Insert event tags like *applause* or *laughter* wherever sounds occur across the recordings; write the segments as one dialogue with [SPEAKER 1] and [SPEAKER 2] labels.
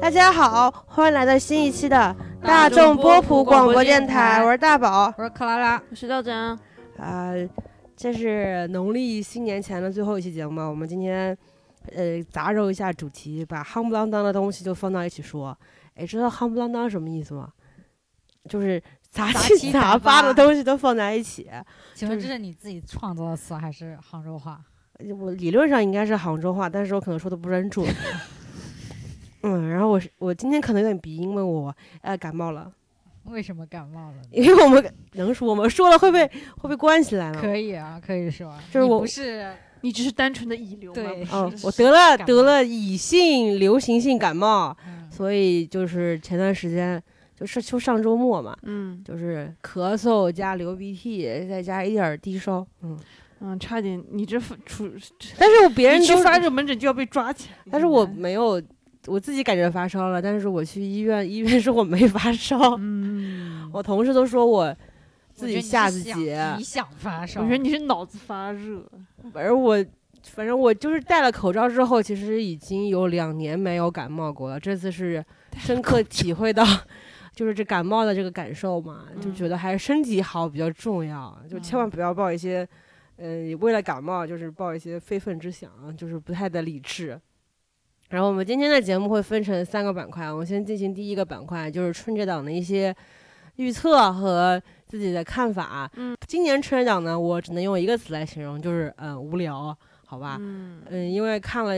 [SPEAKER 1] 大家好，欢迎来到新一期的大众波普广播电台，我是大宝。
[SPEAKER 2] 我说克拉拉，
[SPEAKER 3] 我是豆真，
[SPEAKER 1] 啊、这是农历新年前的最后一期节目，我们今天呃杂糅一下主题，把夯不啷当的东西就放到一起说。哎，知道夯不啷当什么意思吗？就是杂
[SPEAKER 2] 杂
[SPEAKER 1] 七
[SPEAKER 2] 七
[SPEAKER 1] 杂
[SPEAKER 2] 杂
[SPEAKER 1] 八的
[SPEAKER 2] 八
[SPEAKER 1] 东西都放在一起。
[SPEAKER 2] 请问这是你自己创作的词还是杭州话？
[SPEAKER 1] 我理论上应该是杭州话，但是我可能说的不是很 *laughs* 准。嗯，然后我是我今天可能有点鼻音，因为我呃感冒了，
[SPEAKER 2] 为什么感冒了呢？
[SPEAKER 1] *laughs* 因为我们能说吗？说了会被会被关起来吗？
[SPEAKER 2] 可以啊，可以说，
[SPEAKER 1] 呃就是
[SPEAKER 2] 你
[SPEAKER 1] 我
[SPEAKER 2] 不是
[SPEAKER 3] 你只是单纯的遗留吗？
[SPEAKER 2] 对
[SPEAKER 1] 哦
[SPEAKER 2] 是，
[SPEAKER 1] 我得了
[SPEAKER 2] 感冒
[SPEAKER 1] 得了乙性流行性感冒，
[SPEAKER 2] 嗯
[SPEAKER 1] 所以就是前段时间就是就上周末嘛，
[SPEAKER 3] 嗯
[SPEAKER 1] 就是咳嗽加流鼻涕，再加一点儿低烧，嗯，
[SPEAKER 3] 嗯，差点，你这发出，
[SPEAKER 1] 但是我别人
[SPEAKER 3] 你
[SPEAKER 1] 都
[SPEAKER 3] 去
[SPEAKER 1] 是
[SPEAKER 3] 发热门诊就要被抓起来。
[SPEAKER 1] 但是我没有，我自己感觉发烧了，但是我去医院， *laughs* 医院说我没发烧，
[SPEAKER 2] 嗯，
[SPEAKER 1] 我同事都说我自
[SPEAKER 2] 我
[SPEAKER 1] 己
[SPEAKER 2] 觉得你是
[SPEAKER 1] 吓自
[SPEAKER 2] 想
[SPEAKER 1] 己，
[SPEAKER 2] 你想发烧？
[SPEAKER 3] 我觉得你是脑子发热，
[SPEAKER 1] 反正我。反正我就是戴了口罩之后，其实已经有两年没有感冒过了。这次是深刻体会到， *laughs* 就是这感冒的这个感受嘛，就
[SPEAKER 3] 嗯
[SPEAKER 1] 觉得还是身体好比较重要，就千万
[SPEAKER 2] 嗯
[SPEAKER 1] 不要抱一些，嗯、为了感冒就是抱一些非分之想，就是不太的理智。然后我们今天的节目会分成三个板块，啊我们先进行第一个板块，就是春节档的一些预测和自己的看法。
[SPEAKER 3] 嗯，
[SPEAKER 1] 今年春节档呢，我只能用一个词来形容，就是嗯无聊，好吧？
[SPEAKER 3] 嗯，
[SPEAKER 1] 嗯，因为看了，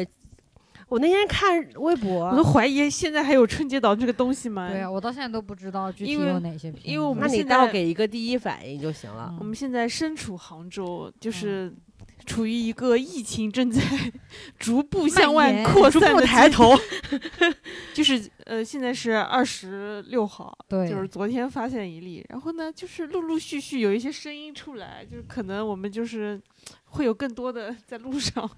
[SPEAKER 1] 我那天看微博，
[SPEAKER 3] 我都怀疑现在还有春节档这个东西吗？
[SPEAKER 2] 对啊，
[SPEAKER 1] 嗯
[SPEAKER 2] 我到现在都不知道具体
[SPEAKER 3] 因为
[SPEAKER 2] 有哪些片子，
[SPEAKER 3] 因为我
[SPEAKER 1] 那
[SPEAKER 3] 们
[SPEAKER 1] 你
[SPEAKER 3] 现
[SPEAKER 1] 倒
[SPEAKER 3] 在
[SPEAKER 1] 给一个第一反应就行了。
[SPEAKER 2] 嗯
[SPEAKER 3] 我们现在身处杭州，
[SPEAKER 1] 嗯
[SPEAKER 3] 就是处于一个疫情正在 *laughs* 逐步向
[SPEAKER 2] 蔓
[SPEAKER 3] 外
[SPEAKER 2] 延
[SPEAKER 3] 扩
[SPEAKER 1] 逐
[SPEAKER 3] 散
[SPEAKER 1] 步
[SPEAKER 3] 的
[SPEAKER 1] 抬
[SPEAKER 3] 阶
[SPEAKER 1] 头，
[SPEAKER 3] 就是呃，现在是二十六号，
[SPEAKER 2] 对
[SPEAKER 3] 就是昨天发现一例，然后呢，就是陆陆续续有一些声音出来，就是可能我们就是会有更多的在路上，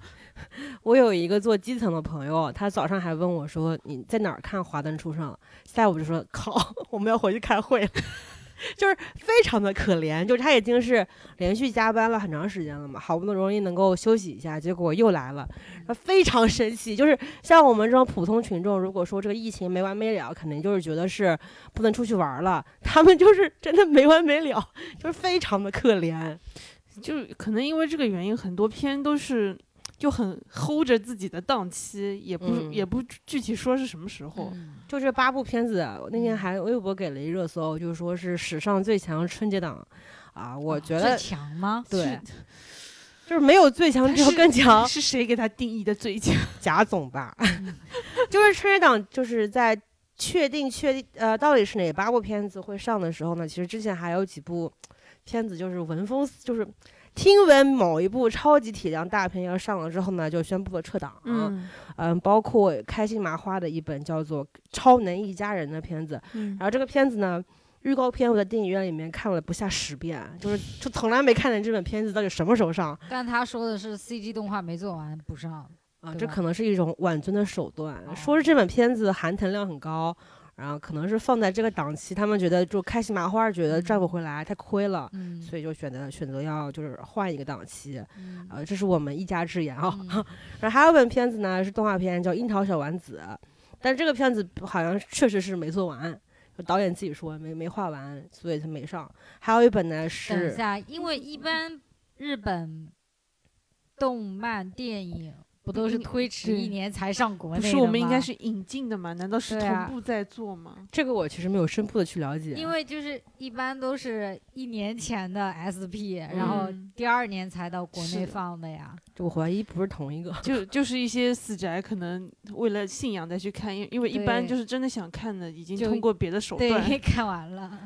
[SPEAKER 1] 我有一个做基层的朋友，他早上还问我说你在哪儿看《华灯初上》，下午就说靠， *laughs* 我们要回去开会了， *laughs* 就是非常的可怜，就是他已经是连续加班了很长时间了嘛，好不容易能够休息一下，结果又来了，他非常生气。就是像我们这种普通群众，如果说这个疫情没完没了，肯定就是觉得是不能出去玩了，他们就是真的没完没了，就是非常的可怜。
[SPEAKER 3] 就是可能因为这个原因，很多片都是就很 hold 着自己的档期，也不、
[SPEAKER 1] 嗯
[SPEAKER 3] 也不具体说是什么时候。
[SPEAKER 2] 嗯
[SPEAKER 1] 就这八部片子，我那天
[SPEAKER 2] 嗯
[SPEAKER 1] 还微博给了一热搜，就是说是史上最强春节档，啊，我觉
[SPEAKER 2] 最
[SPEAKER 1] 得
[SPEAKER 2] 强吗？
[SPEAKER 1] 对
[SPEAKER 3] 是，
[SPEAKER 1] 就是没有最强，只有
[SPEAKER 3] 是
[SPEAKER 1] 更
[SPEAKER 3] *laughs*
[SPEAKER 1] 强。
[SPEAKER 3] 是谁给他定义的最强？
[SPEAKER 1] 贾总吧， *laughs* 就是春节档就是在确定确定呃到底是哪八部片子会上的时候呢，其实之前还有几部片子就是闻风就是听闻某一部超级体量大片要上了之后呢，就宣布了撤档。嗯，包括开心麻花的一本叫做《超能一家人》的片子，
[SPEAKER 3] 嗯
[SPEAKER 1] 然后这个片子呢，预告片我在电影院里面看了不下十遍，就是就从来没看见这本片子到底什么时候上
[SPEAKER 2] 但他说的是 CG 动画没做完补上，
[SPEAKER 1] 啊、
[SPEAKER 2] 对
[SPEAKER 1] 这
[SPEAKER 2] 吧
[SPEAKER 1] 可能是一种挽尊的手段，
[SPEAKER 2] 哦
[SPEAKER 1] 说是这本片子含腾量很高。然后可能是放在这个档期，他们觉得就开心麻花觉得赚不回来，太亏了，
[SPEAKER 2] 嗯，
[SPEAKER 1] 所以就选择选择要就是换一个档期。
[SPEAKER 2] 嗯
[SPEAKER 1] 呃，这是我们一家之言啊、
[SPEAKER 2] 嗯
[SPEAKER 1] 然后还有一本片子呢，是动画片，叫《樱桃小丸子》，但是这个片子好像确实是没做完，就导演自己说没没画完，所以他没上。还有一本呢
[SPEAKER 2] 等一
[SPEAKER 1] 是，
[SPEAKER 2] 下，因为一般日本动漫电影不都是
[SPEAKER 3] 不应
[SPEAKER 2] 推迟
[SPEAKER 3] 对
[SPEAKER 2] 一年才上国
[SPEAKER 3] 不
[SPEAKER 2] 内
[SPEAKER 3] 是，
[SPEAKER 2] 的
[SPEAKER 3] 我们应
[SPEAKER 2] 吗
[SPEAKER 3] 该是引进的嘛？难道是
[SPEAKER 2] 对啊
[SPEAKER 3] 同步在做吗？
[SPEAKER 1] 这个我其实没有深度的去了解，
[SPEAKER 2] 因为就是一般都是一年前的 SP，、然后
[SPEAKER 3] 嗯
[SPEAKER 2] 第二年才到国
[SPEAKER 3] 是
[SPEAKER 2] 内
[SPEAKER 3] 的
[SPEAKER 2] 放的呀。
[SPEAKER 1] 就我怀疑不是同一个。
[SPEAKER 3] *laughs* 就就是一些死宅可能为了信仰再去看，因因为一般
[SPEAKER 2] 对
[SPEAKER 3] 就是真的想看的，已经
[SPEAKER 2] 就
[SPEAKER 3] 通过别的手 *laughs*
[SPEAKER 2] 对，
[SPEAKER 3] 段。
[SPEAKER 2] *laughs* 看完
[SPEAKER 3] *laughs*
[SPEAKER 2] 了。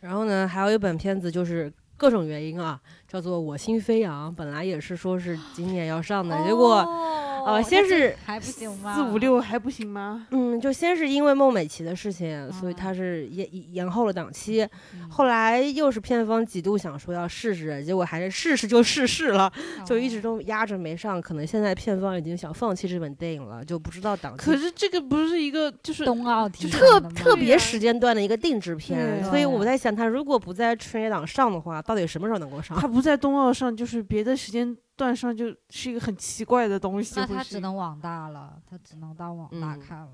[SPEAKER 1] 然后呢，还有一本片子就是各种原因啊，叫做《我心飞扬》，本来也是说是今年要上的，结果
[SPEAKER 2] 哦
[SPEAKER 1] 呃先
[SPEAKER 2] 那这
[SPEAKER 1] 是
[SPEAKER 2] 还不行吗？
[SPEAKER 3] 四五六还不行吗？
[SPEAKER 1] 嗯，就先是因为孟美岐的事情，所以
[SPEAKER 2] 啊
[SPEAKER 1] 他是延延后了档期。
[SPEAKER 2] 嗯，
[SPEAKER 1] 后来又是片方几度想说要试试，结果还是试试就试试了，
[SPEAKER 2] 哦
[SPEAKER 1] 就一直都压着没上。可能现在片方已经想放弃这本电影了，就不知道档
[SPEAKER 3] 可
[SPEAKER 1] 期。
[SPEAKER 3] 是这个不是一个就是
[SPEAKER 2] 哦冬奥题
[SPEAKER 3] 就
[SPEAKER 2] 材
[SPEAKER 1] 特
[SPEAKER 2] 的吗
[SPEAKER 1] 特
[SPEAKER 3] 对
[SPEAKER 1] 别
[SPEAKER 3] 啊
[SPEAKER 1] 时间段的一个定制片，
[SPEAKER 3] 对
[SPEAKER 1] 所以我在想，他如果不在春节档上的话，到底什么时候能够上？
[SPEAKER 3] 它不在冬奥上，就是别的时间段上，就是一个很奇怪的东西。
[SPEAKER 2] 那
[SPEAKER 3] 会
[SPEAKER 2] 他
[SPEAKER 3] 是
[SPEAKER 2] 只能往大了，他只能当往大
[SPEAKER 1] 嗯
[SPEAKER 2] 看了。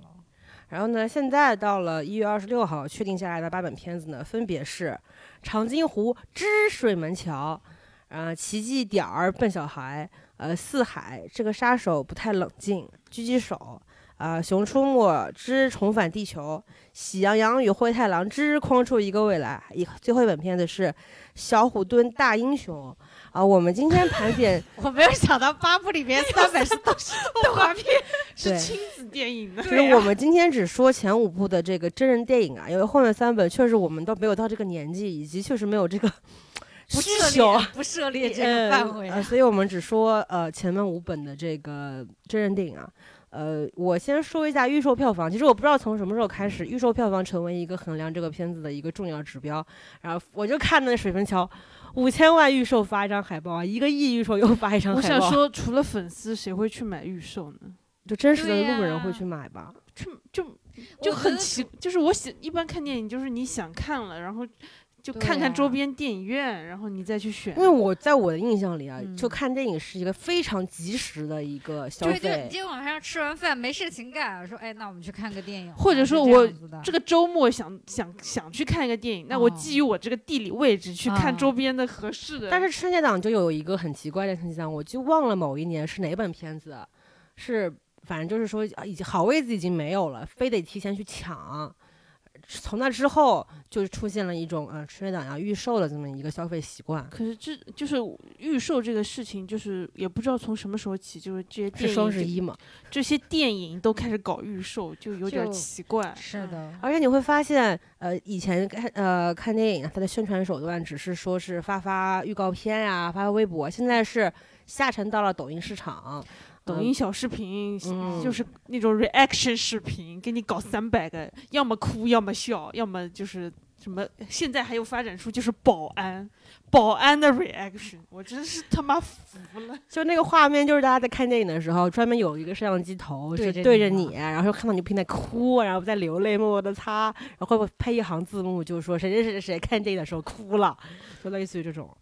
[SPEAKER 1] 然后呢，现在到了一月二十六号，确定下来的八本片子呢，分别是《长津湖之水门桥》，呃，《奇迹点儿笨小孩》，呃，《四海》，这个杀手不太冷静，《狙击手》，啊，《熊出没之重返地球》，《喜羊羊与灰太狼之框出一个未来》，以最后一本片子是《小虎墩大英雄》。啊，我们今天盘点
[SPEAKER 2] 我没有想到八部里
[SPEAKER 3] *laughs*
[SPEAKER 2] 面三本是动动画片，
[SPEAKER 1] 对
[SPEAKER 3] 是亲子电影呢。
[SPEAKER 1] 就是我们今天只说前五部的这个真人电影啊，因为后面三本确实我们都没有到这个年纪，以及确实没有这
[SPEAKER 2] *laughs*
[SPEAKER 1] 个
[SPEAKER 2] 不
[SPEAKER 1] 需
[SPEAKER 2] 涉
[SPEAKER 1] 求
[SPEAKER 2] 猎。不涉猎这个范围。
[SPEAKER 1] 呃，所以我们只说呃前面五本的这个真人电影啊。呃，我先说一下预售票房。其实我不知道从什么时候开始，预售票房成为一个衡量这个片子的一个重要指标。然后我就看那《水门桥》，五千万预售发一张海报啊，一个亿预售又发一张
[SPEAKER 3] *laughs* 我
[SPEAKER 1] 海
[SPEAKER 3] 想
[SPEAKER 1] 报，
[SPEAKER 3] 说，除了粉丝，谁会去买预售呢？
[SPEAKER 1] 就真实的
[SPEAKER 2] 对
[SPEAKER 1] 路人
[SPEAKER 2] 呀
[SPEAKER 1] 会去买吧？
[SPEAKER 3] 就就
[SPEAKER 2] 我
[SPEAKER 3] 就
[SPEAKER 2] 觉
[SPEAKER 3] 很
[SPEAKER 2] 得
[SPEAKER 3] 奇，就是我想一般看电影，就是你想看了，然后就
[SPEAKER 2] 对
[SPEAKER 3] 看看
[SPEAKER 2] 啊
[SPEAKER 3] 周边电影院，然后你再去选
[SPEAKER 1] 因。为我在我的印象里啊，
[SPEAKER 2] 嗯
[SPEAKER 1] 就看电影是一个非常及时的一个消
[SPEAKER 2] 对，就是你
[SPEAKER 1] 费
[SPEAKER 2] 今。天晚上吃完饭没事情干，说哎，那我们去看个电影吧，
[SPEAKER 3] 或者说
[SPEAKER 2] 是这
[SPEAKER 3] 我
[SPEAKER 2] 样子的
[SPEAKER 3] 这个周末想想想去看一个电影，那我
[SPEAKER 2] 哦
[SPEAKER 3] 基于我这个地理位置去看
[SPEAKER 2] 啊
[SPEAKER 3] 周边的合适的。
[SPEAKER 1] 但是春节档就有一个很奇怪的现象，我就忘了某一年是哪本片子，是反正就是说啊已经好位子已经没有了，非得提前去抢。从那之后，就出现了一种啊春节档要预售的这么一个消费习惯。
[SPEAKER 3] 可是这就是预售这个事情，就是也不知道从什么时候起，就是这些电
[SPEAKER 1] 是
[SPEAKER 3] 影
[SPEAKER 1] 双十
[SPEAKER 3] 就
[SPEAKER 1] 一嘛？
[SPEAKER 3] 这些电影都开始搞预售，就有点
[SPEAKER 2] 就
[SPEAKER 3] 奇怪。嗯
[SPEAKER 2] 是的，
[SPEAKER 1] 而且你会发现，呃，以前看呃看电影啊，它的宣传手段只是说是发发预告片呀、发发微博，现在是下沉到了抖音市场，
[SPEAKER 3] 抖音小视频、
[SPEAKER 1] 嗯
[SPEAKER 3] 就是那种 reaction 视频，给你搞三百个，要么哭，要么笑，要么就是什么。现在还有发展出就是保安，保安的 reaction，我真是他妈服了。
[SPEAKER 1] 就那个画面，就是大家在看电影的时候，专门有一个摄像机头
[SPEAKER 2] 对
[SPEAKER 1] 是
[SPEAKER 2] 着
[SPEAKER 1] 对着
[SPEAKER 2] 你嘛
[SPEAKER 1] 你，然后看到你不停在哭，然后在流泪，默默的擦，然后会配一行字幕，就说谁谁谁谁看电影的时候哭了，就类似于这种。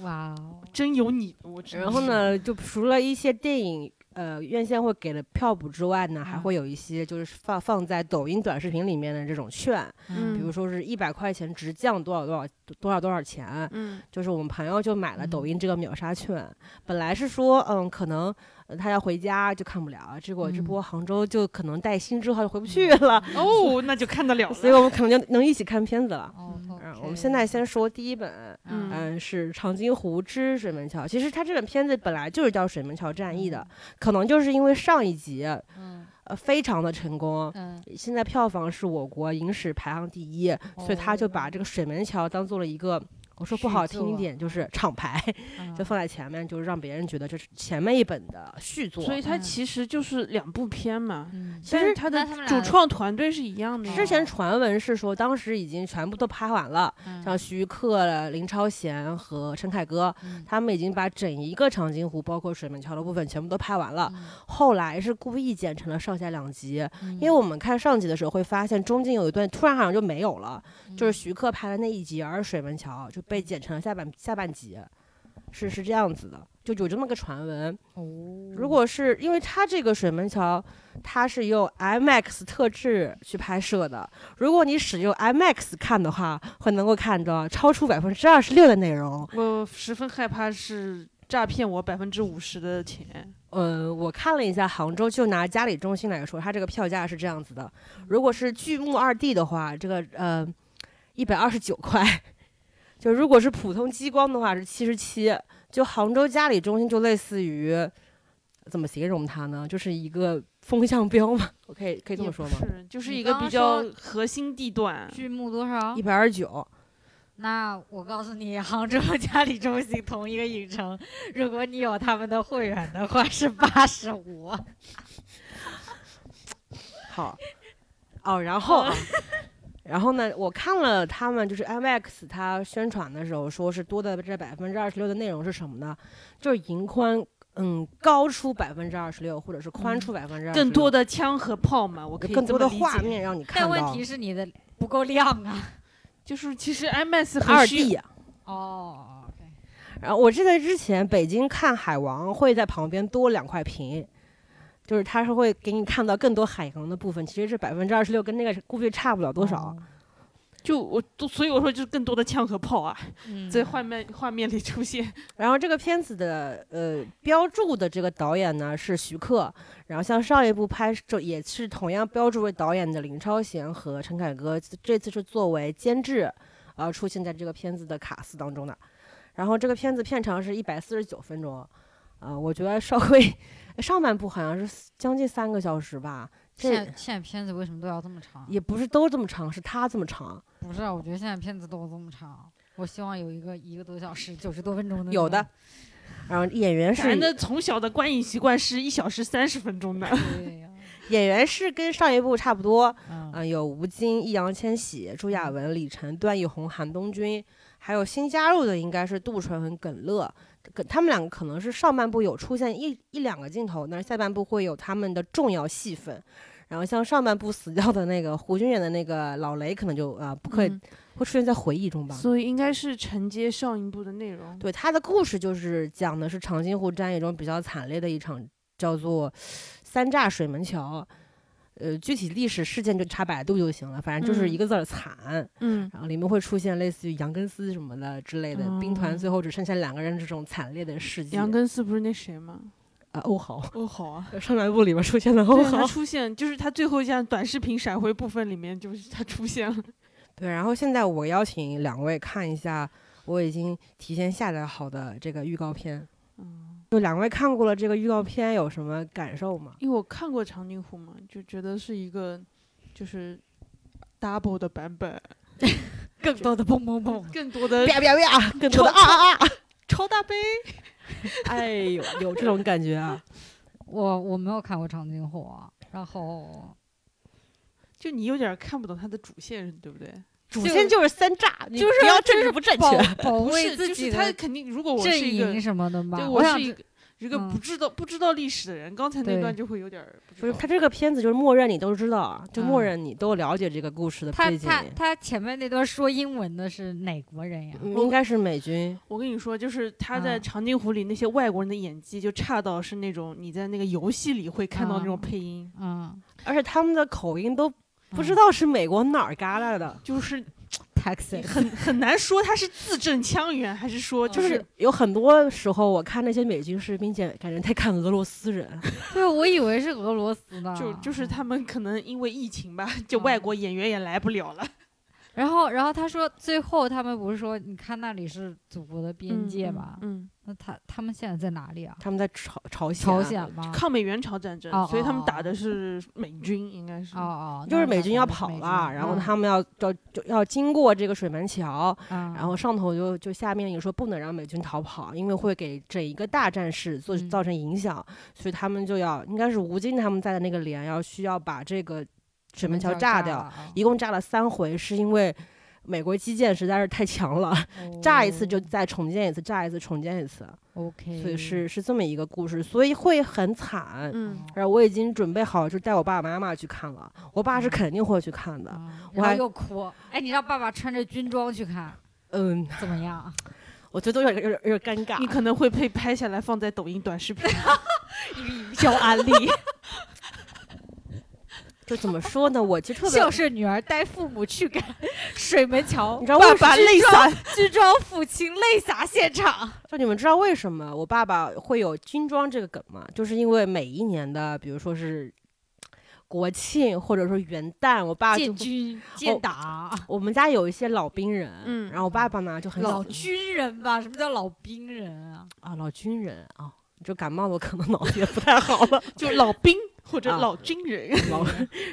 [SPEAKER 2] 哇哦，
[SPEAKER 3] 真有你的，我真
[SPEAKER 1] 然后
[SPEAKER 3] 是？
[SPEAKER 1] 呢，就除了一些电影。呃，院线会给的票补之外呢，还
[SPEAKER 2] 嗯
[SPEAKER 1] 会有一些就是放放在抖音短视频里面的这种券，比
[SPEAKER 2] 嗯，
[SPEAKER 1] 如说是一百块钱直降多少多少多少多少钱，
[SPEAKER 3] 嗯，
[SPEAKER 1] 就是我们朋友就买了抖
[SPEAKER 2] 嗯
[SPEAKER 1] 音这个秒杀券，本来是说，嗯，可能呃他要回家就看不了，结果这
[SPEAKER 2] 嗯
[SPEAKER 1] 波杭州就可能带薪之后就回不去了， *laughs*
[SPEAKER 3] 哦，那就看得了
[SPEAKER 1] 所以
[SPEAKER 3] 了。
[SPEAKER 1] 我们可能就能一起看片子
[SPEAKER 2] *laughs*
[SPEAKER 1] 了。
[SPEAKER 2] 哦
[SPEAKER 1] 嗯，
[SPEAKER 2] ，OK
[SPEAKER 1] 我们现在先说第一本，
[SPEAKER 2] 嗯
[SPEAKER 1] 嗯，是《长津湖之水门桥》。其实它这本片子本来就是叫《水门桥战役》的，可能就是因为上一集
[SPEAKER 2] 嗯
[SPEAKER 1] 呃非常的成功，
[SPEAKER 2] 嗯，
[SPEAKER 1] 现在票房是我国影史排行第一，所以他就
[SPEAKER 2] 哦
[SPEAKER 1] 把这个水门桥当做了一个，我说不好听一点就是厂牌，
[SPEAKER 2] 啊嗯
[SPEAKER 1] 就放在前面，就是让别人觉得这是前面一本的续作。
[SPEAKER 3] 所以它
[SPEAKER 2] 嗯
[SPEAKER 3] 其实就是两部片嘛，
[SPEAKER 2] 嗯
[SPEAKER 1] 其
[SPEAKER 3] 但是
[SPEAKER 1] 实
[SPEAKER 3] 它
[SPEAKER 2] 那
[SPEAKER 3] 的
[SPEAKER 2] 他们俩
[SPEAKER 3] 主创团队是一样的呀。哦
[SPEAKER 1] 之前传闻是说，当时已经全部都拍完了，
[SPEAKER 2] 哦嗯
[SPEAKER 1] 像徐克、林超贤和陈凯歌，
[SPEAKER 2] 嗯
[SPEAKER 1] 他们已经把整一个长津湖，包括水门桥的部分全部都拍完了。
[SPEAKER 2] 嗯
[SPEAKER 1] 后来是故意剪成了上下两集，
[SPEAKER 2] 嗯
[SPEAKER 1] 因为我们看上集的时候会发现中间有一段突然好像就没有了，就是
[SPEAKER 2] 嗯
[SPEAKER 1] 徐克拍的那一集，而水门桥就被剪成了下半下半集，是是这样子的，就有这么个传闻。
[SPEAKER 2] 哦
[SPEAKER 1] 如果是因为它这个水门桥，它是用 IMAX 特制去拍摄的，如果你使用 IMAX 看的话，会能够看到超出百分之二十六的内容。
[SPEAKER 3] 我十分害怕是诈骗我百分之五十的钱。
[SPEAKER 1] 呃，我看了一下杭州，就拿嘉里中心来说，它这个票价是这样子的，如果是剧目二 D 的话，这个呃一百二十九块，就如果是普通激光的话是七十七，就杭州嘉里中心就类似于怎么形容它呢？就是一个风向标嘛，我可以可以这么
[SPEAKER 3] 也
[SPEAKER 1] 说
[SPEAKER 3] 不
[SPEAKER 1] 吗？
[SPEAKER 3] 是，就是
[SPEAKER 2] 你
[SPEAKER 3] 一个
[SPEAKER 2] 刚
[SPEAKER 3] 比
[SPEAKER 2] 刚
[SPEAKER 3] 较
[SPEAKER 2] 说
[SPEAKER 3] 核心地段。
[SPEAKER 2] 剧目多少
[SPEAKER 1] 一？百二十九，
[SPEAKER 2] 那我告诉你，杭州嘉里中心同一个影城，如果你有他们的会员的话是八十五。
[SPEAKER 1] *laughs* 好，哦，然后啊 *laughs* 然后呢，我看了他们就是 IMAX 它宣传的时候说是多的这百分之二十六的内容是什么呢？就是银宽。嗯，高出百分之二十六，或者啊是宽出百分之
[SPEAKER 3] 更多的枪和炮嘛，我可以
[SPEAKER 1] 更
[SPEAKER 3] 这
[SPEAKER 1] 多的
[SPEAKER 3] 么理
[SPEAKER 1] 画
[SPEAKER 3] 解，
[SPEAKER 1] 面让你看
[SPEAKER 2] 但
[SPEAKER 1] 到。
[SPEAKER 2] 问题是你的不够亮啊。
[SPEAKER 3] 就是其实 IMAX
[SPEAKER 1] 二
[SPEAKER 3] 很虚
[SPEAKER 1] D，啊
[SPEAKER 2] 哦，OK，
[SPEAKER 1] 然后我记得之前北京看海王会在旁边多两块屏，就是它是会给你看到更多海洋的部分。其实这百分之二十六跟那个估计差不了多少。
[SPEAKER 2] 哦？
[SPEAKER 3] 就我都，所以我说就是更多的枪和炮啊，
[SPEAKER 2] 嗯
[SPEAKER 3] 在画面画面里出现。
[SPEAKER 1] 然后这个片子的呃标注的这个导演呢是徐克，然后像上一部拍摄也是同样标注为导演的林超贤和陈凯歌，这次是作为监制，呃出现在这个片子的卡司当中的。然后这个片子片长是一百四十九分钟，呃，我觉得稍微上半部好像是四将近三个小时吧，
[SPEAKER 2] 现
[SPEAKER 1] 这
[SPEAKER 2] 在现在片子为什么都要这么长？
[SPEAKER 1] 也不是都这么长，是他这么长。
[SPEAKER 2] 不是啊，我觉得现在片子都这么长。我希望有一个一个多小时、九十多分钟的那
[SPEAKER 1] 有的
[SPEAKER 2] 种。
[SPEAKER 1] 然后演员是
[SPEAKER 3] 嗯咱的从小的观影习惯是一小时三十分钟的，
[SPEAKER 2] 对
[SPEAKER 3] *laughs*
[SPEAKER 2] 呀、
[SPEAKER 1] 演员是跟上一部差不多，
[SPEAKER 3] 啊
[SPEAKER 2] 嗯，
[SPEAKER 1] 嗯，有吴京、易烊千玺、朱亚文、李晨、段奕宏、韩东君，还有新加入的应该是杜淳和耿乐，耿他们两个可能是上半部有出现一一两个镜头，但是下半部会有他们的重要戏份。然后像上半部死掉的那个胡军演的那个老雷，可能就啊、呃不可以、会出现在回忆中吧。
[SPEAKER 3] 嗯所以应该是承接上一部的内容。
[SPEAKER 1] 对，他的故事就是讲的是长津湖战役中比较惨烈的一场叫做三炸水门桥，呃，具体历史事件就查百度就行了，反正就是一
[SPEAKER 3] 嗯
[SPEAKER 1] 个字儿惨。
[SPEAKER 3] 嗯，
[SPEAKER 1] 然后里面会出现类似于杨根思什么的之类的，兵团
[SPEAKER 3] 哦
[SPEAKER 1] 最后只剩下两个人这种惨烈的事迹。
[SPEAKER 3] 杨根思不是那谁吗？
[SPEAKER 1] 啊，欧豪，
[SPEAKER 3] 哦，好啊。
[SPEAKER 1] 上半部里面出现了欧
[SPEAKER 3] 对，
[SPEAKER 1] 豪
[SPEAKER 3] 他。出现就是他最后一下短视频闪回部分里面，就是他出现了。
[SPEAKER 1] 对，然后现在我邀请两位看一下我已经提前下载好的这个预告片。
[SPEAKER 3] 嗯，
[SPEAKER 1] 就两位看过了这个预告片有什么感受吗？
[SPEAKER 3] 因为我看过长津湖嘛，就觉得是一个就是 double 的版本，
[SPEAKER 2] 更多的蹦蹦蹦。
[SPEAKER 3] 更多 *laughs* 的
[SPEAKER 1] 啪啪啪，更多的
[SPEAKER 3] 超
[SPEAKER 1] 啊啊啊！
[SPEAKER 3] 超大杯。
[SPEAKER 1] *laughs* 哎呦，有这种感觉啊！
[SPEAKER 2] 我我没有看过长津湖啊，然后
[SPEAKER 3] 就你有点看不懂他的主线，对不对？
[SPEAKER 1] 主
[SPEAKER 2] 就
[SPEAKER 1] 线就是三炸，你
[SPEAKER 2] 就是
[SPEAKER 1] 不要
[SPEAKER 2] 就
[SPEAKER 1] 政治
[SPEAKER 2] 是
[SPEAKER 1] 不正
[SPEAKER 2] 保
[SPEAKER 1] 确。
[SPEAKER 2] 保
[SPEAKER 3] 不
[SPEAKER 2] 卫
[SPEAKER 3] 是，
[SPEAKER 2] 自
[SPEAKER 3] 就
[SPEAKER 2] 己
[SPEAKER 3] 是他
[SPEAKER 2] 的
[SPEAKER 3] 肯定，如果我
[SPEAKER 2] 阵
[SPEAKER 3] 是一个
[SPEAKER 2] 营，什么的吧。
[SPEAKER 3] 对，
[SPEAKER 2] 我想
[SPEAKER 3] 是一
[SPEAKER 2] 知
[SPEAKER 3] 个一个
[SPEAKER 2] 嗯
[SPEAKER 3] 不知道不知道历史的人，刚才那
[SPEAKER 2] 对
[SPEAKER 3] 段就会有点儿不
[SPEAKER 1] 不
[SPEAKER 3] 知
[SPEAKER 1] 是，
[SPEAKER 3] 道
[SPEAKER 1] 他这个片子就是默认你都知道啊，就默
[SPEAKER 2] 嗯
[SPEAKER 1] 认你都了解这个故事的
[SPEAKER 2] 他
[SPEAKER 1] 背景。
[SPEAKER 2] 他他前面那段说英文的是哪国人呀？
[SPEAKER 1] 嗯
[SPEAKER 3] 我
[SPEAKER 1] 应该是美军。
[SPEAKER 3] 我跟你说，就是他在
[SPEAKER 2] 啊
[SPEAKER 3] 《长津湖》里那些外国人的演技，就差到是那种你在那个游戏里会看到那种
[SPEAKER 2] 啊
[SPEAKER 3] 配音，
[SPEAKER 2] 嗯，
[SPEAKER 1] 而且他们的口音都不知
[SPEAKER 2] 嗯
[SPEAKER 1] 道是美国哪儿旮旯的，
[SPEAKER 3] 就是你
[SPEAKER 2] Texas
[SPEAKER 3] 很很难说他是字正腔圆，还
[SPEAKER 2] 嗯
[SPEAKER 3] 是说就、
[SPEAKER 1] 就是是有很多时候我看那些美军士兵，简感觉在看俄罗斯人。
[SPEAKER 2] 对，我以为是俄罗斯的，
[SPEAKER 3] 就就是
[SPEAKER 2] 嗯
[SPEAKER 3] 他们可能因为疫情吧，就外国演员也来不了了。
[SPEAKER 2] 然后，然后他说，最后他们不是说，你看那里是祖国的边界吗？
[SPEAKER 3] 嗯，
[SPEAKER 2] 那他他们现在在哪里啊？
[SPEAKER 1] 他们在朝朝鲜，啊
[SPEAKER 2] 朝鲜吗？
[SPEAKER 3] 抗美援朝战争，
[SPEAKER 2] 哦
[SPEAKER 3] 所以他们
[SPEAKER 2] 哦
[SPEAKER 3] 打的是美军，应该是。
[SPEAKER 2] 哦哦，
[SPEAKER 1] 就是
[SPEAKER 2] 那
[SPEAKER 1] 美军要
[SPEAKER 2] 那
[SPEAKER 1] 跑
[SPEAKER 2] 美军
[SPEAKER 1] 了，然后
[SPEAKER 2] 嗯
[SPEAKER 1] 他们要要就要经过这个水门桥，
[SPEAKER 2] 嗯
[SPEAKER 1] 然后上头就就下命令说不能让美军逃跑，因为会给整一个大战事做
[SPEAKER 2] 嗯
[SPEAKER 1] 造成影响，所以他们就要应该是吴京他们在的那个连要需要把这个水门桥炸掉。
[SPEAKER 2] 了啊
[SPEAKER 1] 一共炸了三回，是因为美国基建实在是太强了，炸一次就再重建一次，炸一次重建一次，
[SPEAKER 2] 哦 OK，
[SPEAKER 1] 所以是是这么一个故事，所以会很惨。
[SPEAKER 2] 哦
[SPEAKER 3] 嗯，
[SPEAKER 1] 然后我已经准备好，就带我爸爸妈妈去看了，我爸是
[SPEAKER 2] 嗯
[SPEAKER 1] 肯定会去看的。
[SPEAKER 2] 啊，
[SPEAKER 1] 我
[SPEAKER 2] 然
[SPEAKER 1] 还
[SPEAKER 2] 后又哭。哎，你让爸爸穿着军装去看
[SPEAKER 1] 嗯，
[SPEAKER 2] 怎么样？啊
[SPEAKER 1] *laughs* 我觉得有点有点有点尴尬
[SPEAKER 3] 你。可能会被拍下来放在抖音短视频。
[SPEAKER 2] 小安 *laughs* 利，
[SPEAKER 1] 就怎么说呢，我其实特别
[SPEAKER 2] 孝顺女儿带父母去看水门桥，
[SPEAKER 1] 你知道为什么
[SPEAKER 2] 爸爸
[SPEAKER 1] 军
[SPEAKER 2] 泪
[SPEAKER 1] 装
[SPEAKER 2] 洒，军装父亲泪洒现场。
[SPEAKER 1] 就你们知道为什么我爸爸会有军装这个梗吗？就是因为每一年的，比如说是国庆或者说元旦，我爸啊就哦
[SPEAKER 2] 建
[SPEAKER 1] 会
[SPEAKER 2] 军、建打、
[SPEAKER 1] 我们家有一些老兵人，
[SPEAKER 3] 嗯
[SPEAKER 1] 然后我爸爸呢就很
[SPEAKER 2] 老
[SPEAKER 1] 老
[SPEAKER 2] 军人吧？什么叫老兵人啊？
[SPEAKER 1] 啊老军人啊，就感冒了，我可能脑子也不太好了。
[SPEAKER 3] 就老兵或者
[SPEAKER 1] 啊
[SPEAKER 3] 老军人。
[SPEAKER 1] 老，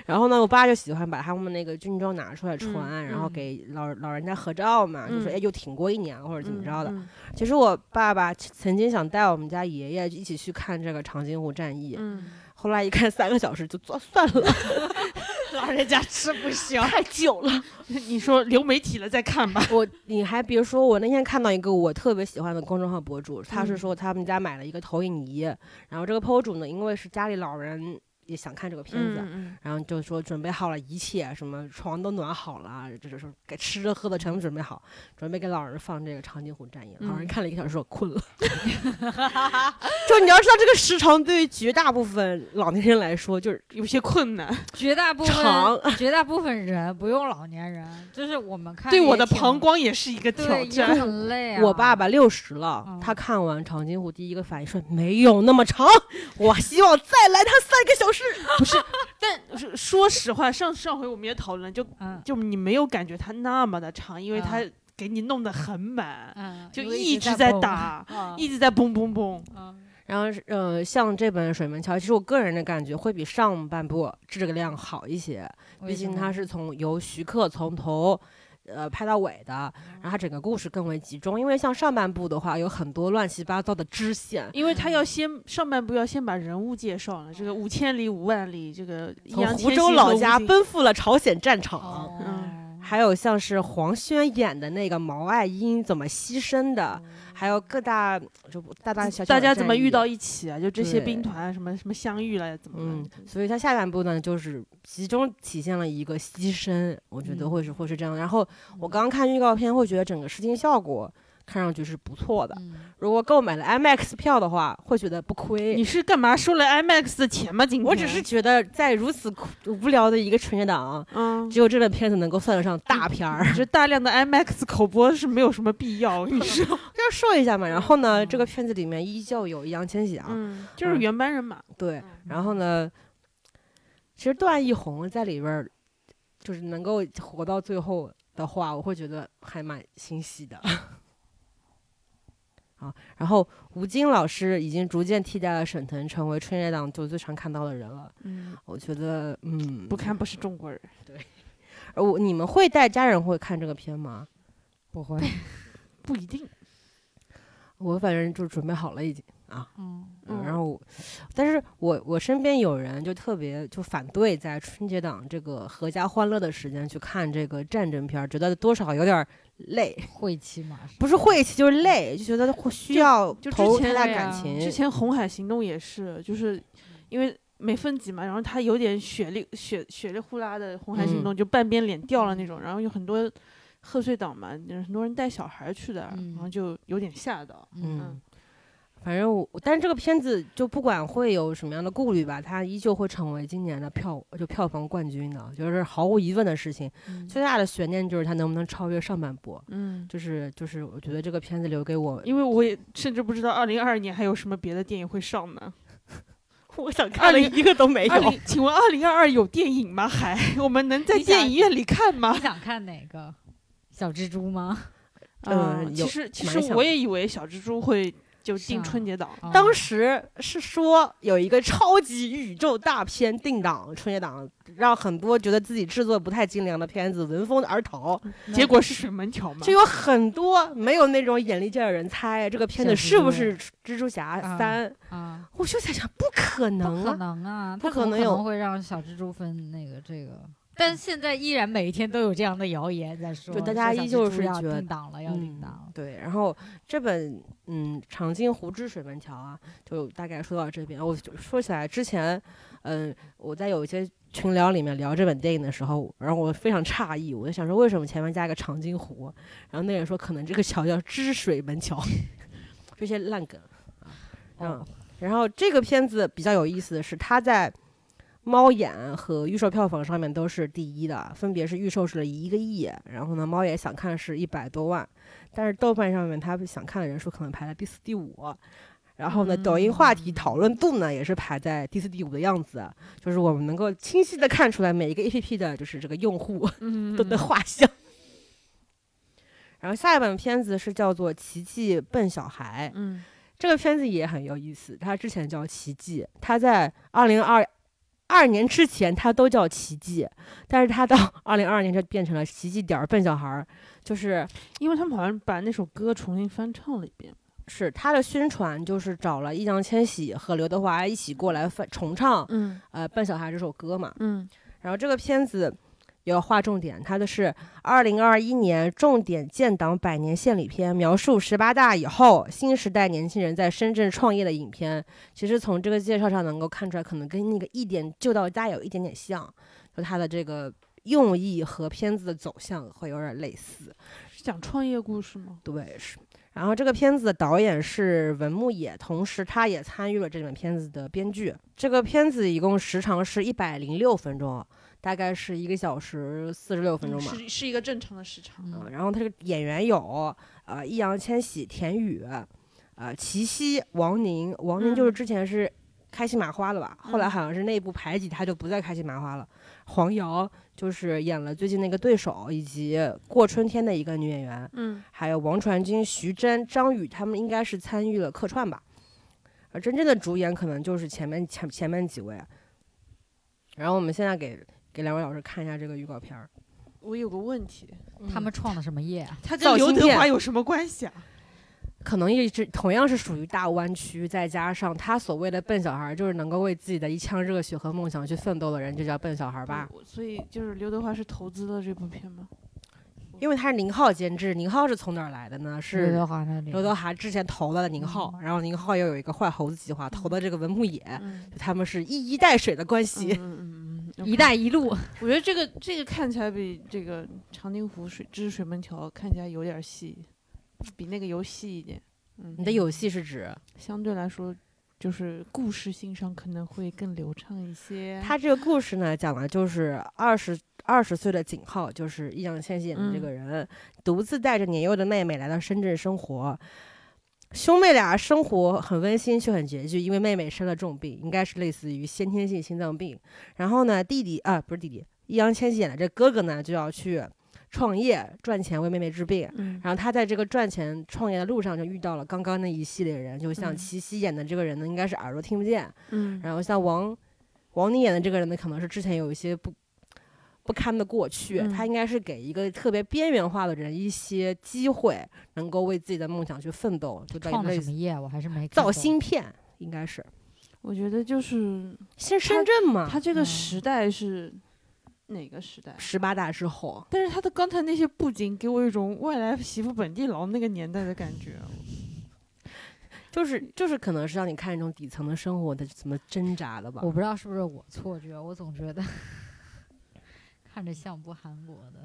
[SPEAKER 1] 然后呢，我爸就喜欢把他们那个军装拿出来穿，
[SPEAKER 3] 嗯
[SPEAKER 1] 然后
[SPEAKER 2] 嗯
[SPEAKER 1] 给老老人家合照嘛，就说
[SPEAKER 3] 嗯
[SPEAKER 1] 哎又挺过一年了或者怎么着的。
[SPEAKER 3] 嗯
[SPEAKER 1] 其实我爸爸曾经想带我们家爷爷一起去看这个长津湖战役，
[SPEAKER 3] 嗯，
[SPEAKER 1] 后来一看三个小时就算算了， *laughs*
[SPEAKER 2] 老人家吃不
[SPEAKER 3] *laughs*
[SPEAKER 2] 消。
[SPEAKER 1] 太久了。
[SPEAKER 3] 嗯你说流媒体了再看吧。
[SPEAKER 1] 我你还别说，我那天看到一个我特别喜欢的公众号博主，他是
[SPEAKER 3] 嗯
[SPEAKER 1] 说他们家买了一个投影仪，然后这个 PO 主呢，因为是家里老人。也想看这个片子，
[SPEAKER 3] 嗯
[SPEAKER 1] 然后就说准备好了一切，什么床都暖好了，啊这就是给吃的喝的全部准备好，准备给老人放这个《长津湖战役》了。老人
[SPEAKER 3] 嗯
[SPEAKER 1] 看了一个小时说困 *laughs* 了，就你要知道这个时长对于绝大部分老年人来说就是
[SPEAKER 3] 有些困难。
[SPEAKER 2] 绝大部
[SPEAKER 1] 长
[SPEAKER 2] 分绝大部分人不用老年人，就是我们看
[SPEAKER 3] 对
[SPEAKER 2] 也
[SPEAKER 3] 我的
[SPEAKER 2] 挺
[SPEAKER 3] 膀胱也是一个挑
[SPEAKER 2] 对也
[SPEAKER 3] 战。
[SPEAKER 2] 很累啊。
[SPEAKER 1] 我爸爸六十了，
[SPEAKER 2] 嗯
[SPEAKER 1] 他看完《长津湖》第一个反应说没有那么长，我希望再来他三个小时。
[SPEAKER 3] 但是说实话，上上回我们也讨论，就
[SPEAKER 2] 嗯
[SPEAKER 3] 就你没有感觉它那么的长，因为它
[SPEAKER 2] 嗯
[SPEAKER 3] 给你弄得很满，
[SPEAKER 2] 嗯，
[SPEAKER 3] 就
[SPEAKER 2] 因为
[SPEAKER 3] 一
[SPEAKER 2] 直
[SPEAKER 3] 直在
[SPEAKER 2] 蹦
[SPEAKER 3] 打，
[SPEAKER 2] 啊
[SPEAKER 3] 一直在嘣嘣嘣。
[SPEAKER 2] 嗯
[SPEAKER 1] 然后是，呃，像这本《水门桥》，其实我个人的感觉会比上半部质量好一些，
[SPEAKER 2] 为
[SPEAKER 1] 毕
[SPEAKER 2] 什
[SPEAKER 1] 竟
[SPEAKER 2] 么
[SPEAKER 1] 它是从由徐克从头。呃，拍到尾的，
[SPEAKER 2] 嗯
[SPEAKER 1] 然后它整个故事更为集中，因为像上半部的话，有很多乱七八糟的支线，
[SPEAKER 3] 因为他要先上半部要先把人物介绍了，这个五千里五万里，这个易
[SPEAKER 1] 从
[SPEAKER 3] 烊
[SPEAKER 1] 湖
[SPEAKER 3] 千
[SPEAKER 1] 州
[SPEAKER 3] 玺
[SPEAKER 1] 老
[SPEAKER 3] 和吴
[SPEAKER 1] 家
[SPEAKER 3] 京
[SPEAKER 1] 奔赴了朝鲜战场，
[SPEAKER 2] 哦
[SPEAKER 3] 嗯
[SPEAKER 1] 还有像是黄轩演的那个毛爱英怎么牺牲的，还有各大就大大小小的
[SPEAKER 3] 大家怎
[SPEAKER 1] 战
[SPEAKER 3] 么遇
[SPEAKER 1] 役
[SPEAKER 3] 到一起啊？就这些兵
[SPEAKER 1] 对
[SPEAKER 3] 团什么什么相遇了，怎么
[SPEAKER 1] 嗯
[SPEAKER 3] 了？，
[SPEAKER 1] 所以它下半部呢，就是集中体现了一个牺牲，我觉得
[SPEAKER 3] 嗯
[SPEAKER 1] 会是会是这样的。然后我刚刚看预告片，会觉得整个视听效果看上去是不错的。
[SPEAKER 2] 嗯
[SPEAKER 1] 如果购买了 IMAX 票的话，会觉得不亏
[SPEAKER 3] 你。是干嘛收了 IMAX 的钱吗？今天啊
[SPEAKER 1] 我只是觉得在如此苦无聊的一个春节档，
[SPEAKER 3] 嗯，
[SPEAKER 1] 只有这个片子能够算得上大片
[SPEAKER 3] *laughs*
[SPEAKER 1] 儿。
[SPEAKER 3] 这大量的 IMAX 口播是没有什么必要，
[SPEAKER 1] *laughs*
[SPEAKER 3] 我跟你说，
[SPEAKER 1] 这样说一下嘛。然后呢，
[SPEAKER 2] 嗯
[SPEAKER 1] 这个片子里面依旧有易烊千玺啊，
[SPEAKER 3] 嗯，就是原班人马，
[SPEAKER 1] 对
[SPEAKER 3] 嗯，
[SPEAKER 1] 然后呢，其实段奕宏在里边儿就是能够活到最后的话，我会觉得还蛮欣喜的。啊，然后吴京老师已经逐渐替代了沈腾，成为春节档就最常看到的人了。
[SPEAKER 3] 嗯，
[SPEAKER 1] 我觉得，嗯，
[SPEAKER 3] 不看不是中国人，
[SPEAKER 1] 呃我你们会带家人会看这个片吗？
[SPEAKER 2] 不会，
[SPEAKER 3] 不一定，
[SPEAKER 1] 我反正就准备好了已经啊。
[SPEAKER 2] 嗯
[SPEAKER 1] 嗯，
[SPEAKER 3] 嗯
[SPEAKER 1] 然后我，但是我我身边有人就特别就反对在春节档这个合家欢乐的时间去看这个战争片儿，觉得多少有点儿累，
[SPEAKER 2] 晦气嘛，
[SPEAKER 1] 不是晦气就是累，就觉得会需要
[SPEAKER 3] 就之
[SPEAKER 1] 投入
[SPEAKER 3] 前
[SPEAKER 1] 太大
[SPEAKER 2] 对
[SPEAKER 1] 感
[SPEAKER 2] 啊
[SPEAKER 1] 情。
[SPEAKER 3] 之前《红海行动》也是，就是因为。没分级嘛，然后他有点血里血血里呼啦的《红海行动》就半边脸掉了那种，然后有很多贺岁档嘛，就是很多人带小孩去的，
[SPEAKER 2] 嗯
[SPEAKER 3] 然后就有点吓到。
[SPEAKER 1] 嗯，反正我，但是这个片子就不管会有什么样的顾虑吧，它依旧会成为今年的票就票房冠军的，就是毫无疑问的事情。
[SPEAKER 2] 嗯
[SPEAKER 1] 最大的悬念就是它能不能超越上半部，
[SPEAKER 3] 嗯，
[SPEAKER 1] 就是就是我觉得这个片子留给我
[SPEAKER 3] 因为我也甚至不知道二零二二年还有什么别的电影会上呢。
[SPEAKER 1] 我想
[SPEAKER 3] 看了
[SPEAKER 1] 一个都没
[SPEAKER 3] 二零，请问二零二二有电影吗？还我们能在
[SPEAKER 2] 你想
[SPEAKER 3] 电影院里看
[SPEAKER 2] 你
[SPEAKER 3] 吗？
[SPEAKER 2] 想看哪个？小蜘蛛吗？
[SPEAKER 1] 呃
[SPEAKER 3] 啊
[SPEAKER 1] 有
[SPEAKER 3] 其实其
[SPEAKER 1] 蛮
[SPEAKER 3] 实
[SPEAKER 1] 想
[SPEAKER 3] 我也以为小蜘蛛会就定
[SPEAKER 2] 上
[SPEAKER 3] 春节档，
[SPEAKER 1] 当
[SPEAKER 2] 哦
[SPEAKER 1] 时是说有一个超级宇宙大片定档春节档，让很多觉得自己制作不太精良的片子闻风而逃，
[SPEAKER 2] 嗯
[SPEAKER 3] 结果是水门桥嘛
[SPEAKER 1] 就。有很多没有那种眼力劲儿的人猜这个片子是不是蜘蛛侠
[SPEAKER 2] 啊
[SPEAKER 1] 三。
[SPEAKER 2] 啊，
[SPEAKER 1] 我就在想，不可
[SPEAKER 2] 不
[SPEAKER 1] 能
[SPEAKER 2] 可
[SPEAKER 1] 啊！
[SPEAKER 2] 能啊，
[SPEAKER 1] 不
[SPEAKER 2] 他
[SPEAKER 1] 可
[SPEAKER 2] 怎么
[SPEAKER 1] 能
[SPEAKER 2] 可
[SPEAKER 1] 有嗯
[SPEAKER 2] 能会让小蜘蛛分那个这个。但现在依然每一天都有这样的谣言在说，
[SPEAKER 1] 大家
[SPEAKER 2] 说
[SPEAKER 1] 依
[SPEAKER 2] 小
[SPEAKER 1] 旧
[SPEAKER 2] 蜘蛛
[SPEAKER 1] 是
[SPEAKER 2] 要
[SPEAKER 1] 觉嗯
[SPEAKER 2] 定档了，要定档了。
[SPEAKER 1] 对，然后这本嗯《长津湖之水门桥》啊，就大概说到这边。我就说起来之前，嗯、我在有一些群聊里面聊这本电影的时候，然后我非常诧异，我就想说为什么前面加个长津湖？然后那人说可能这个桥叫支水门桥， *laughs* 这些烂梗啊。嗯
[SPEAKER 2] 哦，
[SPEAKER 1] 然后这个片子比较有意思的是，它在猫眼和预售票房上面都是第一的，分别是预售是一个亿，然后呢，猫眼想看是一百多万，但是豆瓣上面他想看的人数可能排在第四、第五。然后呢，抖音话题讨论度呢也是排在第四、第五的样子，就是我们能够清晰的看出来每一个 A P P 的就是这个用户
[SPEAKER 3] 嗯
[SPEAKER 1] 都的画像。 *laughs* 然后下一本片子是叫做《奇迹笨小孩》，
[SPEAKER 3] 嗯，
[SPEAKER 1] 这个片子也很有意思，它之前叫《奇迹》，它在二零二二年之前它都叫《奇迹》，但是它到二零二二年就变成了《奇迹点儿笨小孩儿》，就是
[SPEAKER 3] 因为他们好像把那首歌重新翻唱了一遍。
[SPEAKER 1] 是它的宣传就是找了易烊千玺和刘德华一起过来翻重唱
[SPEAKER 3] 嗯
[SPEAKER 1] 呃《笨小孩》这首歌嘛。
[SPEAKER 3] 嗯
[SPEAKER 1] 然后这个片子也要划重点，它的是二零二一年重点建党百年献礼片，描述十八大以后新时代年轻人在深圳创业的影片。其实从这个介绍上能够看出来，可能跟那个一点就到家有一点点像，就它的这个用意和片子的走向会有点类似。
[SPEAKER 3] 是讲创业故事吗？
[SPEAKER 1] 对，是。然后这个片子的导演是文牧野，同时他也参与了这本片子的编剧。这个片子一共时长是一百零六分钟，大概是一个小时四十六分钟吧。
[SPEAKER 3] 嗯是是一个正常的时长。
[SPEAKER 1] 嗯，然后他这个演员有呃易烊千玺、田雨，呃齐溪、王宁。王宁就是之前是开心麻花的吧，后来好像是内部排挤，他就不再开心麻花了。黄瑶就是演了最近那个对手，以及过春天的一个女演员。
[SPEAKER 3] 嗯，
[SPEAKER 1] 还有王传君、徐峥、张宇，他们应该是参与了客串吧。而真正的主演可能就是前面前前面几位。啊然后我们现在给给两位老师看一下这个预告片儿。
[SPEAKER 3] 我有个问题，
[SPEAKER 1] 嗯
[SPEAKER 2] 他们创的什么业啊？
[SPEAKER 3] 他
[SPEAKER 1] 造
[SPEAKER 3] 跟刘
[SPEAKER 1] 芯
[SPEAKER 3] 德
[SPEAKER 1] 片
[SPEAKER 3] 华有什么关系啊？
[SPEAKER 1] 可能也是同样是属于大湾区，再加上他所谓的笨小孩儿，就是能够为自己的一腔热血和梦想去奋斗的人，就叫笨小孩儿吧。
[SPEAKER 3] 我，所以就是刘德华是投资了这部片吗？
[SPEAKER 1] 因为他是宁浩监制，宁浩是从哪儿来的呢？
[SPEAKER 2] 刘
[SPEAKER 1] 是
[SPEAKER 2] 德华嗯那里。
[SPEAKER 1] 刘德华之前投了宁浩，然后宁浩又有一个坏猴子计划，投的这个文牧野，
[SPEAKER 3] 嗯，
[SPEAKER 1] 他们是一衣带水的关系。
[SPEAKER 3] 嗯嗯嗯，
[SPEAKER 2] 一带一路，
[SPEAKER 3] 我觉得这个这个看起来比这个长津湖水知识水门桥看起来有点细，比那个油细一点。嗯，
[SPEAKER 1] 你的有戏是指
[SPEAKER 3] 相对来说，就是故事性上可能会更流畅一些。
[SPEAKER 1] 他这个故事呢，讲的就是二十二十岁的景浩，就是易烊千玺演的这个人，独自带着年幼的妹妹来到深圳生活。兄妹俩生活很温馨，却很拮据，因为妹妹生了重病，应该是类似于先天性心脏病。然后呢，弟弟啊，不是弟弟，易烊千玺演的这哥哥呢，就要去创业赚钱为妹妹治病。
[SPEAKER 3] 嗯
[SPEAKER 1] 然后他在这个赚钱创业的路上，就遇到了刚刚那一系列人，就像
[SPEAKER 3] 嗯
[SPEAKER 1] 齐溪演的这个人呢，应该是耳朵听不见，
[SPEAKER 3] 嗯
[SPEAKER 1] 然后像王王宁演的这个人呢，可能是之前有一些不不堪的过去，
[SPEAKER 3] 嗯
[SPEAKER 1] 他应该是给一个特别边缘化的人一些机会，能够为自己的梦想去奋斗，就在
[SPEAKER 2] 创的
[SPEAKER 1] 类
[SPEAKER 2] 什么
[SPEAKER 1] 似
[SPEAKER 2] 业？我还是没看
[SPEAKER 1] 造
[SPEAKER 2] 过。
[SPEAKER 1] 芯片，应该是
[SPEAKER 3] 我觉得就是
[SPEAKER 1] 是深圳嘛，
[SPEAKER 3] 它这个
[SPEAKER 2] 嗯
[SPEAKER 3] 时代是哪个时代？
[SPEAKER 1] 十八大之后，
[SPEAKER 3] 但是他的刚才那些布景给我一种外来媳妇本地郎那个年代的感觉。
[SPEAKER 1] 就是就是可能是让你看一种底层的生活的怎么挣扎的吧
[SPEAKER 2] 我。不知道是不是我错觉，我总觉得 *laughs* 看着像部韩国的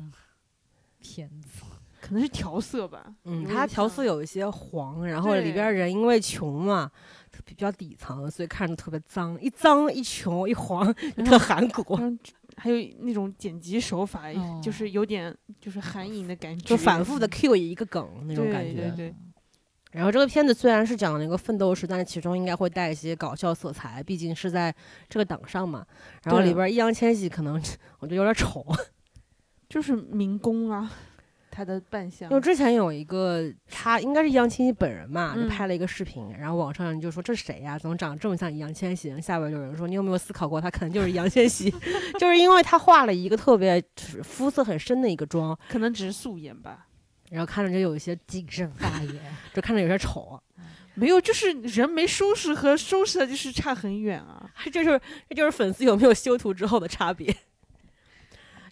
[SPEAKER 2] *laughs* 片子。
[SPEAKER 3] 可能是调
[SPEAKER 1] *laughs*
[SPEAKER 3] 色吧，
[SPEAKER 1] 嗯，
[SPEAKER 3] 有
[SPEAKER 1] 它
[SPEAKER 3] 点
[SPEAKER 1] 调
[SPEAKER 3] 像
[SPEAKER 1] 色有一些黄，然后里
[SPEAKER 3] 对
[SPEAKER 1] 边人因为穷嘛，比较底层，所以看着特别脏，一脏一穷一黄，就 *laughs*
[SPEAKER 3] 嗯
[SPEAKER 1] 特韩
[SPEAKER 3] *laughs*
[SPEAKER 1] 国。
[SPEAKER 3] 然后还有那种剪辑手法，
[SPEAKER 2] 哦
[SPEAKER 3] 就是有点就是韩影的感觉，
[SPEAKER 1] 就反复的 Q 一个梗那种感
[SPEAKER 3] 对
[SPEAKER 1] 觉。嗯
[SPEAKER 3] 对
[SPEAKER 1] 然后这个片子虽然是讲了一个奋斗史，但是其中应该会带一些搞笑色彩，毕竟是在这个档上嘛。然后
[SPEAKER 3] 对
[SPEAKER 1] 里边易烊千玺可能 *laughs* 我觉得有点丑，
[SPEAKER 3] 就是民工啊，他的扮相
[SPEAKER 1] 因为之前有一个他应该是易烊千玺本人嘛，
[SPEAKER 3] 嗯
[SPEAKER 1] 就拍了一个视频，然后网上人就说这是谁呀、怎么长得这么像易烊千玺？下边有人说你有没有思考过，他可能就是易烊千玺， *laughs* 就是因为他画了一个特别就是肤色很深的一个妆，
[SPEAKER 3] 可能只是素颜吧，
[SPEAKER 1] 然后看着就有一些
[SPEAKER 2] 谨慎发言，
[SPEAKER 1] 就看着有些丑。 *laughs*
[SPEAKER 3] 没有，就是人没收拾和收拾的就是差很远啊。
[SPEAKER 1] 这就是这就是粉丝有没有修图之后的差别。 *laughs*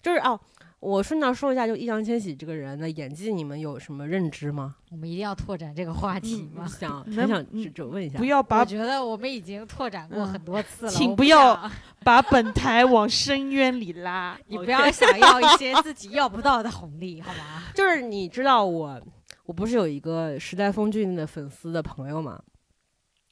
[SPEAKER 1] 就是哦，我顺道说一下，就易烊千玺这个人的演技，你们有什么认知吗？
[SPEAKER 2] 我们一定要拓展这个话题
[SPEAKER 3] 嗯
[SPEAKER 2] 吗？
[SPEAKER 1] 想
[SPEAKER 3] 能
[SPEAKER 1] 很想
[SPEAKER 3] 嗯
[SPEAKER 1] 只只问一下
[SPEAKER 3] 不，要
[SPEAKER 2] 我
[SPEAKER 3] 把
[SPEAKER 2] 觉得我们已经拓展过很多次了，
[SPEAKER 3] 请
[SPEAKER 2] 我
[SPEAKER 3] 不
[SPEAKER 2] 不
[SPEAKER 3] 要
[SPEAKER 2] 想，，
[SPEAKER 3] 把本台往深渊里
[SPEAKER 1] *laughs*
[SPEAKER 3] 拉
[SPEAKER 2] 你不要想要一些自己要不到的红利，
[SPEAKER 1] *laughs*
[SPEAKER 2] 好吗？
[SPEAKER 1] 就是你知道我，我不是有一个时代峰峻的粉丝的朋友嘛？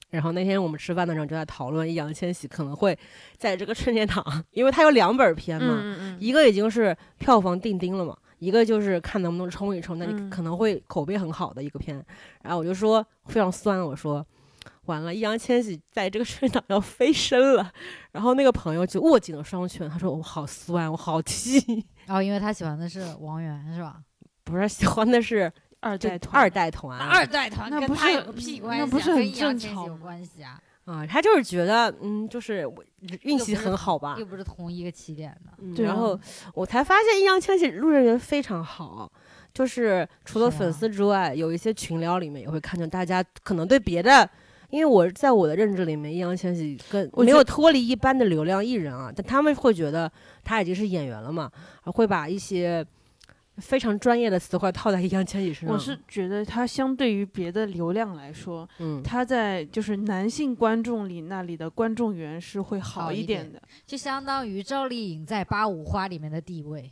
[SPEAKER 1] 然后那天我们吃饭的时候就在讨论易烊千玺可能会在这个春节档，因为他有两本片嘛，
[SPEAKER 3] 嗯嗯
[SPEAKER 1] 一个已经是票房定钉了嘛，一个就是看能不能冲一冲，那
[SPEAKER 3] 嗯
[SPEAKER 1] 可能会口碑很好的一个片。然后我就说非常酸，我说完了，易烊千玺在这个春档要飞升了。然后那个朋友就握紧了双拳，他说我好酸，我好气。 *laughs*
[SPEAKER 2] 然后因为他喜欢的是王源，是吧？
[SPEAKER 1] 不是喜欢的是
[SPEAKER 3] 二
[SPEAKER 1] 就
[SPEAKER 3] 代团
[SPEAKER 1] 二代团
[SPEAKER 2] 二代团
[SPEAKER 3] 那
[SPEAKER 2] 跟
[SPEAKER 3] 不
[SPEAKER 2] 他
[SPEAKER 3] 是
[SPEAKER 2] 有个屁关系、啊，
[SPEAKER 3] 那不是很
[SPEAKER 2] 跟易烊
[SPEAKER 3] 正
[SPEAKER 2] 千玺
[SPEAKER 3] 常
[SPEAKER 2] 有
[SPEAKER 3] 吗
[SPEAKER 2] 关系啊？
[SPEAKER 1] 啊，他就是觉得嗯，就是我运气很好吧
[SPEAKER 2] 又。不是同一个起点的。
[SPEAKER 1] 嗯
[SPEAKER 3] 对啊
[SPEAKER 1] 然后我才发现易烊千玺路人缘非常好，就是除了
[SPEAKER 2] 是啊
[SPEAKER 1] 粉丝之外，有一些群聊里面也会看见大家可能对别的因为我在我的认知里面，易烊千玺跟
[SPEAKER 3] 我
[SPEAKER 1] 没
[SPEAKER 3] 觉
[SPEAKER 1] 有脱离一般的流量艺人啊，但他们会觉得他已经是演员了嘛，会把一些非常专业的词汇套在易烊千玺身上。
[SPEAKER 3] 我是觉得他相对于别的流量来说，
[SPEAKER 1] 嗯，
[SPEAKER 3] 他在就是男性观众里那里的观众缘是会好
[SPEAKER 2] 好一
[SPEAKER 3] 一点
[SPEAKER 2] 点
[SPEAKER 3] 的。
[SPEAKER 2] 就相当于赵丽颖在《八五花》里面的地位。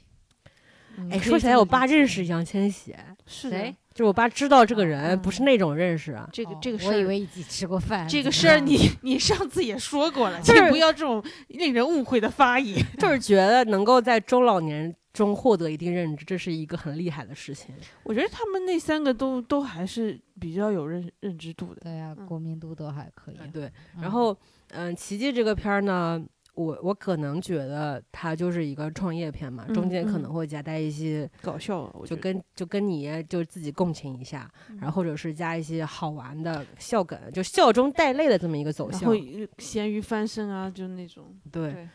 [SPEAKER 3] 嗯
[SPEAKER 1] 哎，
[SPEAKER 3] 可以
[SPEAKER 1] 说起来，
[SPEAKER 3] 这么
[SPEAKER 1] 我
[SPEAKER 3] 理
[SPEAKER 1] 爸
[SPEAKER 3] 解
[SPEAKER 1] 认识易烊千玺，
[SPEAKER 3] 是
[SPEAKER 2] 谁
[SPEAKER 3] 的，
[SPEAKER 1] 就是我爸知道这个
[SPEAKER 2] 哦
[SPEAKER 1] 人，不是那种认识
[SPEAKER 3] *laughs*
[SPEAKER 1] 啊。
[SPEAKER 3] 这个
[SPEAKER 2] 哦
[SPEAKER 3] 这个事
[SPEAKER 2] 我以
[SPEAKER 3] 儿。
[SPEAKER 2] 为一起吃过饭。
[SPEAKER 3] 这个
[SPEAKER 2] 怎
[SPEAKER 3] 事
[SPEAKER 2] 么
[SPEAKER 3] 儿
[SPEAKER 2] 样
[SPEAKER 3] 你你上次也说过 *laughs* 了，
[SPEAKER 1] 就
[SPEAKER 3] 请
[SPEAKER 1] 是
[SPEAKER 3] 不要这种令人误会的发言。
[SPEAKER 1] 就是觉得能够在中老年中获得一定认知，这是一个很厉害的事情。
[SPEAKER 3] *laughs* 我觉得他们那三个都都还是比较有认认知度的。
[SPEAKER 2] *laughs* 对呀、
[SPEAKER 3] 嗯啊
[SPEAKER 2] 国民度都还可以。
[SPEAKER 1] 对，
[SPEAKER 2] 嗯
[SPEAKER 1] 然后嗯，呃奇迹这个片儿呢，我我可能觉得它就是一个创业片嘛，中
[SPEAKER 3] 嗯
[SPEAKER 1] 间可
[SPEAKER 3] 嗯
[SPEAKER 1] 能会夹带一些，
[SPEAKER 3] 搞笑啊，我觉
[SPEAKER 1] 就
[SPEAKER 3] 得
[SPEAKER 1] 跟就跟你就自己共情一下，然后或者是加一些好玩的笑梗，就笑中带泪的这么一个走
[SPEAKER 3] 然
[SPEAKER 1] 向
[SPEAKER 3] 后。呃咸鱼翻身啊，就那种，
[SPEAKER 1] 对，
[SPEAKER 3] 对，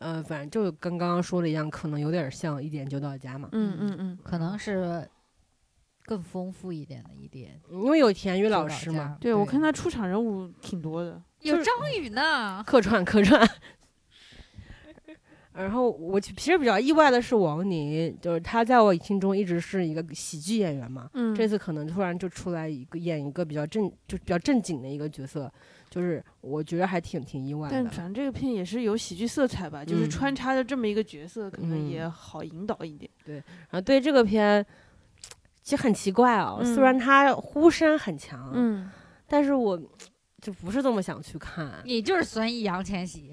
[SPEAKER 1] 呃，反正就跟刚刚说的一样，可能有点像一点就到家
[SPEAKER 3] *laughs*
[SPEAKER 1] 嘛。
[SPEAKER 3] 嗯嗯嗯，
[SPEAKER 2] 可能是更丰富一点的一点。
[SPEAKER 1] 因为有田雨
[SPEAKER 2] 就
[SPEAKER 1] 老师嘛，
[SPEAKER 2] 家，
[SPEAKER 3] 对我看他出场人物挺多的，
[SPEAKER 2] 有
[SPEAKER 1] 就是
[SPEAKER 2] 张宇呢，
[SPEAKER 1] 客串 *laughs* 客串。然后我其其实比较意外的是王宁，就是他在我心中一直是一个喜剧演员嘛，
[SPEAKER 3] 嗯
[SPEAKER 1] 这次可能突然就出来一个演一个比较正，就比较正经的一个角色，就是我觉得还挺挺意外
[SPEAKER 3] 但
[SPEAKER 1] 的。
[SPEAKER 3] 反正这个片也是有喜剧色彩吧，就是
[SPEAKER 1] 嗯
[SPEAKER 3] 穿插着这么一个角色，可能
[SPEAKER 1] 嗯
[SPEAKER 3] 也好引导一点。
[SPEAKER 1] 然后对这个片，其实很奇怪哦，
[SPEAKER 3] 嗯
[SPEAKER 1] 虽然他呼声很强，
[SPEAKER 3] 嗯，
[SPEAKER 1] 但是我就不是这么想去看。
[SPEAKER 2] 你就是酸易烊千玺，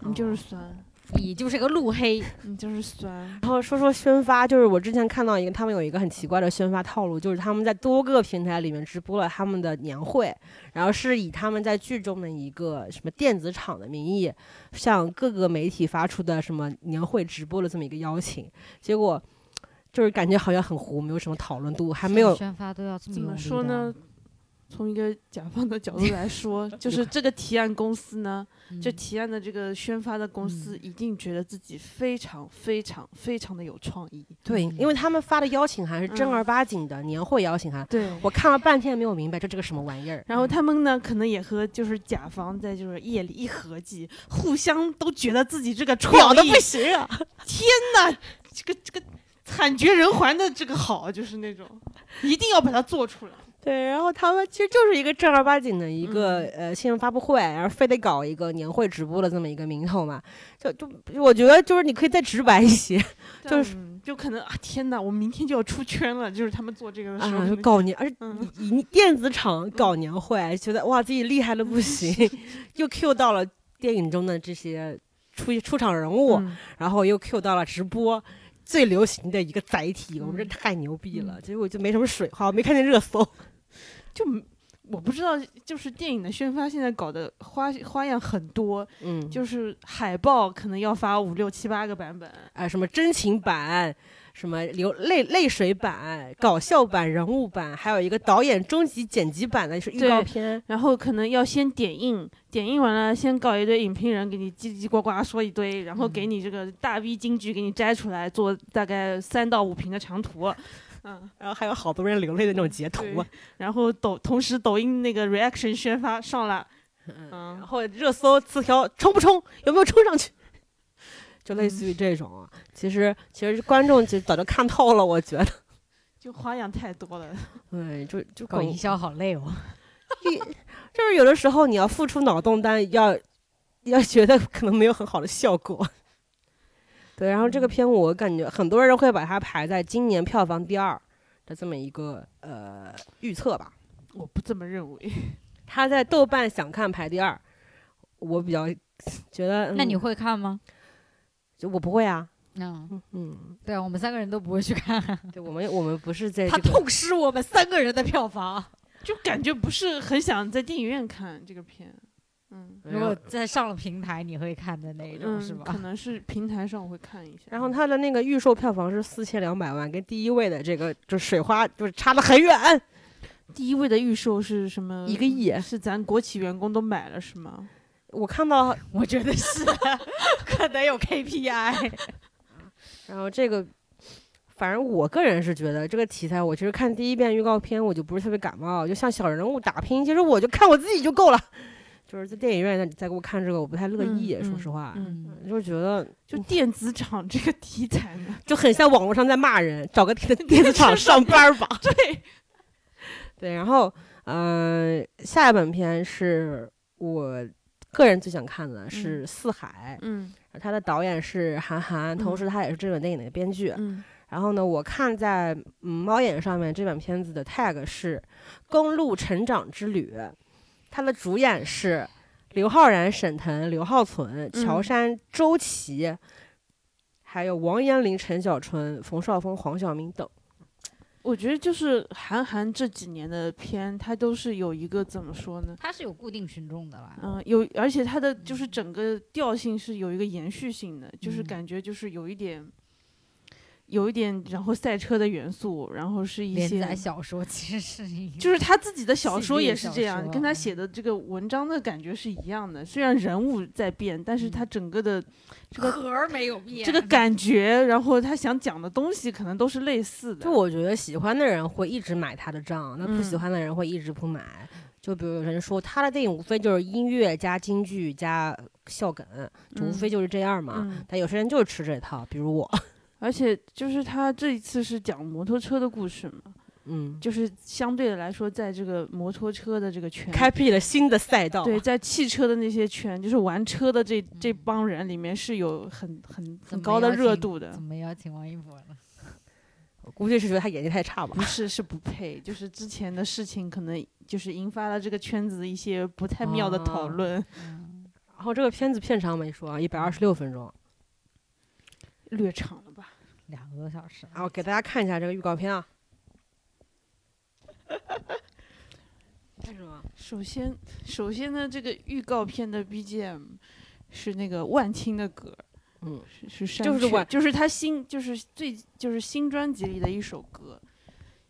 [SPEAKER 3] 你就是酸，
[SPEAKER 2] 你就是个路黑。
[SPEAKER 3] 你就是酸。
[SPEAKER 1] 然后说说宣发，就是我之前看到一个，他们有一个很奇怪的宣发套路，就是他们在多个平台里面直播了他们的年会，然后是以他们在剧中的一个什么电子厂的名义，向各个媒体发出的什么年会直播的这么一个邀请，结果就是感觉好像很糊，没有什么讨论度， *laughs* 还没有
[SPEAKER 2] 宣发都要这么
[SPEAKER 3] 怎
[SPEAKER 2] 用
[SPEAKER 3] 么
[SPEAKER 2] 力
[SPEAKER 3] 说
[SPEAKER 2] 的
[SPEAKER 3] 呢？？从一个甲方的角度来说，就是这个提案公司呢，
[SPEAKER 2] 嗯
[SPEAKER 3] 这提案的这个宣发的公司一定觉得自己非常非常非常的有创意。
[SPEAKER 1] 对，因为他们发的邀请函是正
[SPEAKER 3] 嗯
[SPEAKER 1] 儿八经的年会邀请函，
[SPEAKER 3] 对，
[SPEAKER 1] 我看了半天没有明白，这这个什么玩意儿。
[SPEAKER 3] 然后他们呢，可能也和就是甲方在就是夜里一合计，互相都觉得自己这个
[SPEAKER 1] 屌
[SPEAKER 3] 创
[SPEAKER 1] 的
[SPEAKER 3] 意
[SPEAKER 1] 不行啊！
[SPEAKER 3] 这个这个惨绝人寰的这个好，就是那种一定要把它做出来。
[SPEAKER 1] 对，然后他们其实就是一个正儿八经的一个、
[SPEAKER 3] 嗯
[SPEAKER 1] 呃新闻发布会，然后非得搞一个年会直播的这么一个名头嘛，就就我觉得就是你可以再直白一些
[SPEAKER 3] 就是、就可能啊，天哪，我明天就要出圈了，就是他们做这个的时候，
[SPEAKER 1] 啊，
[SPEAKER 3] 可
[SPEAKER 1] 就
[SPEAKER 3] 能
[SPEAKER 1] 搞年，而且
[SPEAKER 3] 嗯
[SPEAKER 1] 以以电子厂搞年会，觉得哇自己厉害的不
[SPEAKER 3] *laughs*
[SPEAKER 1] 行，又 Q 到了电影中的这些出出场人物，
[SPEAKER 3] 嗯
[SPEAKER 1] 然后又 Q 到了直播。最流行的一个载体，我们这
[SPEAKER 3] 嗯
[SPEAKER 1] 太牛逼了，结果就没什么水花，我没看见热搜。
[SPEAKER 3] 就我不知道，就是电影的宣发现在搞的花花样很多，
[SPEAKER 1] *laughs* 嗯，
[SPEAKER 3] 就是海报可能要发五六七八个版本，
[SPEAKER 1] 啊，什么真情版，什么流泪泪水版、搞笑版、人物版，还有一个导演终极剪辑版的是预告
[SPEAKER 3] 对
[SPEAKER 1] 片。
[SPEAKER 3] 然后可能要先点映，点映完了先搞一堆影评人给你叽叽呱呱说一堆，然后给你这个大 V 金句给你摘出来做大概三到五屏的长图，嗯。
[SPEAKER 1] 然后还有好多人流泪的那种截图
[SPEAKER 3] 对 *laughs*
[SPEAKER 1] 啊，
[SPEAKER 3] 然后抖同时抖音那个 reaction 宣发上了，
[SPEAKER 1] 然
[SPEAKER 3] 嗯，
[SPEAKER 1] 后热搜词条冲不冲，有没有冲上去， *laughs* 就类似于这种啊。其实其实观众就早就看透了，我觉得，
[SPEAKER 3] 就花样太多了。
[SPEAKER 1] 对，就就
[SPEAKER 2] 搞
[SPEAKER 1] 搞
[SPEAKER 2] 营销好累
[SPEAKER 3] *laughs*
[SPEAKER 2] 哦。
[SPEAKER 1] 就是有的时候你要付出脑洞，但要要觉得可能没有很好的效果。对，然后
[SPEAKER 2] 嗯
[SPEAKER 1] 这个片我感觉很多人会把它排在今年票房第二的这么一个呃预测吧。
[SPEAKER 3] *laughs* 我不这么认为，
[SPEAKER 1] 它在豆瓣想看排第二，我比较觉得。
[SPEAKER 2] 那你
[SPEAKER 1] 嗯
[SPEAKER 2] 会看吗？
[SPEAKER 1] 就我不会啊？
[SPEAKER 2] 嗯，
[SPEAKER 1] 嗯，
[SPEAKER 2] 对啊，我们三个人都不会去看，
[SPEAKER 1] 对我们我们不是在
[SPEAKER 2] 他
[SPEAKER 1] 这个。
[SPEAKER 2] 痛失我们三个人的票房。
[SPEAKER 3] 就感觉不是很想在电影院看这个片。嗯
[SPEAKER 1] 然
[SPEAKER 2] 如
[SPEAKER 1] 后
[SPEAKER 2] 果再上了平台，你会看的那种、是
[SPEAKER 3] 嗯，可
[SPEAKER 2] 吧？
[SPEAKER 3] 能是平台上我会看一下。
[SPEAKER 1] 然后它的那个预售票房是四千两百万，跟第一位的这个就水花就是差得很远，
[SPEAKER 3] 第一位的预售是什么？
[SPEAKER 1] 一个亿。
[SPEAKER 3] *laughs* 是咱国企员工都买了是吗？
[SPEAKER 1] 我看到
[SPEAKER 2] *laughs* 我觉得 *laughs* 是，可能有 KPI。
[SPEAKER 1] 然后这个，反正我个人是觉得这个题材，我其实看第一遍预告片我就不是特别感冒，就像小人物打拼，其实我就看我自己就够了。就是在电影院那你再给我看这个，我不太乐意，
[SPEAKER 3] 嗯
[SPEAKER 1] 说
[SPEAKER 3] 嗯
[SPEAKER 1] 实话，
[SPEAKER 2] 嗯，
[SPEAKER 1] 就是觉得
[SPEAKER 3] 就电子厂这个题材呢，
[SPEAKER 1] 就很像网络上在骂人，找个
[SPEAKER 3] *laughs*
[SPEAKER 1] 电电子厂上班吧。
[SPEAKER 3] 对，
[SPEAKER 1] 对，然后嗯、呃，下一本片是我个人最想看的是《四海》，
[SPEAKER 3] *laughs* 嗯
[SPEAKER 1] 它的导演是韩寒，同时他也是这本电影的编剧。
[SPEAKER 3] 嗯
[SPEAKER 1] 然后呢，我看在嗯猫眼上面这本片子的 tag 是《公路成长之旅》，它的主演是刘昊然、沈腾、刘浩存、乔
[SPEAKER 3] 嗯
[SPEAKER 1] 杉、周琦，还有王彦霖、陈小春、冯绍峰、黄晓明等。
[SPEAKER 3] 我觉得就是韩寒这几年的片，他都是有一个怎么说呢？
[SPEAKER 2] 他是有固定群众的啦。
[SPEAKER 3] 嗯，有，而且它的就是整个调性是有一个延续性的，就是
[SPEAKER 2] 嗯
[SPEAKER 3] 感觉就是有一点，有一点，然后赛车的元素，然后是一
[SPEAKER 2] 连
[SPEAKER 3] 些
[SPEAKER 2] 载，小说其实是一 *laughs* 个，
[SPEAKER 3] 就是他自己的小
[SPEAKER 2] 系
[SPEAKER 3] 说也
[SPEAKER 2] 列
[SPEAKER 3] 是
[SPEAKER 2] 小
[SPEAKER 3] 这样，
[SPEAKER 2] 说
[SPEAKER 3] 跟他
[SPEAKER 2] 嗯
[SPEAKER 3] 写的这个文章的感觉是一样的。虽然人物在变，但是他整个的这个
[SPEAKER 2] 盒儿没有变，
[SPEAKER 3] 这个感觉，然后他想讲的东西可能都是类似的。
[SPEAKER 1] 就我觉得喜欢的人会一直买他的账，那不喜
[SPEAKER 3] 嗯
[SPEAKER 1] 欢的人会一直不买。就比如有人说他的电影无非就是音乐加京剧加笑梗，就无
[SPEAKER 3] 嗯
[SPEAKER 1] 非就是这样嘛。
[SPEAKER 3] 嗯
[SPEAKER 1] 但有些人就是吃这套，比如我，
[SPEAKER 3] 而且就是他这一次是讲摩托车的故事嘛，
[SPEAKER 1] 嗯，
[SPEAKER 3] 就是相对的来说，在这个摩托车的这个圈
[SPEAKER 1] 开辟了新的赛道。
[SPEAKER 3] 对，在汽车的那些圈，就是玩车的这这帮人里面是有很很
[SPEAKER 2] 嗯怎
[SPEAKER 3] 很
[SPEAKER 2] 么
[SPEAKER 3] 高的
[SPEAKER 2] 邀
[SPEAKER 3] 热
[SPEAKER 2] 请
[SPEAKER 3] 度的
[SPEAKER 2] 怎，么邀请王一博呢？
[SPEAKER 1] 我估计是觉得他演技太差吧
[SPEAKER 3] 不。是是不配，就是之前的事情可能就是引发了这个圈子的一些不太妙的讨
[SPEAKER 1] 哦
[SPEAKER 3] 论。 *laughs*
[SPEAKER 2] 嗯，
[SPEAKER 1] 然后这个片子片长没说啊，一百二十六分钟。
[SPEAKER 3] 略长了吧？
[SPEAKER 2] 两个多小时，
[SPEAKER 1] 然后给大家看一下这个预告片 *laughs* 啊。干什么？
[SPEAKER 3] 首先，首先呢，这个预告片的 BGM 是那个万青的歌，
[SPEAKER 1] 嗯，
[SPEAKER 3] 是是
[SPEAKER 1] 就是
[SPEAKER 3] 我，
[SPEAKER 1] 晚
[SPEAKER 3] 就是他新就是最就是新专辑里的一首歌，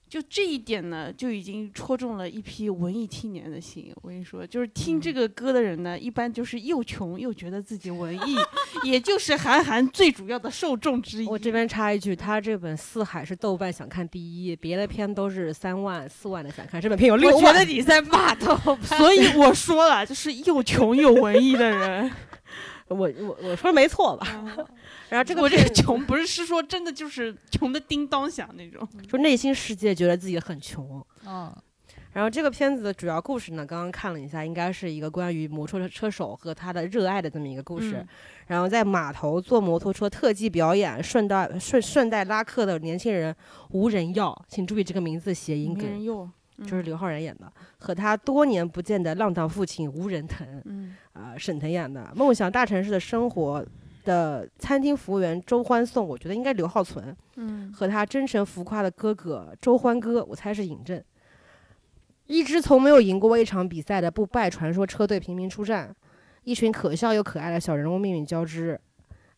[SPEAKER 3] 就这一点呢，就已经戳中了一批文艺青年的心。我跟你说，就是听
[SPEAKER 1] 嗯
[SPEAKER 3] 这个歌的人呢，一般就是又穷又觉得自己文艺， *laughs* 也就是韩寒最主要的受众之一。
[SPEAKER 1] 我这边插一句，他这本《四海》是豆瓣想看第一，别的片都是三万、四万的想看，这本片有六
[SPEAKER 2] 我觉
[SPEAKER 1] 万。
[SPEAKER 2] 得你在骂豆瓣，
[SPEAKER 1] *laughs*
[SPEAKER 3] 所以我说了，就是又穷又文艺的人。
[SPEAKER 1] 我我我说没错吧？然后 *laughs* 这个
[SPEAKER 3] 我这
[SPEAKER 1] 片
[SPEAKER 3] 个穷不是是说真的，就是穷的叮当响那种。
[SPEAKER 1] 就内心世界觉得自己很穷。
[SPEAKER 2] 嗯，
[SPEAKER 1] 然后这个片子的主要故事呢，刚刚看了一下，应该是一个关于摩托车车手和他的热爱的这么一个故事。
[SPEAKER 3] 嗯
[SPEAKER 1] 然后在码头坐摩托车特技表演，顺带顺顺带拉客的年轻人无人要，请注意这个名字谐音
[SPEAKER 3] 没人嗯
[SPEAKER 1] 梗，
[SPEAKER 3] 用，
[SPEAKER 1] 就是刘昊然演的，和他多年不见的浪荡父亲无人疼，
[SPEAKER 3] 嗯
[SPEAKER 1] 啊、沈腾演的，梦想大城市的生活。的餐厅服务员周欢颂，我觉得应该刘浩存
[SPEAKER 3] 嗯
[SPEAKER 1] 和他真诚浮夸的哥哥周欢哥，我猜是尹正。一支从没有赢过一场比赛的不败传说车队频频出战，一群可笑又可爱的小人物命运交织。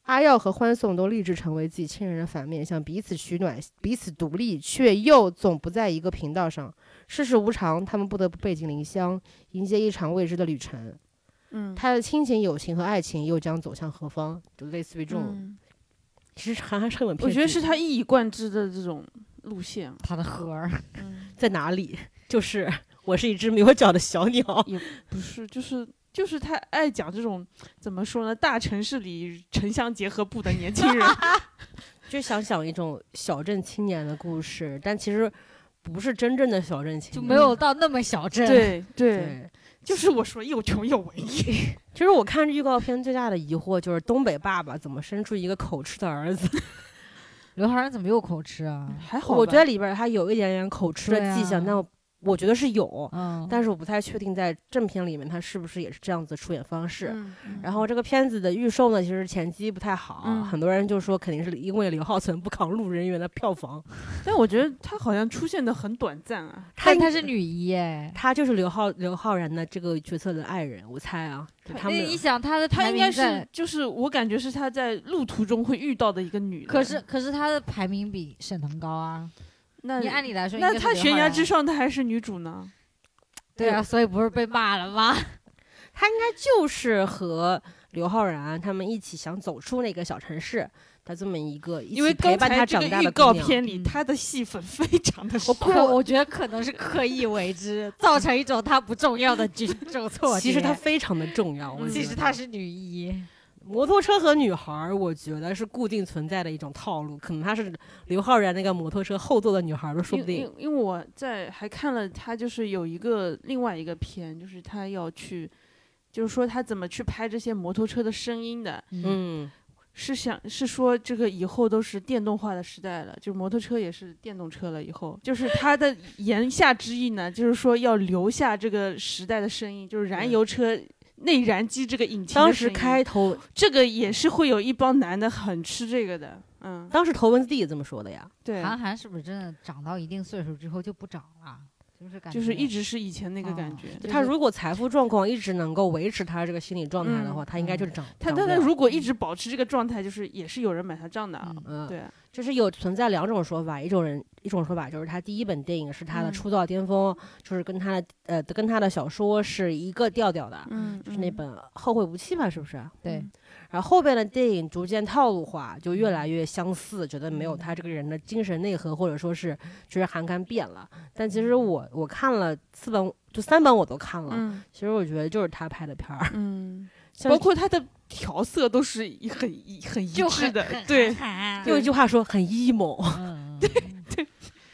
[SPEAKER 1] 阿耀和欢颂都立志成为自己亲人的反面，想彼此取暖，彼此独立，却又总不在一个频道上。世事无常，他们不得不背井离乡，迎接一场未知的旅程。
[SPEAKER 3] 嗯，
[SPEAKER 1] 他的亲情、友情和爱情又将走向何方？就类似于这种，
[SPEAKER 3] 嗯
[SPEAKER 1] 其实韩寒是很
[SPEAKER 3] 我觉得是他一以贯之的这种路线。啊
[SPEAKER 2] 他的盒 *laughs* 儿，
[SPEAKER 1] 在哪里？ *laughs* 就是我是一只没有脚的小鸟。
[SPEAKER 3] 不是，就是就是他爱讲这种怎么说呢？大城市里城乡结合部的年轻
[SPEAKER 1] *laughs*
[SPEAKER 3] 人，
[SPEAKER 1] *laughs* 就想讲一种小镇青年的故事，但其实不是真正的小镇青
[SPEAKER 2] 就
[SPEAKER 1] 年，
[SPEAKER 2] 没有到那么小镇，，
[SPEAKER 3] 对对，
[SPEAKER 1] 对。
[SPEAKER 3] 就是我说又穷又文艺。
[SPEAKER 1] 其实我看预告片最大的疑惑就是东北爸爸怎么生出一个口吃的儿子？
[SPEAKER 2] 刘昊然怎么又口吃啊？
[SPEAKER 3] 还好
[SPEAKER 1] 嗯
[SPEAKER 3] 吧，
[SPEAKER 1] 我觉得里边他有一点点口吃的
[SPEAKER 2] 对啊
[SPEAKER 1] 迹象，但我我觉得是有，
[SPEAKER 2] 嗯，
[SPEAKER 1] 但是我不太确定在正片里面他是不是也是这样子出演方式。
[SPEAKER 3] 嗯
[SPEAKER 1] 然后这个片子的预售呢，其实前期不太好，
[SPEAKER 3] 嗯
[SPEAKER 1] 很多人就说肯定是因为刘浩存不扛路人缘的票房，
[SPEAKER 3] 但我觉得他好像出现的很短暂啊。
[SPEAKER 2] 但她是女一哎，
[SPEAKER 1] 他就是刘昊刘昊然的这个角色的爱人，我猜啊，就他
[SPEAKER 2] 那
[SPEAKER 1] 们
[SPEAKER 2] 你
[SPEAKER 1] 俩
[SPEAKER 2] 想她的
[SPEAKER 3] 他
[SPEAKER 2] 排
[SPEAKER 3] 应该
[SPEAKER 2] 名
[SPEAKER 3] 是
[SPEAKER 2] 在，，
[SPEAKER 3] 就是我感觉是他在路途中会遇到的一个女的。
[SPEAKER 2] 可是可是她的排名比沈腾高啊，
[SPEAKER 3] 那
[SPEAKER 2] 你按理来说应该
[SPEAKER 3] 那
[SPEAKER 2] 是
[SPEAKER 3] 他
[SPEAKER 2] 刘
[SPEAKER 3] 悬
[SPEAKER 2] 昊
[SPEAKER 3] 崖
[SPEAKER 2] 然
[SPEAKER 3] 之上，他还是女主呢？ *laughs*
[SPEAKER 2] 对啊，所以不是被骂了吗？
[SPEAKER 1] 就是和刘昊然他们一起想走出那个小城市的这么一个一
[SPEAKER 3] 因为
[SPEAKER 1] 起陪
[SPEAKER 3] 刚
[SPEAKER 1] 伴他
[SPEAKER 3] 才这
[SPEAKER 1] 长
[SPEAKER 3] 个
[SPEAKER 1] 大
[SPEAKER 3] 预
[SPEAKER 1] 的
[SPEAKER 3] 告
[SPEAKER 1] 姑娘
[SPEAKER 3] 片里，
[SPEAKER 2] 嗯
[SPEAKER 3] 他的戏份非常的少。
[SPEAKER 2] 可我觉得可能是刻意为之，造成一种她不重要的
[SPEAKER 3] *laughs*
[SPEAKER 2] 举重错觉。
[SPEAKER 1] 其实它非常的重要，我
[SPEAKER 3] 嗯
[SPEAKER 1] 觉
[SPEAKER 2] 其实
[SPEAKER 1] 得
[SPEAKER 2] 她是女一，
[SPEAKER 1] 摩托车和女孩儿，我觉得是固定存在的一种套路，可能她是刘昊然那个摩托车后座的女孩儿都说不
[SPEAKER 3] 因为因
[SPEAKER 1] 定。
[SPEAKER 3] 为因为我在还看了他就是有一个另外一个片，就是他要去，就是说他怎么去拍这些摩托车的声音的，
[SPEAKER 2] 嗯，
[SPEAKER 1] 嗯，
[SPEAKER 3] 是想是说这个以后都是电动化的时代了，就是摩托车也是电动车了。以后就是他的言下之意呢，就是说要留下这个时代的声音，就是燃
[SPEAKER 1] 对
[SPEAKER 3] 油车内燃机这个引擎的
[SPEAKER 1] 当时
[SPEAKER 3] 声音
[SPEAKER 1] 开头，
[SPEAKER 3] 这个也是会有一帮男的很吃这个的，嗯，
[SPEAKER 1] 当时头文字 D 也这么说的呀。
[SPEAKER 3] 对，
[SPEAKER 2] 韩寒是不是真的长到一定岁数之后就不长了？就是感觉
[SPEAKER 3] 就是一直是以前那个感
[SPEAKER 2] 哦
[SPEAKER 3] 觉。
[SPEAKER 2] 对
[SPEAKER 1] 他
[SPEAKER 2] 对
[SPEAKER 1] 如果财富状况一直能够维持他这个心理状态的话，
[SPEAKER 3] 嗯
[SPEAKER 1] 他应该就是长。
[SPEAKER 3] 他
[SPEAKER 1] 长
[SPEAKER 3] 但
[SPEAKER 1] 不
[SPEAKER 3] 他
[SPEAKER 1] 了
[SPEAKER 3] 如果一直保持这个状态，就是也是有人买他账的啊，
[SPEAKER 2] 嗯
[SPEAKER 1] 嗯，
[SPEAKER 3] 对，
[SPEAKER 1] 就是有存在两种说法，一种人一种说法就是他第一本电影是他的
[SPEAKER 3] 嗯
[SPEAKER 1] 出道巅峰，就是跟他的呃跟他的小说是一个调调的，
[SPEAKER 3] 嗯，
[SPEAKER 1] 就是那本《后会无期》吧，是不是？
[SPEAKER 2] 对
[SPEAKER 3] 嗯，
[SPEAKER 1] 然后后边的电影逐渐套路化，就越来越相似，觉得没
[SPEAKER 3] 嗯
[SPEAKER 1] 有他这个人的精神内核，或者说是就是韩寒变了。但其实我我看了四本，就三本我都看了，
[SPEAKER 3] 嗯
[SPEAKER 1] 其实我觉得就是他拍的片儿，
[SPEAKER 3] 嗯，
[SPEAKER 1] 像
[SPEAKER 3] 包括他的调色都是一很一很一
[SPEAKER 2] 就
[SPEAKER 3] 致
[SPEAKER 2] 很
[SPEAKER 3] 的
[SPEAKER 2] 很，
[SPEAKER 3] 对，
[SPEAKER 2] 韩寒
[SPEAKER 1] 用一句话说很 emo，
[SPEAKER 3] *laughs*
[SPEAKER 2] 嗯，对，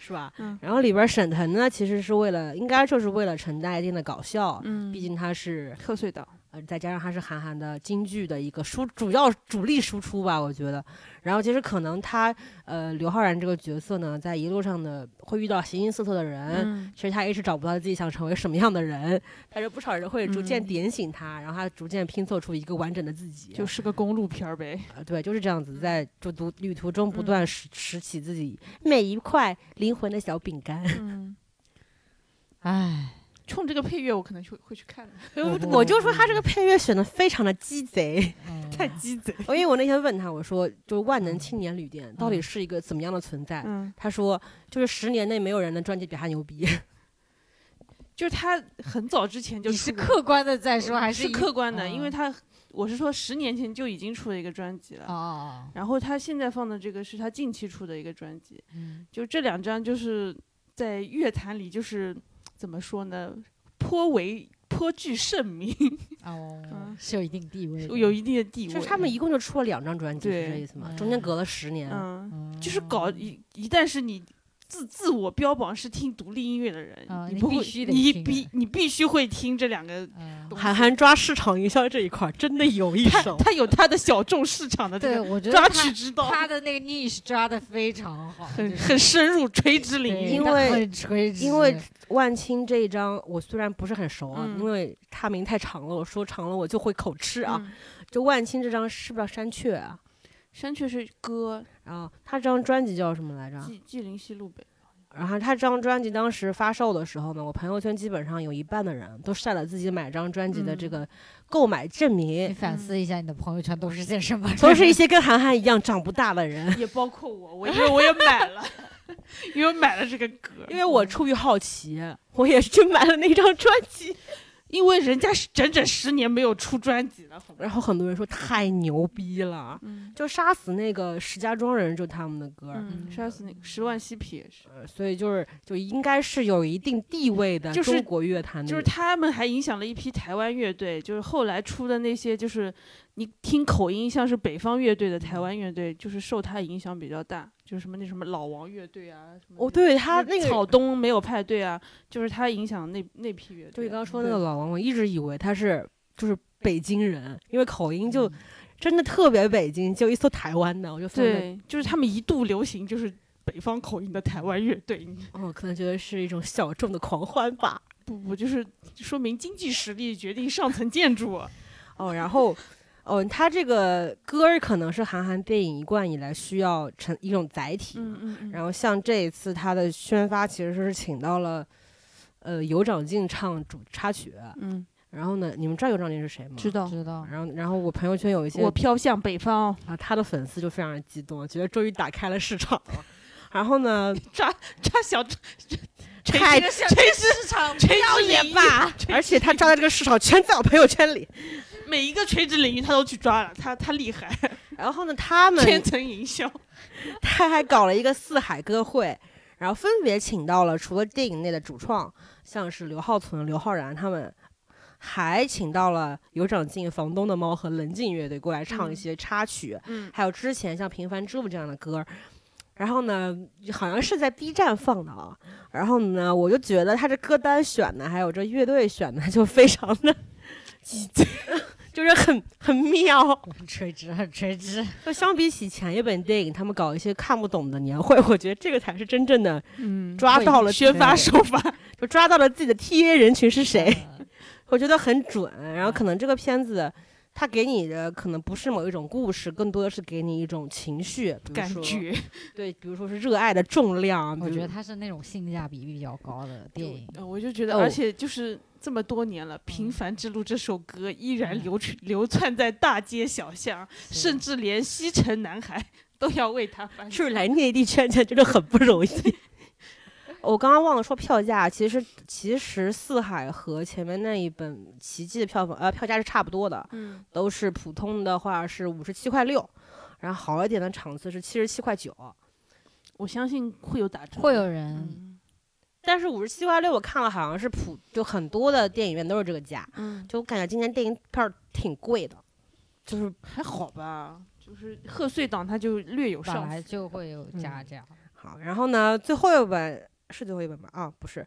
[SPEAKER 1] 是吧？
[SPEAKER 3] 嗯
[SPEAKER 1] 然后里边沈腾呢，其实是为了应该就是为了承担一定的搞笑，
[SPEAKER 3] 嗯
[SPEAKER 1] 毕竟他是
[SPEAKER 3] 贺岁档，
[SPEAKER 1] 呃，再加上他是韩寒的京剧的一个输主要主力输出吧，我觉得。然后其实可能他呃刘昊然这个角色呢，在一路上呢会遇到形形色色的人，
[SPEAKER 3] 嗯
[SPEAKER 1] 其实他一直找不到自己想成为什么样的人，但是不少人会逐渐
[SPEAKER 3] 嗯
[SPEAKER 1] 点醒他，然后他逐渐拼凑出一个完整的自己。
[SPEAKER 3] 就是个公路片儿 *laughs* 呗，
[SPEAKER 1] 呃对，就是这样子，在就途旅途中
[SPEAKER 3] 嗯
[SPEAKER 1] 不断拾拾起自己每一块灵魂的小饼干。
[SPEAKER 3] 嗯，
[SPEAKER 2] 唉，
[SPEAKER 3] *laughs* 冲这个配乐我可能就会去看的，
[SPEAKER 1] 我我就
[SPEAKER 3] 哦
[SPEAKER 1] 说他这个配乐选的非常的鸡贼。 *laughs*
[SPEAKER 2] 嗯
[SPEAKER 3] 太鸡 *laughs* 贼，
[SPEAKER 1] 因为我那天问他，我说就是万能青年旅店到底是一个怎么样的存在？
[SPEAKER 3] 嗯，
[SPEAKER 1] 他说就是十年内没有人能专辑比他牛逼。
[SPEAKER 3] 就是他很早之前就
[SPEAKER 2] 你是
[SPEAKER 3] 出过
[SPEAKER 2] 客观的在说还
[SPEAKER 3] 是
[SPEAKER 2] 一
[SPEAKER 3] 客观的，
[SPEAKER 2] 嗯
[SPEAKER 3] 因为他我是说十年前就已经出了一个专辑
[SPEAKER 2] 哦
[SPEAKER 3] 了。
[SPEAKER 2] 哦，哦
[SPEAKER 3] 然后他现在放的这个是他近期出的一个专辑，
[SPEAKER 2] 嗯
[SPEAKER 3] 就这两张就是在乐坛里就是怎么说呢，颇为颇具盛名，
[SPEAKER 2] 哦
[SPEAKER 3] 嗯，
[SPEAKER 2] 是有一定地位的，
[SPEAKER 3] 有一定的地
[SPEAKER 1] *laughs*
[SPEAKER 3] 位。
[SPEAKER 1] 就是他们一共就出了两张专辑，是这
[SPEAKER 3] 对
[SPEAKER 1] 意思吗？
[SPEAKER 2] 嗯
[SPEAKER 1] 中间隔了十年。
[SPEAKER 3] 嗯，
[SPEAKER 2] 嗯
[SPEAKER 3] 就是搞一一旦是你自自我标榜是听独立音乐的人，
[SPEAKER 2] 啊
[SPEAKER 3] 你
[SPEAKER 2] 你
[SPEAKER 3] 不
[SPEAKER 2] 必
[SPEAKER 3] 会，
[SPEAKER 2] 须得
[SPEAKER 3] 你
[SPEAKER 2] 听啊
[SPEAKER 3] 必你必须会听这两个。
[SPEAKER 2] 嗯
[SPEAKER 1] 韩寒抓市场营销这一块儿真的有一
[SPEAKER 3] 他
[SPEAKER 1] 手，
[SPEAKER 3] 他有他的小众市场的这
[SPEAKER 2] 对，
[SPEAKER 3] 个
[SPEAKER 2] 我觉得
[SPEAKER 3] 抓
[SPEAKER 2] 他
[SPEAKER 3] 取之道，
[SPEAKER 2] 他的那个 niche 抓的非常好，
[SPEAKER 3] 很
[SPEAKER 2] 就是
[SPEAKER 3] 很深入，垂直领
[SPEAKER 2] 对
[SPEAKER 3] 域。
[SPEAKER 1] 因
[SPEAKER 2] 他
[SPEAKER 1] 为
[SPEAKER 2] 很垂直，
[SPEAKER 1] 因为万青这一张我虽然不是很熟啊，
[SPEAKER 3] 嗯
[SPEAKER 1] 因为他名太长了，我说长了我就会口吃啊。
[SPEAKER 3] 嗯，
[SPEAKER 1] 就万青这张是不是叫山雀啊？
[SPEAKER 3] 山雀是歌，
[SPEAKER 1] 然后他这张专辑叫什么
[SPEAKER 2] 啊
[SPEAKER 1] 来着？
[SPEAKER 3] 纪纪灵西路北。
[SPEAKER 1] 然后他这张专辑当时发售的时候呢，我朋友圈基本上有一半的人都晒了自己买张专辑的这
[SPEAKER 3] 嗯
[SPEAKER 1] 个购买证
[SPEAKER 2] 你
[SPEAKER 1] 明，
[SPEAKER 2] 反思一下，你的朋友圈都是些什么人？
[SPEAKER 1] 都是一些跟韩寒一样长不大的人。
[SPEAKER 3] 也包括我，我因为我也买了， *laughs* 因为我买了这个歌，
[SPEAKER 1] 因为我出于好奇，我也去买了那张专辑。
[SPEAKER 3] 因为人家是整整十年没有出专辑了，好吧
[SPEAKER 1] 然后很多人说太牛逼了，
[SPEAKER 3] 嗯
[SPEAKER 1] 就杀死那个石家庄人就他们的歌，
[SPEAKER 3] 嗯，杀死那个十万嬉皮也是，
[SPEAKER 1] 呃所以就是就应该是有一定地位的
[SPEAKER 3] 就是
[SPEAKER 1] 中国乐坛的
[SPEAKER 3] 就是他们还影响了一批台湾乐队，就是后来出的那些，就是你听口音像是北方乐队的台湾乐队，
[SPEAKER 1] 嗯
[SPEAKER 3] 就是受他影响比较大，就是什么那什么老王乐队啊，什么
[SPEAKER 1] 哦，对他那
[SPEAKER 3] 那
[SPEAKER 1] 个
[SPEAKER 3] 草东没有派对啊，就是他影响那那批乐队。
[SPEAKER 1] 就你刚刚说那个老王，我一直以为他是就是北京人，因为口音就
[SPEAKER 2] 嗯
[SPEAKER 1] 真的特别北京，就一搜台湾的，我就发现，
[SPEAKER 3] 对，就是他们一度流行就是北方口音的台湾乐队。
[SPEAKER 1] 哦，可能觉得是一种小众的狂欢吧。
[SPEAKER 3] 不不，就是说明经济实力决定上层建筑。啊
[SPEAKER 1] 哦，然后，哦，他这个歌儿可能是韩寒电影一贯以来需要成一种载体。
[SPEAKER 3] 嗯嗯
[SPEAKER 1] 然后像这一次他的宣发其实是请到了，呃，尤长靖唱主插曲。
[SPEAKER 3] 嗯，
[SPEAKER 1] 然后呢，你们知道尤长靖是谁吗？哦
[SPEAKER 3] 知。道。
[SPEAKER 2] 知道，
[SPEAKER 1] 然后，然后我朋友圈有一些
[SPEAKER 3] 我飘向北 *laughs* 方，
[SPEAKER 1] 啊，他的粉丝就非常激动，觉得终于打开了市场了。然后
[SPEAKER 3] *laughs*
[SPEAKER 1] 呢，
[SPEAKER 3] 他小 *laughs* 垂
[SPEAKER 1] 太
[SPEAKER 3] 直垂直市场，垂直领域
[SPEAKER 1] *laughs* 而且他抓的这个市场全在我朋友圈里。
[SPEAKER 3] 每一个垂直领域他都去抓了，他他厉害，
[SPEAKER 1] 然后呢，他们
[SPEAKER 3] *laughs* 千层营销。
[SPEAKER 1] 他还搞了一个四海歌会，然后分别请到了除了电影内的主创，像是刘浩存、刘昊然他们，还请到了有长进、房东的猫和棱镜乐队过来唱一些插曲，
[SPEAKER 3] 嗯，
[SPEAKER 1] 还有之前像《平凡之路》这样的歌。然后呢，好像是在 B 站放的啊。然后呢，我就觉得他这歌单选的，还有这乐队选的，就非常的， *laughs* 就是很很妙。
[SPEAKER 2] 很垂直，很垂直。
[SPEAKER 1] 就相比起前一本电影，他们搞一些看不懂的年会， *laughs* 我觉得这个才是真正的
[SPEAKER 3] 嗯，
[SPEAKER 1] 抓到了
[SPEAKER 3] 宣发手法，
[SPEAKER 1] *laughs* 就抓到了自己的 TA 人群是谁， *laughs*
[SPEAKER 2] 呃？
[SPEAKER 1] 我觉得很准。然后可能这个片子，它给你的可能不是某一种故事，更多的是给你一种情绪比如
[SPEAKER 3] 感
[SPEAKER 1] 说
[SPEAKER 3] 觉
[SPEAKER 1] 对，比如说是热爱的重量。
[SPEAKER 2] 嗯我
[SPEAKER 1] 比如
[SPEAKER 2] 觉得它是那种性价比比较高的电影。
[SPEAKER 3] 呃我就觉得，
[SPEAKER 1] 哦
[SPEAKER 3] 而且就是这么多年了，《平凡之路》这首歌依然流传流窜在大街小巷，甚至连西城男孩 *laughs* 都要为他翻
[SPEAKER 1] 就是来内地圈钱真的很不容易。 *laughs* 我刚刚忘了说票价，其实其实《四海》和前面那一本《奇迹》的票房呃票价是差不多的，
[SPEAKER 3] 嗯，
[SPEAKER 1] 都是普通的话是五十七块六，然后好一点的场次是七十七块九，
[SPEAKER 3] 我相信会有打折，
[SPEAKER 2] 会有人
[SPEAKER 3] 嗯
[SPEAKER 1] 但是五十七块六我看了好像是普就很多的电影院都是这个价，
[SPEAKER 3] 嗯，
[SPEAKER 1] 就我感觉今年电影票儿挺贵的，就是
[SPEAKER 3] 还好吧，就是贺岁档它就略有
[SPEAKER 2] 本
[SPEAKER 3] 上
[SPEAKER 2] 来
[SPEAKER 3] 浮，
[SPEAKER 2] 就会有加
[SPEAKER 1] 嗯
[SPEAKER 2] 价，
[SPEAKER 1] 好。然后呢，最后一本是最后一本吧？啊，不是，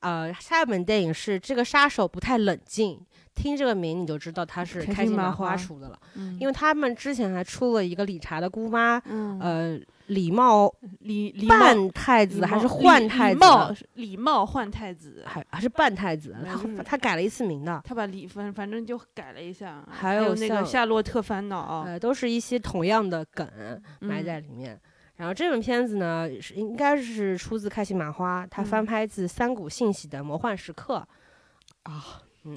[SPEAKER 1] 呃，下一本电影是《这个杀手不太冷静》，听这个名你就知道它是
[SPEAKER 3] 开
[SPEAKER 1] 开
[SPEAKER 3] 心
[SPEAKER 1] 心
[SPEAKER 3] 麻
[SPEAKER 1] 麻
[SPEAKER 3] 花
[SPEAKER 1] 花出的了，
[SPEAKER 3] 嗯
[SPEAKER 1] 因为他们之前还出了一个理查的姑妈，
[SPEAKER 3] 嗯
[SPEAKER 1] 呃，礼貌
[SPEAKER 3] 礼礼貌
[SPEAKER 1] 半太
[SPEAKER 3] 礼
[SPEAKER 1] 子还
[SPEAKER 3] 貌
[SPEAKER 1] 是换
[SPEAKER 3] 礼
[SPEAKER 1] 太
[SPEAKER 3] 礼
[SPEAKER 1] 子？
[SPEAKER 3] 貌礼貌换太子，
[SPEAKER 1] 还还是半太子，他
[SPEAKER 3] 嗯
[SPEAKER 1] 他改了一次名的，
[SPEAKER 3] 他把李反反正就改了一下，啊
[SPEAKER 1] 还
[SPEAKER 3] 有
[SPEAKER 1] 有
[SPEAKER 3] 那个《
[SPEAKER 1] 像
[SPEAKER 3] 夏洛特烦恼》
[SPEAKER 1] 呃，都是一些同样的梗埋
[SPEAKER 3] 哦嗯
[SPEAKER 1] 在里面。然后这本片子呢，是应该是出自开心麻花，它翻
[SPEAKER 3] 嗯
[SPEAKER 1] 拍自三谷幸喜的《魔幻时刻
[SPEAKER 3] 啊，》。
[SPEAKER 1] 嗯，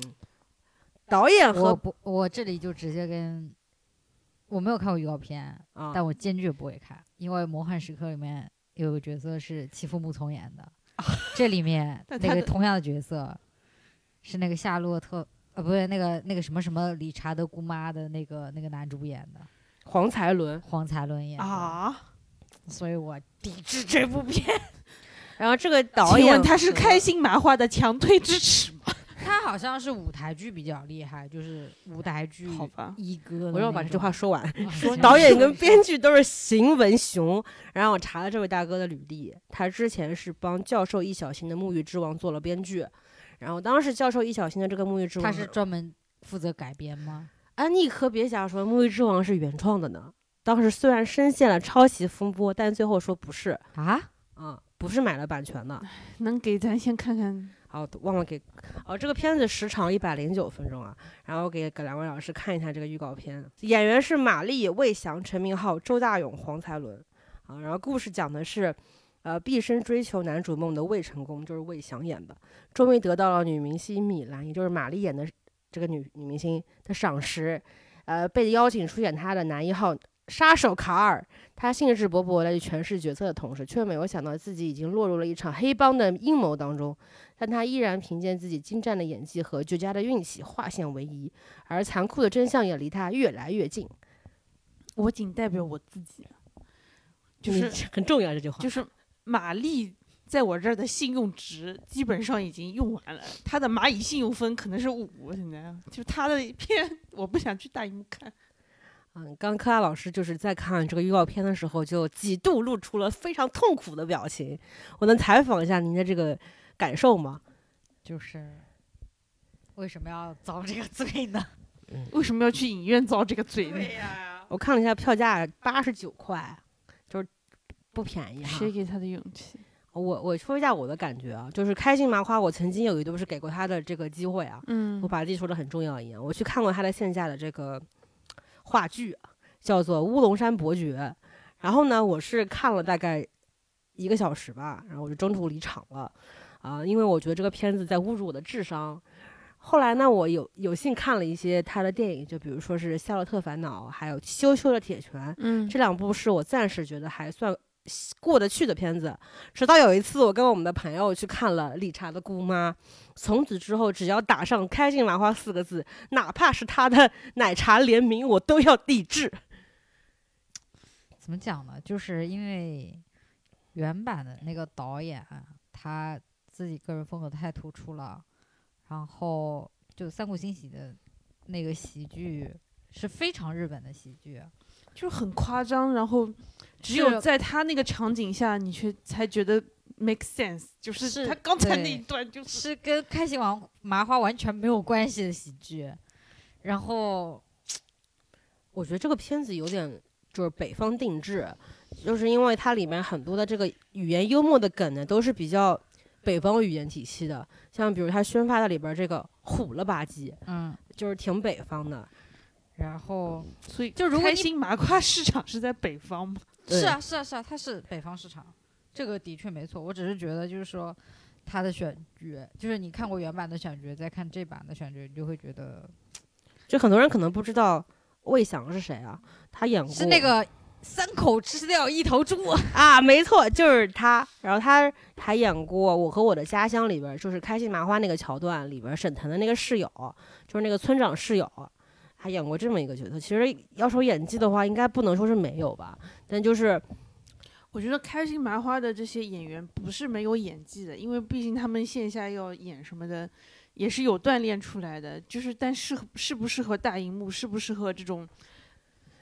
[SPEAKER 1] 导演
[SPEAKER 2] 我
[SPEAKER 1] 和
[SPEAKER 2] 不，我这里就直接跟，我没有看过预告片，
[SPEAKER 1] 啊
[SPEAKER 2] 但我坚决不会看，因为《魔幻时刻》里面有个角色是欺负木从演的，这里面那
[SPEAKER 3] 但他
[SPEAKER 2] 个
[SPEAKER 3] 的
[SPEAKER 2] 同样的角色是那个夏洛特，呃，不对，那个那个什么什么理查德姑妈的那个那个男主演的
[SPEAKER 1] 黄才伦。
[SPEAKER 2] 黄才伦演的，
[SPEAKER 3] 啊！
[SPEAKER 2] 所以我抵制这部片。
[SPEAKER 1] 然后这个导
[SPEAKER 3] 请
[SPEAKER 1] 演
[SPEAKER 3] 问他是
[SPEAKER 1] 和
[SPEAKER 3] 开心麻花的强推支持吗？
[SPEAKER 2] 他好像是舞台剧比较厉害，就是舞台剧
[SPEAKER 3] 好吧，
[SPEAKER 2] 一哥的那种。
[SPEAKER 1] 我让我把这句话说完。
[SPEAKER 2] 啊 *laughs*
[SPEAKER 3] 说
[SPEAKER 2] 行
[SPEAKER 1] *laughs* 导演
[SPEAKER 2] 说
[SPEAKER 1] 跟
[SPEAKER 2] 一下
[SPEAKER 1] 编剧都是邢文
[SPEAKER 2] *laughs*
[SPEAKER 1] 雄。然后我查了这位大哥的履历，他之前是帮教授易小星的《沐浴之王》做了编剧。然后当时教授易小星的这个《沐浴之王
[SPEAKER 2] *laughs* 他》，是专门负责改编吗？
[SPEAKER 1] 安妮可别瞎说，《沐浴之王》是原创的呢。当时虽然深陷了抄袭风波，但最后说不是，
[SPEAKER 2] 啊，
[SPEAKER 1] 啊，不是买了版权的。
[SPEAKER 3] 能给咱先看看？
[SPEAKER 1] 哦，忘了给，哦，这个片子时长一百零九分钟啊，然后给给两位老师看一下这个预告片。演员是马丽、魏翔、陈明昊、周大勇、黄才伦啊。然后故事讲的是，呃，毕生追求男主梦的魏成功，就是魏翔演的，终于得到了女明星米兰，也就是马丽演的这个女女明星的赏识，呃，被邀请出演她的男一号杀手卡尔。他兴致勃勃地去诠释角色的同时，却没有想到自己已经落入了一场黑帮的阴谋当中。但他依然凭借自己精湛的演技和绝佳的运气化险为夷，而残酷的真相也离他越来越近。
[SPEAKER 3] 我仅代表我自己，啊就
[SPEAKER 1] 你
[SPEAKER 3] 是
[SPEAKER 1] 很重要这句话
[SPEAKER 3] 就是玛丽在我这儿的信用值基本上已经用完了，她的蚂蚁信用分可能是五，现在啊就她的片 *laughs* 我不想去大荧幕看。
[SPEAKER 1] 嗯，刚科亚老师就是在看这个预告片的时候，就几度露出了非常痛苦的表情。我能采访一下您的这个感受吗？
[SPEAKER 2] 就是为什么要遭这个罪呢？
[SPEAKER 3] 为什么要去影院遭这个罪呢？
[SPEAKER 1] 我看了一下票价，八十九块，就是不便宜哈
[SPEAKER 3] 谁。给她的勇气？
[SPEAKER 1] 我我说一下我的感觉啊，就是开心麻花，我曾经有一度是给过他的这个机会啊，
[SPEAKER 3] 嗯
[SPEAKER 1] 我把自己说的很重要一样，我去看过他的线下的这个话剧，啊叫做《乌龙山伯爵》。然后呢，我是看了大概一个小时吧，然后我就中途离场了，啊、因为我觉得这个片子在侮辱我的智商。后来呢，我有有幸看了一些他的电影，就比如说是《夏洛特烦恼》，还有《羞羞的铁拳》
[SPEAKER 3] 嗯
[SPEAKER 1] 这两部，是我暂时觉得还算过得去的片子。直到有一次，我跟我们的朋友去看了《理查的姑妈》，从此之后，只要打上“开心麻花”四个字，哪怕是他的奶茶联名，我都要抵制。
[SPEAKER 2] 怎么讲呢？就是因为原版的那个导演他自己个人风格太突出了，然后就三谷幸喜的那个喜剧是非常日本的喜剧，
[SPEAKER 3] 就是很夸张，然后只有在他那个场景下，你却才觉得 make sense，就是
[SPEAKER 2] 是
[SPEAKER 3] 他刚才那
[SPEAKER 2] 对
[SPEAKER 3] 一段就是
[SPEAKER 2] 是跟开心麻麻花完全没有关系的喜剧。然后
[SPEAKER 1] 我觉得这个片子有点就是北方定制，就是因为它里面很多的这个语言幽默的梗呢，都是比较北方语言体系的，像比如他宣发的里边这个“虎了吧唧
[SPEAKER 2] 嗯，”，
[SPEAKER 1] 就是挺北方的。
[SPEAKER 2] 然后
[SPEAKER 3] 所以
[SPEAKER 2] 就如果
[SPEAKER 3] 开
[SPEAKER 2] 你
[SPEAKER 3] 心麻瓜市场是在北方嘛，
[SPEAKER 1] 对
[SPEAKER 2] 是啊，是啊，是啊，它是北方市场，这个的确没错。我只是觉得就是说，它的选角，就是你看过原版的选角，再看这版的选角，你就会觉得
[SPEAKER 1] 就很多人可能不知道魏翔是谁啊，他演过
[SPEAKER 2] 是那个三口吃掉一头猪。
[SPEAKER 1] 啊，没错，就是他。然后他还演过《我和我的家乡》里边，就是开心麻花那个桥段里边沈腾的那个室友，就是那个村长室友，还演过这么一个角色。其实要说演技的话，应该不能说是没有吧，但就是
[SPEAKER 3] 我觉得开心麻花的这些演员不是没有演技的，因为毕竟他们线下要演什么的，也是有锻炼出来的。就是但适合适不适合大荧幕，适不适合这种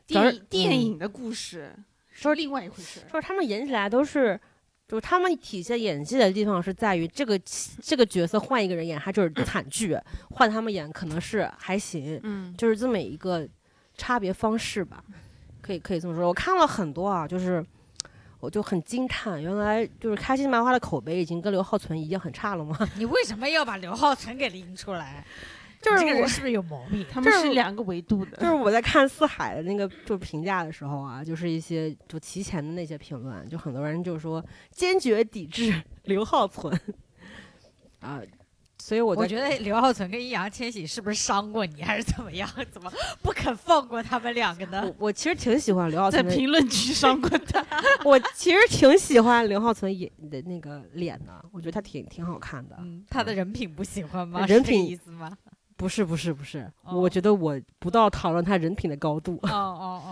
[SPEAKER 1] 主要
[SPEAKER 3] 电
[SPEAKER 1] 是
[SPEAKER 3] 影电
[SPEAKER 1] 嗯
[SPEAKER 3] 影的故事，
[SPEAKER 1] 就是
[SPEAKER 3] 是另外一回事。
[SPEAKER 1] 就是他们演起来都是。就是他们体现演技的地方是在于这个这个角色换一个人演，他就是惨剧；换他们演可能是还行，
[SPEAKER 3] 嗯，
[SPEAKER 1] 就是这么一个差别方式吧，可以可以这么说。我看了很多啊，就是我就很惊叹，原来就是开心麻花的口碑已经跟刘浩存一样很差了吗？
[SPEAKER 2] *laughs*
[SPEAKER 1] *laughs*
[SPEAKER 2] 你为什么要把刘浩存给拎出来？
[SPEAKER 1] 就是 *laughs*
[SPEAKER 2] 你这个
[SPEAKER 1] 我
[SPEAKER 2] 人是不是有毛病？
[SPEAKER 3] 他们
[SPEAKER 1] 这
[SPEAKER 3] 是
[SPEAKER 1] 是
[SPEAKER 3] 两个维度
[SPEAKER 1] 就
[SPEAKER 3] 的。
[SPEAKER 1] 是我在看四海的那个就评价的时候啊，就是一些就提前的那些评论，就很多人就说坚决抵制 *laughs* 刘浩存啊、所以我在
[SPEAKER 2] 我觉得刘浩存跟易烊千玺是不是伤过你，还是怎么样？怎么不肯放过他们两个呢？
[SPEAKER 1] 我我其实挺喜欢刘浩
[SPEAKER 3] 在
[SPEAKER 1] 存的，
[SPEAKER 3] 评论区上过他，
[SPEAKER 1] 我其实挺喜欢刘浩存演的那个脸的，我觉得他挺挺好看的。
[SPEAKER 2] 嗯，他的人品不喜欢吗？
[SPEAKER 1] 人
[SPEAKER 2] 是这个
[SPEAKER 1] 品
[SPEAKER 2] 意思 *laughs* 吗？
[SPEAKER 1] 不是不是不是，
[SPEAKER 2] 哦
[SPEAKER 1] 我觉得我不到讨论他人品的高度
[SPEAKER 2] 哦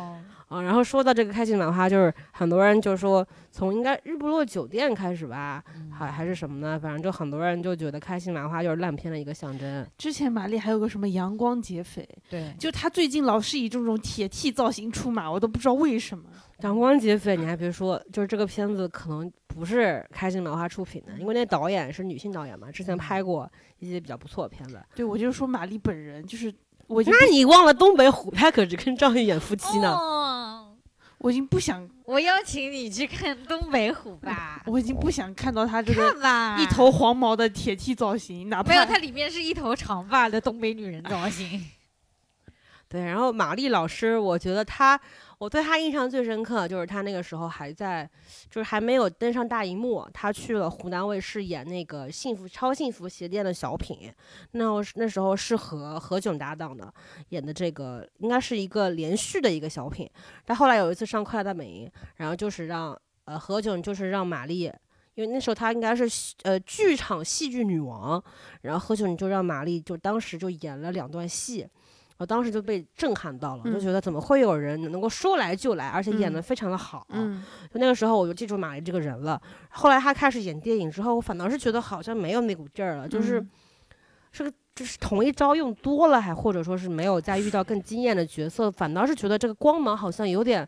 [SPEAKER 2] 哦
[SPEAKER 1] 啊。然后说到这个开心麻花，就是很多人就说从应该日不落酒店开始吧，
[SPEAKER 2] 嗯
[SPEAKER 1] 还、还是什么呢？反正就很多人就觉得开心麻花就是烂片的一个象征。
[SPEAKER 3] *laughs* 之前玛丽还有个什么阳光劫匪，
[SPEAKER 2] 哦，对，
[SPEAKER 3] 就她最近老是以这种铁 T 造型出马，我都不知道为什么。
[SPEAKER 1] 阳光劫匪，你还别说，就是这个片子可能不是开心麻花出品的，因为那导演是女性导演嘛，之前
[SPEAKER 3] 嗯
[SPEAKER 1] 拍过一些比较不错的片子。
[SPEAKER 3] 对，我就说玛丽本人就是。我已经
[SPEAKER 1] 那你忘了东北虎， *laughs* 他可是跟张译演夫妻呢。
[SPEAKER 2] 哦，
[SPEAKER 3] 我已经不想，
[SPEAKER 2] 我邀请你去看东北虎吧，
[SPEAKER 3] 我已经不想看到她这个
[SPEAKER 2] 看吧，
[SPEAKER 3] 一头黄毛的铁 T 造型，哪
[SPEAKER 2] 啊
[SPEAKER 3] 怕
[SPEAKER 2] 没有，它里面是一头长发的东北女人造型。
[SPEAKER 1] 对，然后马丽老师，我觉得她，我对她印象最深刻就是她那个时候还在，就是还没有登上大荧幕，她去了湖南卫视演那个《幸福超幸福鞋店》的小品，那我是那时候是和何炅搭档的，演的这个应该是一个连续的一个小品，但后来有一次上《快乐大本营》，然后就是让呃何炅就是让马丽。因为那时候她应该是戏呃剧场戏剧女王，然后何炅就让马丽就当时就演了两段戏，我当时就被震撼到了，
[SPEAKER 3] 嗯
[SPEAKER 1] 就觉得怎么会有人能够说来就来，而且演
[SPEAKER 3] 嗯
[SPEAKER 1] 得非常的好。啊
[SPEAKER 3] 嗯，
[SPEAKER 1] 就那个时候我就记住马丽这个人了。后来她开始演电影之后，我反倒是觉得好像没有那股劲儿了，就是、
[SPEAKER 3] 嗯
[SPEAKER 1] 是个就是同一招用多了，还或者说是没有再遇到更惊艳的角色，反倒是觉得这个光芒好像有点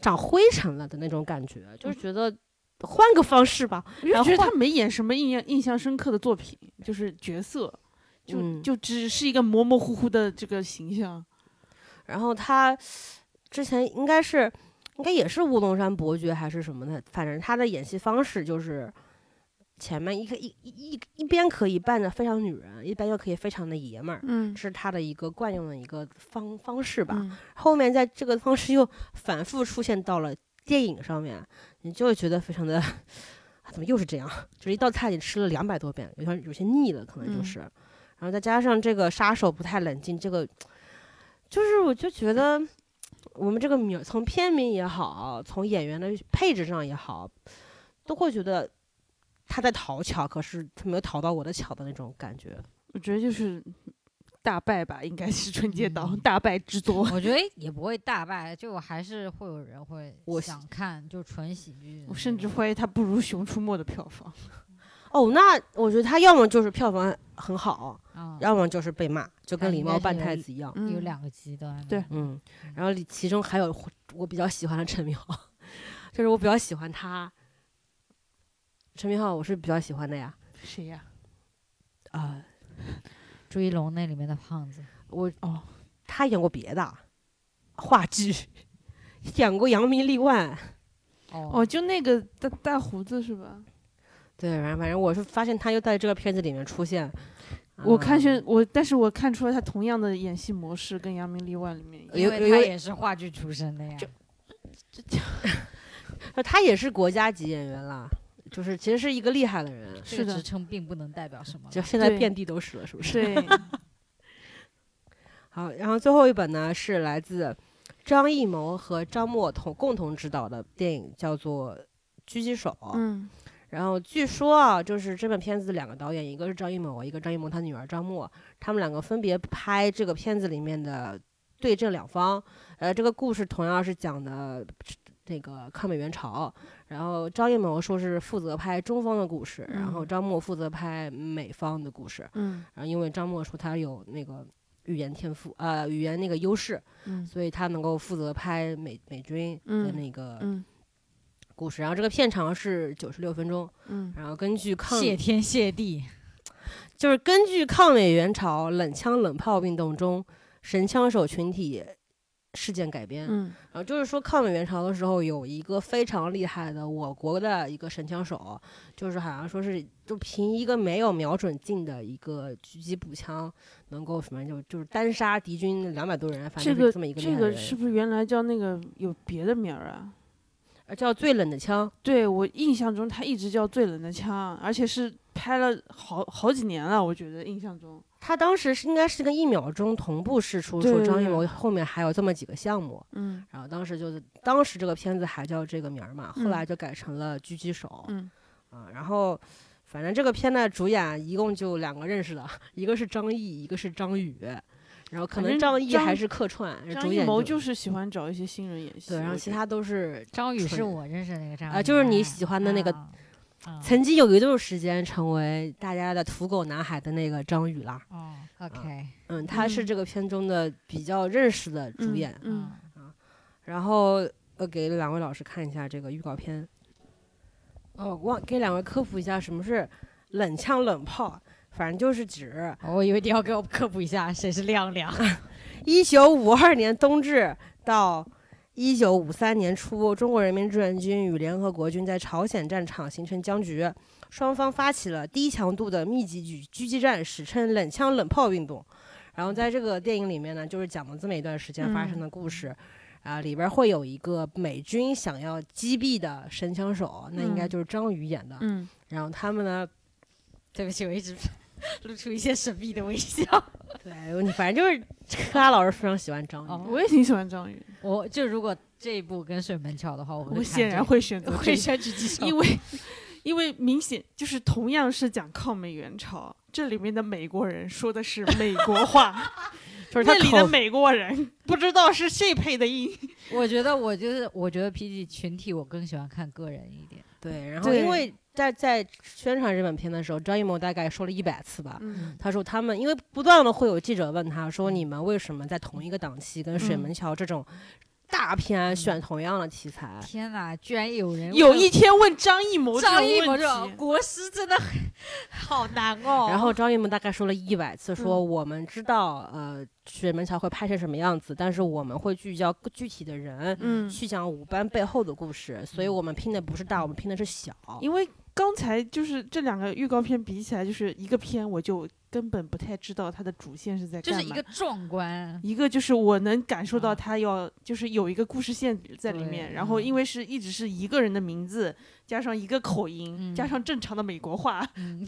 [SPEAKER 1] 长灰尘了的那种感觉，就是觉得换个方式吧。
[SPEAKER 3] 嗯我就
[SPEAKER 1] 然后
[SPEAKER 3] 觉得她没演什么印象印象深刻的作品，就是角色，就、
[SPEAKER 1] 嗯
[SPEAKER 3] 就只是一个模模糊糊的这个形象。
[SPEAKER 1] 然后他之前应该是，应该也是乌龙山伯爵还是什么的，反正他的演戏方式就是前面一个一一一一边可以扮的非常女人，一边又可以非常的爷们儿，
[SPEAKER 3] 嗯
[SPEAKER 1] 是他的一个惯用的一个方方式吧。
[SPEAKER 3] 嗯，
[SPEAKER 1] 后面在这个方式又反复出现到了电影上面，你就会觉得非常的。啊怎么又是这样？就是一道菜你吃了两百多遍，有点有些腻了，可能就是。然后再加上这个杀手不太冷静，这个就是我就觉得我们这个名儿从片名也好，从演员的配置上也好，都会觉得他在讨巧，可是他没有讨到我的巧的那种感觉。
[SPEAKER 3] 我觉得就是大败吧，应该是春节档
[SPEAKER 2] 嗯
[SPEAKER 3] 大败之 *laughs* 作。
[SPEAKER 2] *laughs* 我觉得也不会大败，就还是会有人会
[SPEAKER 1] 我
[SPEAKER 2] 想看，就纯喜剧的那种。
[SPEAKER 3] 我甚至怀疑它不如《熊出没》的票房。
[SPEAKER 1] 哦，那我觉得他要么就是票房很好，
[SPEAKER 2] 啊、
[SPEAKER 1] 要么就是被骂，就跟
[SPEAKER 2] 他
[SPEAKER 1] 狸
[SPEAKER 2] 应
[SPEAKER 1] 猫
[SPEAKER 2] 该是
[SPEAKER 1] 扮
[SPEAKER 2] 有
[SPEAKER 1] 太
[SPEAKER 2] 一
[SPEAKER 1] 子一样。
[SPEAKER 3] 嗯
[SPEAKER 2] 有两个极端。
[SPEAKER 3] 对，
[SPEAKER 1] 嗯，然后里其中还有我比较喜欢的陈明昊， *laughs* 就是我比较喜欢他。陈明昊我是比较喜欢的呀，
[SPEAKER 3] 谁呀？
[SPEAKER 1] 啊、
[SPEAKER 2] 朱一龙那里面的胖子，
[SPEAKER 1] 我
[SPEAKER 3] 哦，
[SPEAKER 1] 他演过别的话剧， *laughs* 演过《扬名立万》，
[SPEAKER 2] 哦
[SPEAKER 3] 哦，就那个大大胡子是吧？
[SPEAKER 1] 对，然后反正我是发现他又在这个片子里面出现。
[SPEAKER 3] 我
[SPEAKER 2] 啊
[SPEAKER 3] 看
[SPEAKER 1] 是
[SPEAKER 3] 是，我，但是我看出来他同样的演戏模式跟《扬名立万》里面一样。
[SPEAKER 2] 因
[SPEAKER 1] 哦有
[SPEAKER 2] 为
[SPEAKER 1] 有
[SPEAKER 2] 他也是话剧出身的呀。
[SPEAKER 1] 他也是国家级演员啦，就是其实是一个厉害的人，
[SPEAKER 2] 呃这
[SPEAKER 3] 是
[SPEAKER 2] 个
[SPEAKER 3] 的
[SPEAKER 2] 职称并不能代表什么了。
[SPEAKER 1] 就现在
[SPEAKER 3] 对
[SPEAKER 1] 遍地都是了，是不是？
[SPEAKER 3] 对，
[SPEAKER 2] *laughs*
[SPEAKER 1] 好，然后最后一本呢是来自张艺谋和张默同共同执导的电影，叫做《狙击手》。
[SPEAKER 3] 嗯，
[SPEAKER 1] 然后据说啊，就是这本片子的两个导演，一个是张艺谋，一个张艺谋他女儿张默，他们两个分别拍这个片子里面的对阵两方。呃，这个故事同样是讲的那个抗美援朝，然后张艺谋说是负责拍中方的故事，然后
[SPEAKER 3] 嗯
[SPEAKER 1] 张默负责拍美方的故事。
[SPEAKER 3] 嗯
[SPEAKER 1] 然后因为张默说他有那个语言天赋，呃，语言那个优势，
[SPEAKER 3] 嗯
[SPEAKER 1] 所以他能够负责拍美美军的
[SPEAKER 3] 嗯
[SPEAKER 1] 那个
[SPEAKER 3] 嗯
[SPEAKER 1] 故事。然后这个片长是九十六分钟，
[SPEAKER 3] 嗯，
[SPEAKER 1] 然后根据抗
[SPEAKER 2] 谢天谢地，
[SPEAKER 1] 就是根据抗美援朝冷枪冷炮运动中神枪手群体事件改编。
[SPEAKER 3] 嗯
[SPEAKER 1] 然后呃就是说，抗美援朝的时候有一个非常厉害的我国的一个神枪手，就是好像说是就凭一个没有瞄准镜的一个狙击步枪，能够什么就就是单杀敌军两百多人，反
[SPEAKER 3] 这
[SPEAKER 1] 正就
[SPEAKER 3] 个
[SPEAKER 1] 是这么一个厉
[SPEAKER 3] 这
[SPEAKER 1] 害的
[SPEAKER 3] 个
[SPEAKER 1] 人，
[SPEAKER 3] 是不是原来叫那个有别的名儿啊？
[SPEAKER 1] 呃叫最冷的枪。
[SPEAKER 3] 对我印象中他一直叫最冷的枪，啊而且是拍了好好几年了，我觉得印象中，
[SPEAKER 1] 他当时是应该是跟一秒钟同步试出，
[SPEAKER 3] 对
[SPEAKER 1] 说
[SPEAKER 3] 对
[SPEAKER 1] 张艺
[SPEAKER 3] 对
[SPEAKER 1] 谋后面还有这么几个项目，
[SPEAKER 3] 嗯
[SPEAKER 1] 然后当时就是，当时这个片子还叫这个名儿嘛，后
[SPEAKER 3] 嗯
[SPEAKER 1] 来就改成了《狙击手》
[SPEAKER 3] 嗯
[SPEAKER 1] 啊。然后，反正这个片的主演一共就两个认识的， *laughs* 一个是张译，一个是张宇。然后可
[SPEAKER 3] 反
[SPEAKER 1] 能
[SPEAKER 3] 正
[SPEAKER 1] 张译
[SPEAKER 3] 张
[SPEAKER 1] 还是客串，
[SPEAKER 3] 张
[SPEAKER 1] 主
[SPEAKER 3] 艺
[SPEAKER 1] 演
[SPEAKER 3] 谋
[SPEAKER 1] 就嗯
[SPEAKER 3] 就是喜欢找一些新人演戏，
[SPEAKER 1] 对，然后
[SPEAKER 3] 我
[SPEAKER 1] 其
[SPEAKER 3] 觉得
[SPEAKER 1] 他都是
[SPEAKER 2] 张宇是
[SPEAKER 1] 纯
[SPEAKER 2] 我认识的那个张宇
[SPEAKER 1] 啊就是你喜欢的那个
[SPEAKER 2] 啊啊
[SPEAKER 1] 曾经有一段时间成为大家的土狗男孩的那个张宇 *laughs* 啦。
[SPEAKER 2] 哦，OK，
[SPEAKER 1] 嗯，他是
[SPEAKER 3] 嗯
[SPEAKER 1] 这个片中的比较认识的主演。
[SPEAKER 3] 嗯，
[SPEAKER 2] 啊
[SPEAKER 1] 然后呃，给两位老师看一下这个预告片。哦，忘给两位科普一下什么是冷枪冷炮，反正就是指
[SPEAKER 2] 哦我有一定要给我科普一下，谁是亮
[SPEAKER 1] *laughs*
[SPEAKER 2] 亮？
[SPEAKER 1] 一九五二年冬至到一九五三年初，中国人民志愿军与联合国军在朝鲜战场形成僵局，双方发起了低强度的密集狙狙击战，史称“冷枪冷炮运动”。然后在这个电影里面呢，就是讲了这么一段时间发生的故事。啊，里边会有一个美军想要击毙的神枪手，那应该
[SPEAKER 3] 嗯
[SPEAKER 1] 就是张宇演的。
[SPEAKER 3] 嗯，
[SPEAKER 1] 然后他们呢，
[SPEAKER 2] 对不起，我一直 *laughs* 露出一些神秘的微笑。
[SPEAKER 1] 对，哎反正就是 *laughs* 柯达老师非常喜欢张宇。
[SPEAKER 2] 哦
[SPEAKER 3] 嗯我也挺喜欢张宇，
[SPEAKER 2] 我就如果这一部跟水门桥的话，我
[SPEAKER 3] 我
[SPEAKER 2] 会
[SPEAKER 3] 显然
[SPEAKER 2] 看
[SPEAKER 3] 会选
[SPEAKER 2] 这
[SPEAKER 3] 择
[SPEAKER 2] 个
[SPEAKER 3] 这
[SPEAKER 2] 会
[SPEAKER 3] 一
[SPEAKER 2] 选狙击手，
[SPEAKER 3] 因为因为明显就是同样是讲抗美援朝，这里面的美国人说的是美国话，
[SPEAKER 1] 就是他
[SPEAKER 3] 那里的
[SPEAKER 1] 口
[SPEAKER 3] 美国人 *laughs* 不知道是谁配的音。
[SPEAKER 2] *laughs* 我觉得我就是我觉得比起群体，我更喜欢看个人一点。
[SPEAKER 1] 对，然后因
[SPEAKER 3] 对
[SPEAKER 1] 为在在宣传这本片的时候，张艺谋大概说了一百次吧。
[SPEAKER 3] 嗯
[SPEAKER 1] 他说他们因为不断的会有记者问他说你们为什么在同一个档期跟《
[SPEAKER 3] 嗯
[SPEAKER 1] 水门桥》这种大片选同样的题材？
[SPEAKER 2] *laughs* 天哪，居然有人
[SPEAKER 3] *laughs* 有
[SPEAKER 2] 问
[SPEAKER 3] 一天问张艺谋这
[SPEAKER 2] 张
[SPEAKER 3] 种
[SPEAKER 2] 艺谋这
[SPEAKER 3] 问
[SPEAKER 2] 种
[SPEAKER 3] 题，
[SPEAKER 2] 国师真的很好难哦。
[SPEAKER 1] 然后张艺谋大概说了一百次，说
[SPEAKER 3] 嗯
[SPEAKER 1] 我们知道呃《水门桥》会拍成什么样子，但是我们会聚焦具体的人。
[SPEAKER 3] 嗯，
[SPEAKER 1] 去讲五班背后的故事，所以我们拼的不是大，我们拼的是小。
[SPEAKER 3] 因为刚才就是这两个预告片比起来，就是一个片我就根本不太知道它的主线是在
[SPEAKER 2] 就
[SPEAKER 3] 干嘛。
[SPEAKER 2] 是一个壮观，
[SPEAKER 3] 一个就是我能感受
[SPEAKER 2] 啊
[SPEAKER 3] 到他要就是有一个故事线在里面，
[SPEAKER 2] 对
[SPEAKER 3] 然后
[SPEAKER 2] 嗯
[SPEAKER 3] 因为是一直是一个人的名字，加上一个口音，
[SPEAKER 2] 嗯
[SPEAKER 3] 加上正常的美国话，
[SPEAKER 2] 嗯，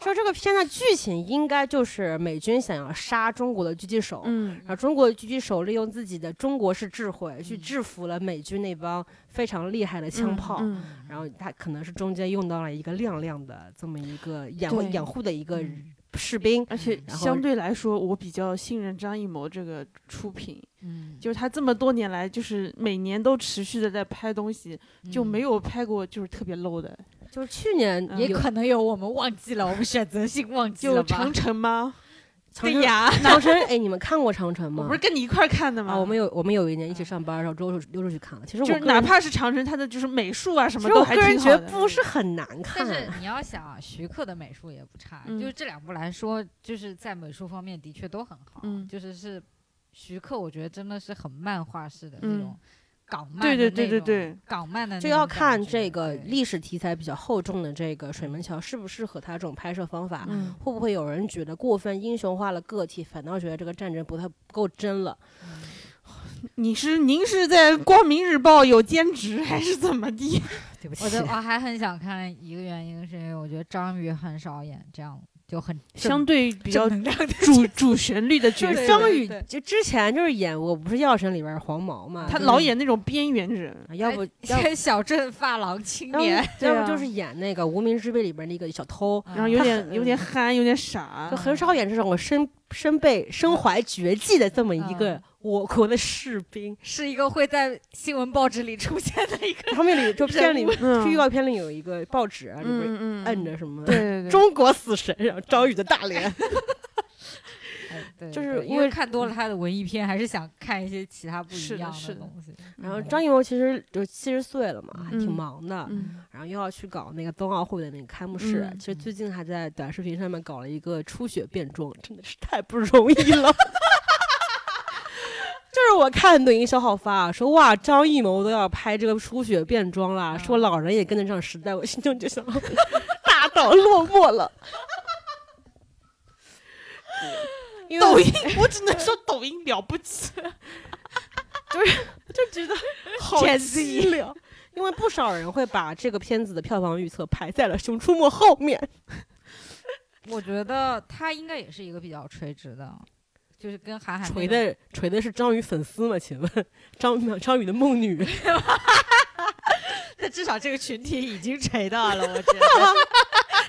[SPEAKER 1] 说这个片的剧情应该就是美军想要杀中国的狙击手，
[SPEAKER 3] 嗯
[SPEAKER 1] 然后啊中国的狙击手利用自己的中国式智慧去
[SPEAKER 2] 嗯
[SPEAKER 1] 制服了美军那帮非常厉害的枪炮。
[SPEAKER 3] 嗯
[SPEAKER 2] 嗯
[SPEAKER 1] 然后他可能是中间用到了一个亮亮的这么一个掩
[SPEAKER 3] 对
[SPEAKER 1] 掩护的一个
[SPEAKER 2] 嗯
[SPEAKER 1] 士兵，
[SPEAKER 3] 而且
[SPEAKER 1] 然后
[SPEAKER 3] 相对来说，我比较信任张艺谋这个出品，
[SPEAKER 2] 嗯，
[SPEAKER 3] 就是他这么多年来，就是每年都持续的在拍东西，就
[SPEAKER 1] 嗯
[SPEAKER 3] 没
[SPEAKER 2] 有。
[SPEAKER 3] 有拍过就是特别 low 的，
[SPEAKER 1] 就是去年
[SPEAKER 3] 嗯
[SPEAKER 2] 也
[SPEAKER 1] 有
[SPEAKER 2] 可能有我们忘记了，我们选择性忘记
[SPEAKER 3] 就
[SPEAKER 2] 了
[SPEAKER 3] 《长
[SPEAKER 2] 吧。
[SPEAKER 3] 城》吗？
[SPEAKER 1] 长
[SPEAKER 3] 对
[SPEAKER 1] 城，
[SPEAKER 3] 呀，
[SPEAKER 1] 长城，哎，你们看过长城
[SPEAKER 3] 我
[SPEAKER 1] 吗
[SPEAKER 3] 不是？跟你一块儿看的
[SPEAKER 1] 嗯
[SPEAKER 3] 吗？嗯
[SPEAKER 1] 啊，我们有我们有一年一起上班，然后溜出溜出去看了。其实我
[SPEAKER 3] 就是
[SPEAKER 1] 个
[SPEAKER 3] 哪
[SPEAKER 1] 人
[SPEAKER 3] 怕是《长城》，它的就是美术啊什
[SPEAKER 1] 其
[SPEAKER 3] 么
[SPEAKER 1] 实
[SPEAKER 3] 都
[SPEAKER 1] 我
[SPEAKER 3] 还
[SPEAKER 1] 个
[SPEAKER 3] 挺好的。嗯
[SPEAKER 1] 人觉得不是很嗯难
[SPEAKER 2] 但
[SPEAKER 1] 看，
[SPEAKER 2] 是你要想啊，徐克的美术也不差，
[SPEAKER 3] 嗯
[SPEAKER 2] 就是这两部来说，就是在美术方面的确都很好。
[SPEAKER 3] 嗯
[SPEAKER 2] 就是是徐克，我觉得真的是很漫画式的那
[SPEAKER 3] 嗯
[SPEAKER 2] 种港漫的那
[SPEAKER 3] 对对
[SPEAKER 2] 种，
[SPEAKER 3] 对对对
[SPEAKER 2] 港漫的那
[SPEAKER 1] 就
[SPEAKER 2] 种
[SPEAKER 1] 要
[SPEAKER 2] 感
[SPEAKER 1] 看
[SPEAKER 2] 觉
[SPEAKER 1] 这个
[SPEAKER 2] 对
[SPEAKER 1] 历史题材比较厚重的这个水门桥适不适合他这种拍摄方法。
[SPEAKER 3] 嗯
[SPEAKER 1] 会不会有人觉得过分英雄化了个体，反倒觉得这个战争不太不够真了？
[SPEAKER 2] 嗯
[SPEAKER 3] 你是您是在《光明日报》有兼职还是怎么地？ *laughs*
[SPEAKER 1] 对不
[SPEAKER 2] 我的我还很想看一个原因，是因为我觉得张宇很少演这样就很
[SPEAKER 3] 相对比
[SPEAKER 1] *laughs*
[SPEAKER 2] 比
[SPEAKER 3] 较
[SPEAKER 2] 能量的
[SPEAKER 3] *laughs* 主主旋律的
[SPEAKER 1] 就
[SPEAKER 3] 角
[SPEAKER 1] 是
[SPEAKER 3] 色，
[SPEAKER 1] 张
[SPEAKER 3] 对
[SPEAKER 1] 宇
[SPEAKER 3] 对对
[SPEAKER 1] 就之前就是演《我不是药神》里边的黄毛嘛，
[SPEAKER 3] 他
[SPEAKER 1] 就是
[SPEAKER 3] 老演那种边缘人，
[SPEAKER 1] 啊要不要
[SPEAKER 2] 些小镇发廊青
[SPEAKER 1] 要不
[SPEAKER 2] 年，
[SPEAKER 3] *laughs* 对
[SPEAKER 1] 要
[SPEAKER 3] 啊
[SPEAKER 1] 不就是演那个《无名之辈》里边那个小偷，
[SPEAKER 2] 嗯
[SPEAKER 3] 然后有
[SPEAKER 1] 啊他
[SPEAKER 3] 点
[SPEAKER 1] 很
[SPEAKER 3] 有点憨，有点傻
[SPEAKER 1] 就。很少演这种我身身被身怀绝技的这么一个
[SPEAKER 3] 啊
[SPEAKER 2] 嗯
[SPEAKER 1] 我国的士兵。 *laughs*
[SPEAKER 2] 是一个会在新闻报纸里出现的一个。
[SPEAKER 1] 他们里就片里
[SPEAKER 3] *laughs* 嗯
[SPEAKER 1] 预告片里有一个报纸啊，里边
[SPEAKER 3] 嗯
[SPEAKER 1] 摁着什么
[SPEAKER 3] 对对对，
[SPEAKER 1] 中国死神，然后张宇的大
[SPEAKER 3] *laughs*
[SPEAKER 1] 脸。
[SPEAKER 2] 哎对
[SPEAKER 1] 就是
[SPEAKER 2] 对
[SPEAKER 1] 因
[SPEAKER 2] 因
[SPEAKER 1] 为
[SPEAKER 2] 为看多了他的文艺片，还是想看一些其他不
[SPEAKER 3] 是
[SPEAKER 2] 一
[SPEAKER 3] 的
[SPEAKER 2] 样
[SPEAKER 3] 是的
[SPEAKER 2] 东西。
[SPEAKER 1] 然后张艺谋其实就七十岁了嘛，还挺
[SPEAKER 3] 嗯
[SPEAKER 1] 忙的，
[SPEAKER 3] 嗯
[SPEAKER 1] 然后又要去搞那个冬奥会的那个开幕式。
[SPEAKER 3] 嗯
[SPEAKER 1] 其实最近还在短视频上面搞了一个初雪变装，真的是太不容易了。 *laughs* 就是我看抖音小好发、啊、说哇，张艺谋都要拍这个初雪变装啦，
[SPEAKER 2] 嗯
[SPEAKER 1] 说老人也跟得上时代，我心中就想， *laughs* 大道落寞了。因为我
[SPEAKER 3] 抖音，我只能说抖音了不 *laughs* 起， *laughs*
[SPEAKER 1] 就觉得好凄凉， *laughs* 因为不少人会把这个片子的票房预测排在了《熊出没》后面。
[SPEAKER 2] 我觉得他应该也是一个比较垂直的，就是跟韩寒那
[SPEAKER 1] 锤
[SPEAKER 2] 种
[SPEAKER 1] 的锤的是张宇粉丝吗？请问张张宇的梦女
[SPEAKER 2] 那至少这个群体已经锤到了，我觉
[SPEAKER 3] *laughs*
[SPEAKER 2] 得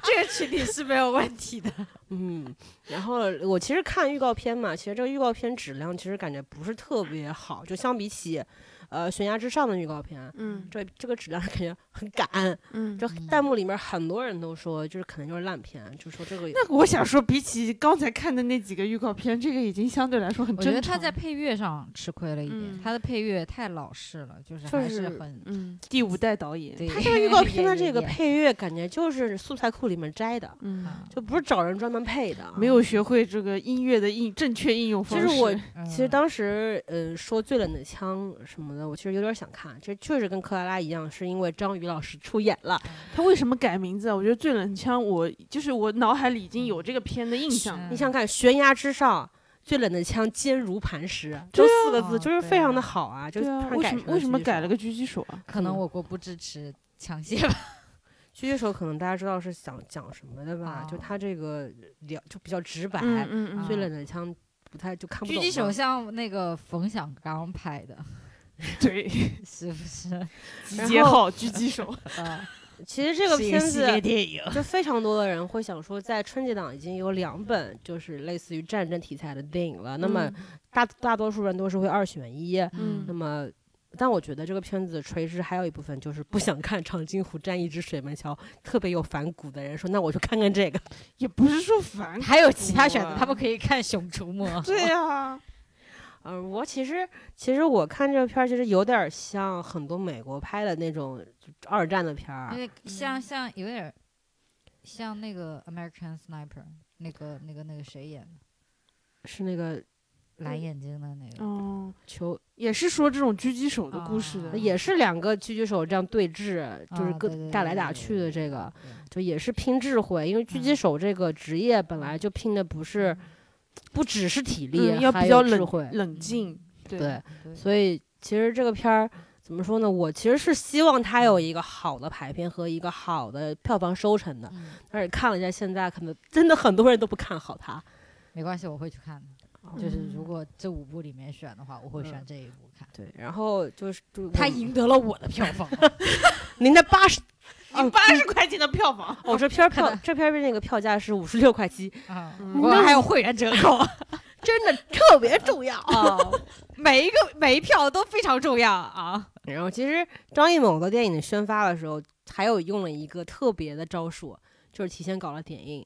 [SPEAKER 2] 这个群体是没有问题的。
[SPEAKER 1] 嗯，然后我其实看预告片嘛，其实这个预告片质量其实感觉不是特别好，就相比起呃《悬崖之上》的预告片。
[SPEAKER 3] 嗯
[SPEAKER 1] 这这个质量感 *laughs* 觉很赶，
[SPEAKER 3] 嗯
[SPEAKER 1] 就弹幕里面很多人都说，就是可能就是烂片，就说这个
[SPEAKER 3] 那我想说，比起刚才看的那几个预告片，这个已经相对来说很
[SPEAKER 2] 我
[SPEAKER 3] 正
[SPEAKER 2] 觉
[SPEAKER 3] 常。
[SPEAKER 2] 得他在配乐上吃亏了一点，
[SPEAKER 3] 嗯
[SPEAKER 2] 他的配乐太老式了，就是
[SPEAKER 3] 就
[SPEAKER 2] 还
[SPEAKER 3] 是
[SPEAKER 2] 很。
[SPEAKER 3] 嗯第五代导演，
[SPEAKER 2] 对，
[SPEAKER 1] 他这个预告片的
[SPEAKER 2] 也
[SPEAKER 1] 这个
[SPEAKER 2] 也
[SPEAKER 1] 配乐感觉就是素材库里面摘的，
[SPEAKER 3] 嗯
[SPEAKER 2] 啊，
[SPEAKER 1] 就不是找人专门配的，
[SPEAKER 3] 没有。学会这个音乐的应正确应用方
[SPEAKER 1] 其
[SPEAKER 3] 式。 *laughs*
[SPEAKER 1] 实我
[SPEAKER 2] 嗯
[SPEAKER 1] 其实当时，呃，说最冷的枪什么的，我其实有点想看，这确实跟克拉拉一样，是因为张宇老师出演了。
[SPEAKER 3] 他为什么改名字啊？我觉得《最冷枪》我，就是我脑海里已经有这个片的印象了。
[SPEAKER 1] 你想看悬崖之上。最冷的枪，坚如磐石，就
[SPEAKER 3] 对
[SPEAKER 1] 四个字，
[SPEAKER 2] 哦
[SPEAKER 1] 就是非
[SPEAKER 2] 对
[SPEAKER 1] 常的
[SPEAKER 2] 啊
[SPEAKER 1] 好啊！就
[SPEAKER 3] 对
[SPEAKER 1] 是
[SPEAKER 3] 啊
[SPEAKER 1] 突，然
[SPEAKER 3] 为
[SPEAKER 1] 改
[SPEAKER 3] 什
[SPEAKER 1] 成
[SPEAKER 3] 么为什么
[SPEAKER 1] 狙击
[SPEAKER 3] 改
[SPEAKER 1] 手
[SPEAKER 3] 了个狙击手啊？
[SPEAKER 1] 嗯
[SPEAKER 2] 可能我国不支持抢劫吧。
[SPEAKER 1] 狙击手？可能大家知道是想讲什么的吧？就
[SPEAKER 2] 哦
[SPEAKER 1] 他这个聊就比较直白，
[SPEAKER 3] 嗯
[SPEAKER 2] 嗯
[SPEAKER 3] *laughs*
[SPEAKER 1] 最冷的枪不太就 *laughs* 看不懂
[SPEAKER 2] 狙
[SPEAKER 1] 嘛。
[SPEAKER 2] 击手像那个冯小刚拍的，
[SPEAKER 3] 对，
[SPEAKER 2] 是不是？
[SPEAKER 3] 集
[SPEAKER 1] 然
[SPEAKER 3] 结
[SPEAKER 1] 后
[SPEAKER 3] 号狙击 *laughs* 手。
[SPEAKER 2] 呃，
[SPEAKER 1] 其实这个
[SPEAKER 2] 是一
[SPEAKER 1] 片子
[SPEAKER 2] 系列电影，
[SPEAKER 1] 就非常多的人会想说，在春节档已经有两本就是类似于战争题材的电影了，那么大大多数人都是会二选一。啊
[SPEAKER 3] 嗯
[SPEAKER 1] 那么，但我觉得这个片子垂直还有一部分就是不想看长津湖战役之水门桥，特别有反骨的人说，那我就看看这个。
[SPEAKER 3] 也不是说反，
[SPEAKER 2] 还有其他选择，
[SPEAKER 3] 哇
[SPEAKER 2] 他们可以看《熊出没》。
[SPEAKER 3] 对 *laughs* 啊，
[SPEAKER 1] 呃，我其实其实我看这个片儿，其实有点像很多美国拍的那种二战的片儿
[SPEAKER 2] 因，为像
[SPEAKER 3] 嗯
[SPEAKER 2] 像有点儿像那个《American Sniper》，那个那个那个谁演的，
[SPEAKER 1] 是那个
[SPEAKER 2] 蓝眼睛的那个，
[SPEAKER 3] 嗯，
[SPEAKER 1] 球
[SPEAKER 3] 也是说这种狙击手的故事的
[SPEAKER 2] 啊，
[SPEAKER 1] 也是两个狙击手这样对峙，就是
[SPEAKER 2] 啊对
[SPEAKER 1] 各
[SPEAKER 2] 对
[SPEAKER 1] 打
[SPEAKER 2] 对
[SPEAKER 1] 来
[SPEAKER 2] 对
[SPEAKER 1] 打
[SPEAKER 2] 对
[SPEAKER 1] 去的
[SPEAKER 2] 对
[SPEAKER 1] 这个。
[SPEAKER 2] 对
[SPEAKER 1] 就也是拼智慧，因为狙击
[SPEAKER 2] 嗯
[SPEAKER 1] 手这个职业本来就拼的不是
[SPEAKER 2] 嗯
[SPEAKER 1] 不只是体力，
[SPEAKER 3] 嗯要
[SPEAKER 1] 还
[SPEAKER 3] 比
[SPEAKER 1] 有
[SPEAKER 3] 较
[SPEAKER 1] 智
[SPEAKER 3] 冷
[SPEAKER 1] 慧，
[SPEAKER 3] 冷静，
[SPEAKER 1] 对，
[SPEAKER 2] 嗯对
[SPEAKER 1] 所以其实这个片儿。怎么说呢？我其实是希望它有一个好的排片和一个好的票房收成的，
[SPEAKER 2] 嗯，
[SPEAKER 1] 但是看了一下，现在可能真的很多人都不看好它。
[SPEAKER 2] 没关系，我会去看的。嗯就是如果这五部里面选的话，我会选
[SPEAKER 1] 嗯
[SPEAKER 2] 这一部看。
[SPEAKER 1] 对，然后就是就
[SPEAKER 2] 他
[SPEAKER 1] 我
[SPEAKER 2] 赢得了我的票房，
[SPEAKER 1] 您那八十，
[SPEAKER 3] 你八十块钱的票房，
[SPEAKER 1] 哦，这片儿票
[SPEAKER 2] 看到
[SPEAKER 1] 这片儿那个票价是五十六块七，
[SPEAKER 2] *laughs* 啊 *laughs*
[SPEAKER 3] 嗯
[SPEAKER 2] 我还有会员折扣
[SPEAKER 1] 真的特别重要。
[SPEAKER 2] 啊，每一个每一票都非常重要啊。
[SPEAKER 1] 然后其实张艺谋的电影宣发的时候，还有用了一个特别的招数，就是提前搞了点映。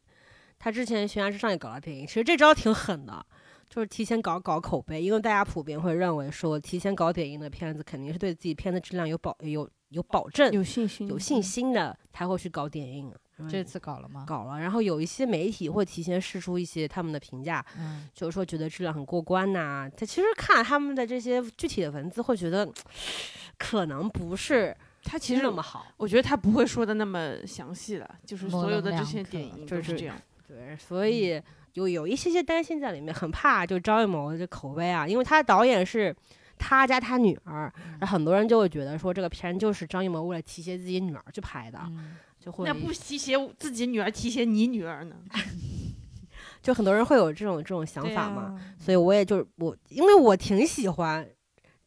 [SPEAKER 1] 他之前《悬崖之上》也搞了点映，其实这招挺狠的，就是提前搞搞口碑，因为大家普遍会认为说，提前搞点映的片子肯定是对自己片子质量有保有有保证、
[SPEAKER 3] 有信心
[SPEAKER 1] 有信心的才会去搞点映啊。
[SPEAKER 2] 嗯这次搞了吗？
[SPEAKER 1] 搞了，然后有一些媒体会提前试出一些他们的评价，
[SPEAKER 2] 嗯，
[SPEAKER 1] 就是说觉得质量很过关呐、他其实看他们的这些具体的文字，会觉得可能不是
[SPEAKER 3] 他其
[SPEAKER 1] 其实
[SPEAKER 3] 实
[SPEAKER 1] 那么好。
[SPEAKER 3] 我觉得他不会说的那么详细了，就是
[SPEAKER 2] 模
[SPEAKER 3] 所有的
[SPEAKER 2] 棱
[SPEAKER 3] 这
[SPEAKER 2] 两
[SPEAKER 3] 些
[SPEAKER 2] 可
[SPEAKER 3] 电影
[SPEAKER 1] 就
[SPEAKER 3] 都
[SPEAKER 1] 是
[SPEAKER 3] 是这样。
[SPEAKER 1] 对，所以有有一些些担心在里面，很怕就张艺谋的这口碑啊，因为他的导演是他加他女儿，然后很多人就会觉得说这个片就是张艺谋为了提携自己女儿去拍的，
[SPEAKER 2] 嗯
[SPEAKER 1] 就会
[SPEAKER 3] 那不提携自己女儿，提携你女儿呢？
[SPEAKER 1] 就很多人会有这种这种想
[SPEAKER 2] 对啊
[SPEAKER 1] 法
[SPEAKER 2] 呀
[SPEAKER 1] 嘛。所以我也就是我，因为我挺喜欢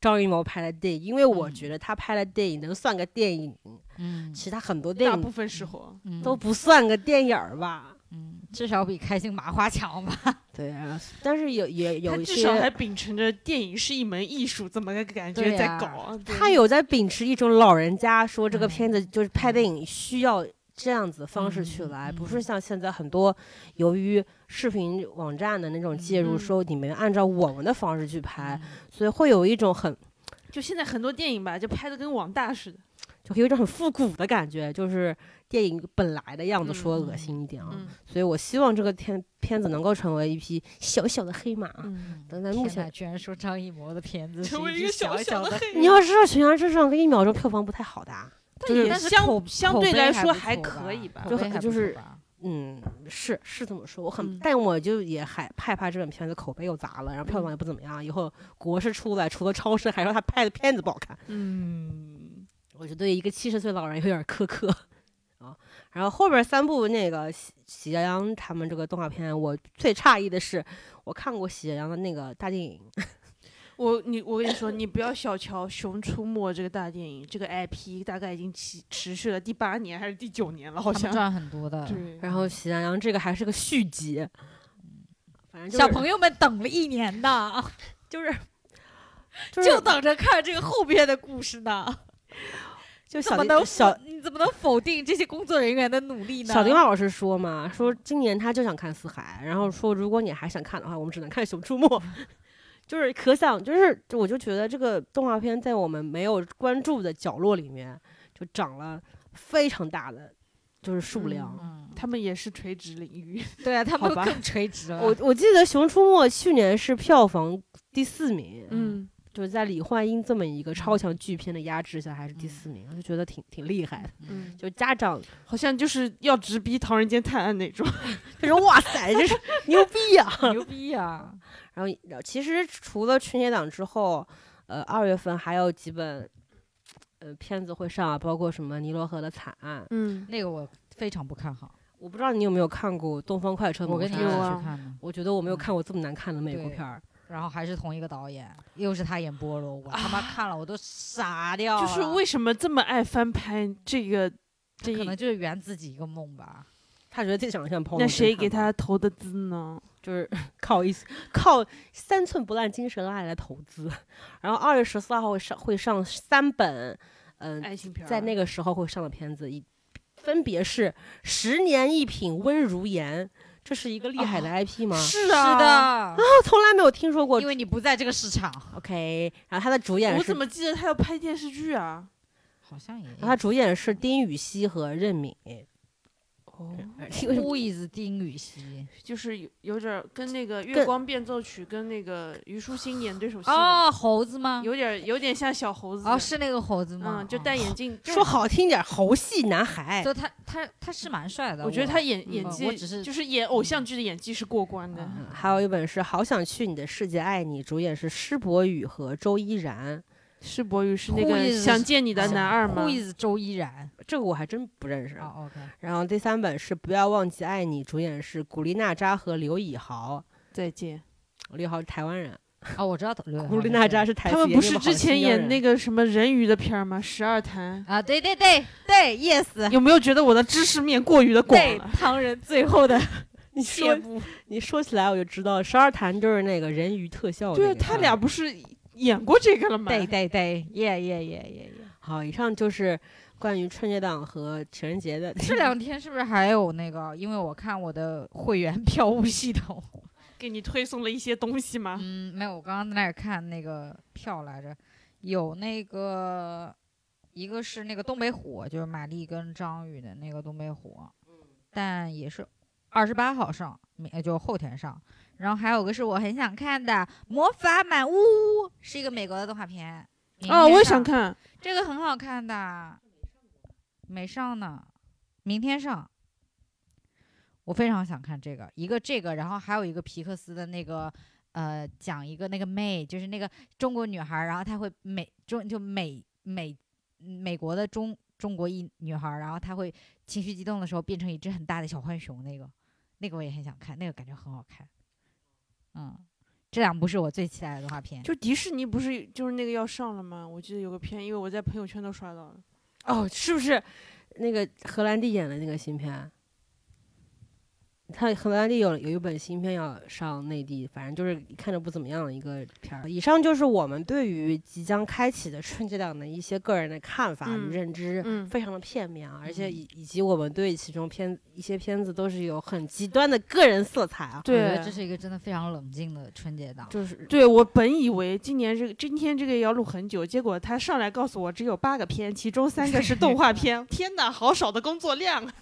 [SPEAKER 1] 张艺谋拍的电影，因为我
[SPEAKER 2] 嗯
[SPEAKER 1] 觉得他拍的电影能算个电影，
[SPEAKER 2] 嗯
[SPEAKER 1] 其他很多电
[SPEAKER 3] 大
[SPEAKER 1] 影
[SPEAKER 3] 部分时候，
[SPEAKER 2] 嗯
[SPEAKER 1] 都不算个电影儿吧。
[SPEAKER 2] 嗯，至少比开心麻花强吧。
[SPEAKER 1] 对啊，但是有也
[SPEAKER 3] 他
[SPEAKER 1] 有一
[SPEAKER 3] 至少还
[SPEAKER 1] 些，
[SPEAKER 3] 秉承着电影是一门艺术这么个感
[SPEAKER 2] 对
[SPEAKER 3] 觉
[SPEAKER 2] 呀
[SPEAKER 3] 在搞。啊对
[SPEAKER 1] 他有在秉持一种老人家说这个
[SPEAKER 2] 嗯
[SPEAKER 1] 片子就是拍电影需要这样子方式去
[SPEAKER 2] 嗯
[SPEAKER 1] 来，
[SPEAKER 2] 嗯
[SPEAKER 1] 不是像现在很多由于视频网站的那种介入，
[SPEAKER 3] 嗯
[SPEAKER 1] 说你们按照我们的方式去拍，
[SPEAKER 2] 嗯
[SPEAKER 1] 所以会有一种很
[SPEAKER 3] 就现在很多电影吧，就拍的跟网大似的。
[SPEAKER 1] 就会有一种很复古的感觉，就是电影本来的样子，
[SPEAKER 3] 嗯
[SPEAKER 1] 说
[SPEAKER 2] 嗯
[SPEAKER 1] 恶心一点啊。
[SPEAKER 3] 嗯
[SPEAKER 1] 所以我希望这个片片子能够成为一匹小小的黑马。
[SPEAKER 3] 嗯，
[SPEAKER 1] 但在
[SPEAKER 2] 天
[SPEAKER 1] 目
[SPEAKER 2] 哪
[SPEAKER 1] 前，
[SPEAKER 2] 居然说张艺谋的片子
[SPEAKER 3] 成为
[SPEAKER 2] 一
[SPEAKER 3] 一个
[SPEAKER 2] 小
[SPEAKER 3] 小小
[SPEAKER 2] 的
[SPEAKER 3] 的
[SPEAKER 2] 黑
[SPEAKER 1] 你要知道《悬崖之上》跟一秒钟票房不太好的啊、
[SPEAKER 2] 就
[SPEAKER 3] 也
[SPEAKER 2] 是
[SPEAKER 3] 但是
[SPEAKER 2] 相
[SPEAKER 3] 口
[SPEAKER 2] 相
[SPEAKER 3] 口
[SPEAKER 2] 对
[SPEAKER 3] 碑
[SPEAKER 2] 来
[SPEAKER 3] 还
[SPEAKER 2] 说
[SPEAKER 3] 不
[SPEAKER 2] 还
[SPEAKER 3] 错
[SPEAKER 2] 可
[SPEAKER 3] 吧
[SPEAKER 2] 以吧，
[SPEAKER 3] 口
[SPEAKER 1] 就碑很还就不错是
[SPEAKER 2] 吧
[SPEAKER 1] 嗯，是是这么说，我很，
[SPEAKER 3] 嗯
[SPEAKER 1] 但我就也害害怕这本片子口碑又砸了，然后票房
[SPEAKER 2] 嗯
[SPEAKER 1] 也不怎么样，以后国师出来除了超市，还说他拍的片子不好看，
[SPEAKER 3] 嗯，
[SPEAKER 1] 我就对一个七十岁老人有点苛刻啊。然后后边三部那个喜喜羊羊他们这个动画片，我最诧异的是，我看过喜羊羊的那个大电影，
[SPEAKER 3] 我你我跟你说，你不要小瞧《熊出没》这个大电影，这个 IP 大概已经持持续了第八年还是第九年了，好
[SPEAKER 2] 他们
[SPEAKER 3] 像。
[SPEAKER 2] 赚很多的。
[SPEAKER 3] 对，
[SPEAKER 1] 然后喜羊羊这个还是个续集，反正就是
[SPEAKER 2] 小朋友们等了一年呢，
[SPEAKER 1] 就是就是
[SPEAKER 2] *laughs* 就等着看这个后边的故事呢。
[SPEAKER 1] 就
[SPEAKER 2] 怎
[SPEAKER 1] 小
[SPEAKER 2] 么
[SPEAKER 1] 丁
[SPEAKER 2] 能
[SPEAKER 1] 小
[SPEAKER 2] 否你怎么能否定这些工作人员的努力呢？
[SPEAKER 1] 小丁老师说嘛，说今年他就想看《四海》，然后说如果你还想看的话，我们只能看《熊出
[SPEAKER 2] *laughs*
[SPEAKER 1] 没》，就是可想，就是就我就觉得这个动画片在我们没有关注的角落里面，就长了非常大的就是数量。
[SPEAKER 2] 嗯，
[SPEAKER 3] 他们也是垂直领域。
[SPEAKER 2] 对啊，他们
[SPEAKER 3] 好吧
[SPEAKER 2] 更垂直了。
[SPEAKER 1] 我我记得《熊出没》去年是票房第四名，
[SPEAKER 2] 嗯，
[SPEAKER 1] 就是在李焕英这么一个超强巨片的压制下，还是第四名，我就觉得挺挺厉害的。
[SPEAKER 2] 嗯，
[SPEAKER 1] 就家长
[SPEAKER 3] 好像就是要直逼《唐人街探案》那种。
[SPEAKER 1] 就是哇塞，这是牛逼呀、
[SPEAKER 2] 牛逼啊！
[SPEAKER 1] 然后然后其实除了春节档之后，呃，二月份还有几本呃片子会上啊，包括什么《尼罗河的惨案》，
[SPEAKER 3] 嗯，
[SPEAKER 2] *laughs* 那个我非常不看好，
[SPEAKER 1] 我不知道你有没有看过《东方快车
[SPEAKER 2] 我
[SPEAKER 1] 谋
[SPEAKER 2] 跟你
[SPEAKER 1] 杀
[SPEAKER 2] 一
[SPEAKER 1] 案
[SPEAKER 2] 起
[SPEAKER 3] 有》
[SPEAKER 2] 去
[SPEAKER 3] 啊
[SPEAKER 2] 看的，
[SPEAKER 1] 我觉得我没有看过这么难看的美国
[SPEAKER 2] 对
[SPEAKER 1] 片儿，
[SPEAKER 2] 然后还是同一个导演，又是他演菠萝，我他妈看了我都傻掉
[SPEAKER 3] *laughs* 就
[SPEAKER 2] 了。
[SPEAKER 3] 是为什么这么爱翻拍这个这
[SPEAKER 2] 可能
[SPEAKER 3] 一？
[SPEAKER 2] 就是圆自己一个梦吧。
[SPEAKER 1] 他觉得自己长得像 Paul，
[SPEAKER 3] 那
[SPEAKER 1] Newman
[SPEAKER 3] 谁给
[SPEAKER 1] 看
[SPEAKER 3] 他
[SPEAKER 1] 吧
[SPEAKER 3] 投的资呢？
[SPEAKER 1] 就是 *laughs* 靠一靠三寸不烂精神爱来投资？ *laughs* 然后二月十四号会上会上三本，嗯、
[SPEAKER 3] 爱情片儿
[SPEAKER 1] 在那个时候会上的片子，一分别是《十年一品温如言》，这是一个厉害的 IP 吗？
[SPEAKER 3] 是
[SPEAKER 2] 是
[SPEAKER 3] 啊，
[SPEAKER 1] 我
[SPEAKER 2] 的，
[SPEAKER 1] 哦从来没有听说过
[SPEAKER 2] 因。为你不在这个市场，
[SPEAKER 1] OK，然后他的主演
[SPEAKER 3] 我
[SPEAKER 1] 是
[SPEAKER 3] 怎，么记得他要拍电视剧啊？
[SPEAKER 2] 好像也。
[SPEAKER 1] 他主演是丁禹兮和任敏。
[SPEAKER 3] 哦，
[SPEAKER 1] *laughs* 因为
[SPEAKER 2] Who is 丁禹兮？
[SPEAKER 3] 就是有有点儿跟那个《月
[SPEAKER 1] 跟
[SPEAKER 3] 光变奏曲》跟那个虞书欣演对手戏
[SPEAKER 2] *laughs*
[SPEAKER 3] 的，
[SPEAKER 2] 哦，猴子吗？
[SPEAKER 3] 有点儿有点像小猴子。
[SPEAKER 2] 哦，是那个猴子吗？哦
[SPEAKER 3] 嗯，就戴眼镜。就是
[SPEAKER 1] 说，好听点，猴系男孩。
[SPEAKER 2] 就他他他是蛮帅的，
[SPEAKER 3] 我觉得他演演
[SPEAKER 2] 嗯
[SPEAKER 3] 技
[SPEAKER 2] 我只是
[SPEAKER 3] 就是演偶像剧的演技是过关的。
[SPEAKER 1] 嗯嗯还有一本是《好想去你的世界爱你》，主演是施柏宇和周依然。
[SPEAKER 3] 世博宇是那
[SPEAKER 2] Who
[SPEAKER 3] 个
[SPEAKER 2] is-
[SPEAKER 3] 想见你的男二吗
[SPEAKER 2] Who？is 周依然？
[SPEAKER 1] 这个我还真不认识。
[SPEAKER 2] 哦，OK，
[SPEAKER 1] 然后第三本是《不要忘记爱你》，主演是古力娜扎和刘以豪。
[SPEAKER 3] 再见。
[SPEAKER 1] 刘以豪是台湾人，
[SPEAKER 2] 哦，我知道刘
[SPEAKER 1] *laughs* 古力娜扎
[SPEAKER 2] 是
[SPEAKER 1] 是台
[SPEAKER 3] 他们
[SPEAKER 1] 籍
[SPEAKER 3] 不
[SPEAKER 1] 那
[SPEAKER 3] 是
[SPEAKER 1] 个
[SPEAKER 3] 之
[SPEAKER 1] 好
[SPEAKER 3] 前
[SPEAKER 1] 新
[SPEAKER 3] 演
[SPEAKER 1] 人
[SPEAKER 3] 那个什么人鱼的片儿吗？十二潭。
[SPEAKER 2] *laughs* 啊，对对对对，yes，
[SPEAKER 3] 有没有觉得我的知识面过于的广
[SPEAKER 2] 对
[SPEAKER 3] 了？
[SPEAKER 2] 唐人最后的
[SPEAKER 1] 你
[SPEAKER 2] 谢
[SPEAKER 1] 说
[SPEAKER 2] 幕，
[SPEAKER 1] 你说起来我就知道，十二潭就是那个人鱼特效。
[SPEAKER 3] 对啊他俩。不是演过这个了吗？
[SPEAKER 2] 对对 *laughs* 对耶耶耶耶耶。
[SPEAKER 1] 好，以上就是关于春节档和情人节的 *laughs*
[SPEAKER 2] 这两天是不是还有那个？因为我看我的会员票务系统，
[SPEAKER 3] 给你推送了一些东西吗？
[SPEAKER 2] 嗯，没有，我刚刚在那儿看那个票来着，有那个一个是那个东北虎，就是马丽跟张宇的那个东北虎，但也是二十八号上，明呃就是后天上。然后还有个是我很想看的《魔法满屋》，是一个美国的动画片。明
[SPEAKER 3] 哦，
[SPEAKER 2] 天
[SPEAKER 3] 我也
[SPEAKER 2] 上
[SPEAKER 3] 想，看。
[SPEAKER 2] 这个很好看的，没上呢，明天上。我非常想看这个，一个这个，然后还有一个皮克斯的那个，呃，讲一个那个妹，就是那个中国女孩儿，然后她会美中就美美嗯美国的中中国一女孩儿，然后她会情绪激动的时候变成一只很大的小浣熊，那个那个我也很想看，那个感觉很好看。嗯，这两部是我最期待的动画片。
[SPEAKER 3] 就迪士尼不是就是那个要上了吗？我记得有个片，因为我在朋友圈都刷到了。
[SPEAKER 1] 哦，是不是那个荷兰弟演的那个新片？他荷兰弟有有一本新片要上内地，反正就是看着不怎么样的一个片儿。以上就是我们对于即将开启的春节档的一些个人的看法与
[SPEAKER 3] 嗯
[SPEAKER 1] 认知，
[SPEAKER 3] 嗯
[SPEAKER 1] 非常的片面啊，而且
[SPEAKER 2] 嗯
[SPEAKER 1] 以以及我们对其中片一些片子都是有很极端的个人色彩啊，
[SPEAKER 2] 我觉
[SPEAKER 3] 对
[SPEAKER 2] 得这，是一个真的非常冷静的春节档。
[SPEAKER 1] 就是
[SPEAKER 3] 对我本以为今年这个今天这个也要录很久，结果他上来告诉我只有八个片，其中三个是动画片。 *laughs* 天哪，好少的工作量啊！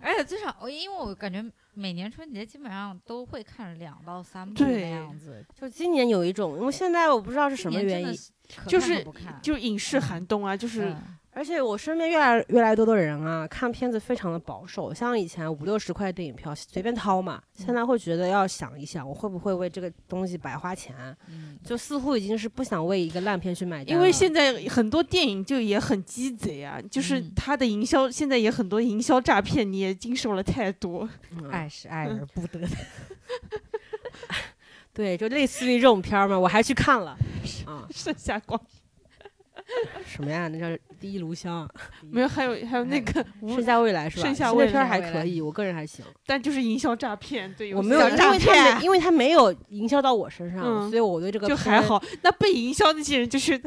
[SPEAKER 2] 而且最少，我因为我感觉每年春节基本上都会看两到三部
[SPEAKER 3] 对
[SPEAKER 2] 那样子。
[SPEAKER 1] 就今年有一种，因为现在我不知道是什么
[SPEAKER 2] 今
[SPEAKER 1] 原
[SPEAKER 2] 年真的
[SPEAKER 1] 因，
[SPEAKER 2] 是可看
[SPEAKER 3] 就是
[SPEAKER 2] 可不看
[SPEAKER 3] 就是影视寒冬啊，就是
[SPEAKER 2] 嗯
[SPEAKER 1] 而且我身边越来越来越多的人啊，看片子非常的保守，像以前五六十块电影票随便掏嘛，
[SPEAKER 2] 嗯
[SPEAKER 1] 现在会觉得要想一想，我会不会为这个东西白花钱，
[SPEAKER 2] 嗯，
[SPEAKER 1] 就似乎已经是不想为一个烂片去买单
[SPEAKER 3] 因
[SPEAKER 1] 了。
[SPEAKER 3] 为现在很多电影就也很鸡贼啊，就是
[SPEAKER 2] 嗯
[SPEAKER 3] 它的营销现在也很多营销诈骗，你也经受了太多。 *laughs*
[SPEAKER 1] 嗯
[SPEAKER 2] 爱是爱而不得的。
[SPEAKER 1] 对，就类似于这种片儿嘛，我还去看了啊，
[SPEAKER 3] 剩下光
[SPEAKER 1] 什么呀？那叫第一炉香，
[SPEAKER 3] 没有，还有还有
[SPEAKER 2] 哎
[SPEAKER 3] 那个无
[SPEAKER 1] 盛夏未来是吧？
[SPEAKER 3] 盛夏
[SPEAKER 1] 其实
[SPEAKER 3] 未
[SPEAKER 1] 那片儿
[SPEAKER 2] 来
[SPEAKER 1] 还
[SPEAKER 2] 未来
[SPEAKER 1] 可以，我个人还行。
[SPEAKER 3] 但就是营销诈骗，对，
[SPEAKER 1] 我
[SPEAKER 3] 些
[SPEAKER 1] 没有，
[SPEAKER 3] 小
[SPEAKER 1] 因
[SPEAKER 3] 诈
[SPEAKER 1] 为他
[SPEAKER 3] 骗
[SPEAKER 1] 没，因为他没有营销到我身上，
[SPEAKER 3] 嗯
[SPEAKER 1] 所以我对这个
[SPEAKER 3] 就
[SPEAKER 1] 片
[SPEAKER 3] 还好。那被营销那些人就是 *laughs*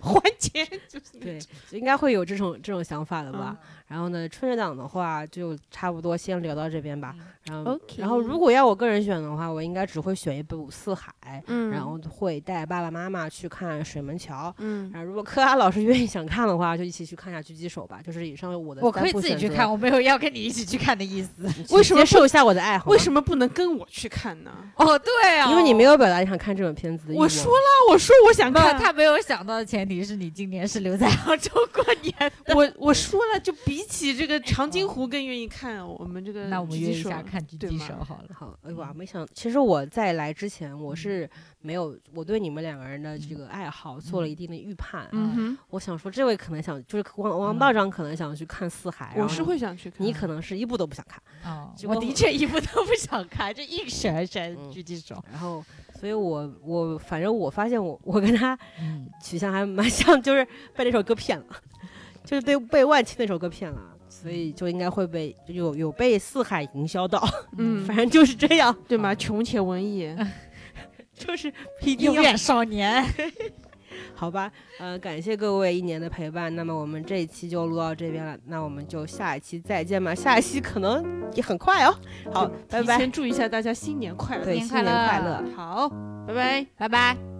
[SPEAKER 3] 还钱，就是那
[SPEAKER 1] 对
[SPEAKER 3] 种，
[SPEAKER 1] 就应该会有这种这种想法的吧。
[SPEAKER 3] 嗯
[SPEAKER 1] 然后呢，春节档的话就差不多先聊到这边吧。然后
[SPEAKER 3] OK
[SPEAKER 1] 然后如果要我个人选的话，我应该只会选一部《四海》
[SPEAKER 3] 嗯
[SPEAKER 1] 然后会带爸爸妈妈去看《水门桥》。
[SPEAKER 3] 嗯，
[SPEAKER 1] 然后如果柯拉老师愿意想看的话，就一起去看一下《狙击手》吧。就是以上我的
[SPEAKER 2] 我
[SPEAKER 1] 三
[SPEAKER 2] 可以
[SPEAKER 1] 部
[SPEAKER 2] 自己
[SPEAKER 1] 选
[SPEAKER 2] 去
[SPEAKER 1] 择嗯
[SPEAKER 2] 看，，我没有要跟你一起去看的意思。
[SPEAKER 1] 请
[SPEAKER 3] 为什么
[SPEAKER 1] 接受一下我的爱好吗？
[SPEAKER 3] 为什么不能跟我去看呢？
[SPEAKER 2] 哦，对啊，
[SPEAKER 1] 因为你没有表达你想看这种片子的欲望。
[SPEAKER 3] 我说了，我说我想
[SPEAKER 2] 不。
[SPEAKER 3] 看，
[SPEAKER 2] 他没有想到的前提是你今年是留在澳洲过年。
[SPEAKER 3] 我我说了，就比起这个长津湖更愿意看我们这个
[SPEAKER 2] 那我们
[SPEAKER 3] 狙
[SPEAKER 2] 约
[SPEAKER 3] 击
[SPEAKER 2] 一
[SPEAKER 3] 手
[SPEAKER 2] 下看狙
[SPEAKER 3] 对
[SPEAKER 2] 击
[SPEAKER 3] 吗
[SPEAKER 2] 手好了。
[SPEAKER 1] 好，哎哇，
[SPEAKER 2] 嗯
[SPEAKER 1] 没想，其实我在来之前，我
[SPEAKER 2] 嗯
[SPEAKER 1] 是没有我对你们两个人的这
[SPEAKER 2] 嗯
[SPEAKER 1] 个爱好做了一定的预判。
[SPEAKER 3] 嗯
[SPEAKER 1] 我想说，这位可能想就是王王
[SPEAKER 2] 嗯
[SPEAKER 1] 道长可能想去看四海，
[SPEAKER 3] 哼，
[SPEAKER 1] 然后
[SPEAKER 3] 我是会想去看。
[SPEAKER 1] 你可能是一部都不想看，
[SPEAKER 2] 哦，
[SPEAKER 1] 结
[SPEAKER 2] 我
[SPEAKER 1] 果
[SPEAKER 2] 的确一部都不想看，这硬选选
[SPEAKER 1] 嗯
[SPEAKER 2] 狙击手。
[SPEAKER 1] 然后所以我我反正我发现我我跟他
[SPEAKER 2] 嗯，
[SPEAKER 1] 取向还蛮 *laughs* 像，就是被那首歌骗了， *laughs* 就是被被万青那首歌骗了。所以就应该会被就有有被四海营销到，
[SPEAKER 3] 嗯
[SPEAKER 1] 反正就是这样，
[SPEAKER 3] 对吗？穷且文艺，
[SPEAKER 1] 就是 *laughs* 一定
[SPEAKER 2] 永
[SPEAKER 1] 要
[SPEAKER 2] 远少年。
[SPEAKER 1] 好吧，呃，感谢各位一年的陪伴。那么我们这一期就录到这边了，那我们就下一期再见吧。下一期可能也很快哦。好，拜
[SPEAKER 3] 提
[SPEAKER 1] *laughs* 拜。
[SPEAKER 3] 前祝一下大家新年快乐。
[SPEAKER 1] 对，
[SPEAKER 2] 年
[SPEAKER 1] 新
[SPEAKER 2] 快
[SPEAKER 1] 年快
[SPEAKER 2] 乐
[SPEAKER 1] 乐。
[SPEAKER 3] 好，拜拜。
[SPEAKER 2] 拜拜。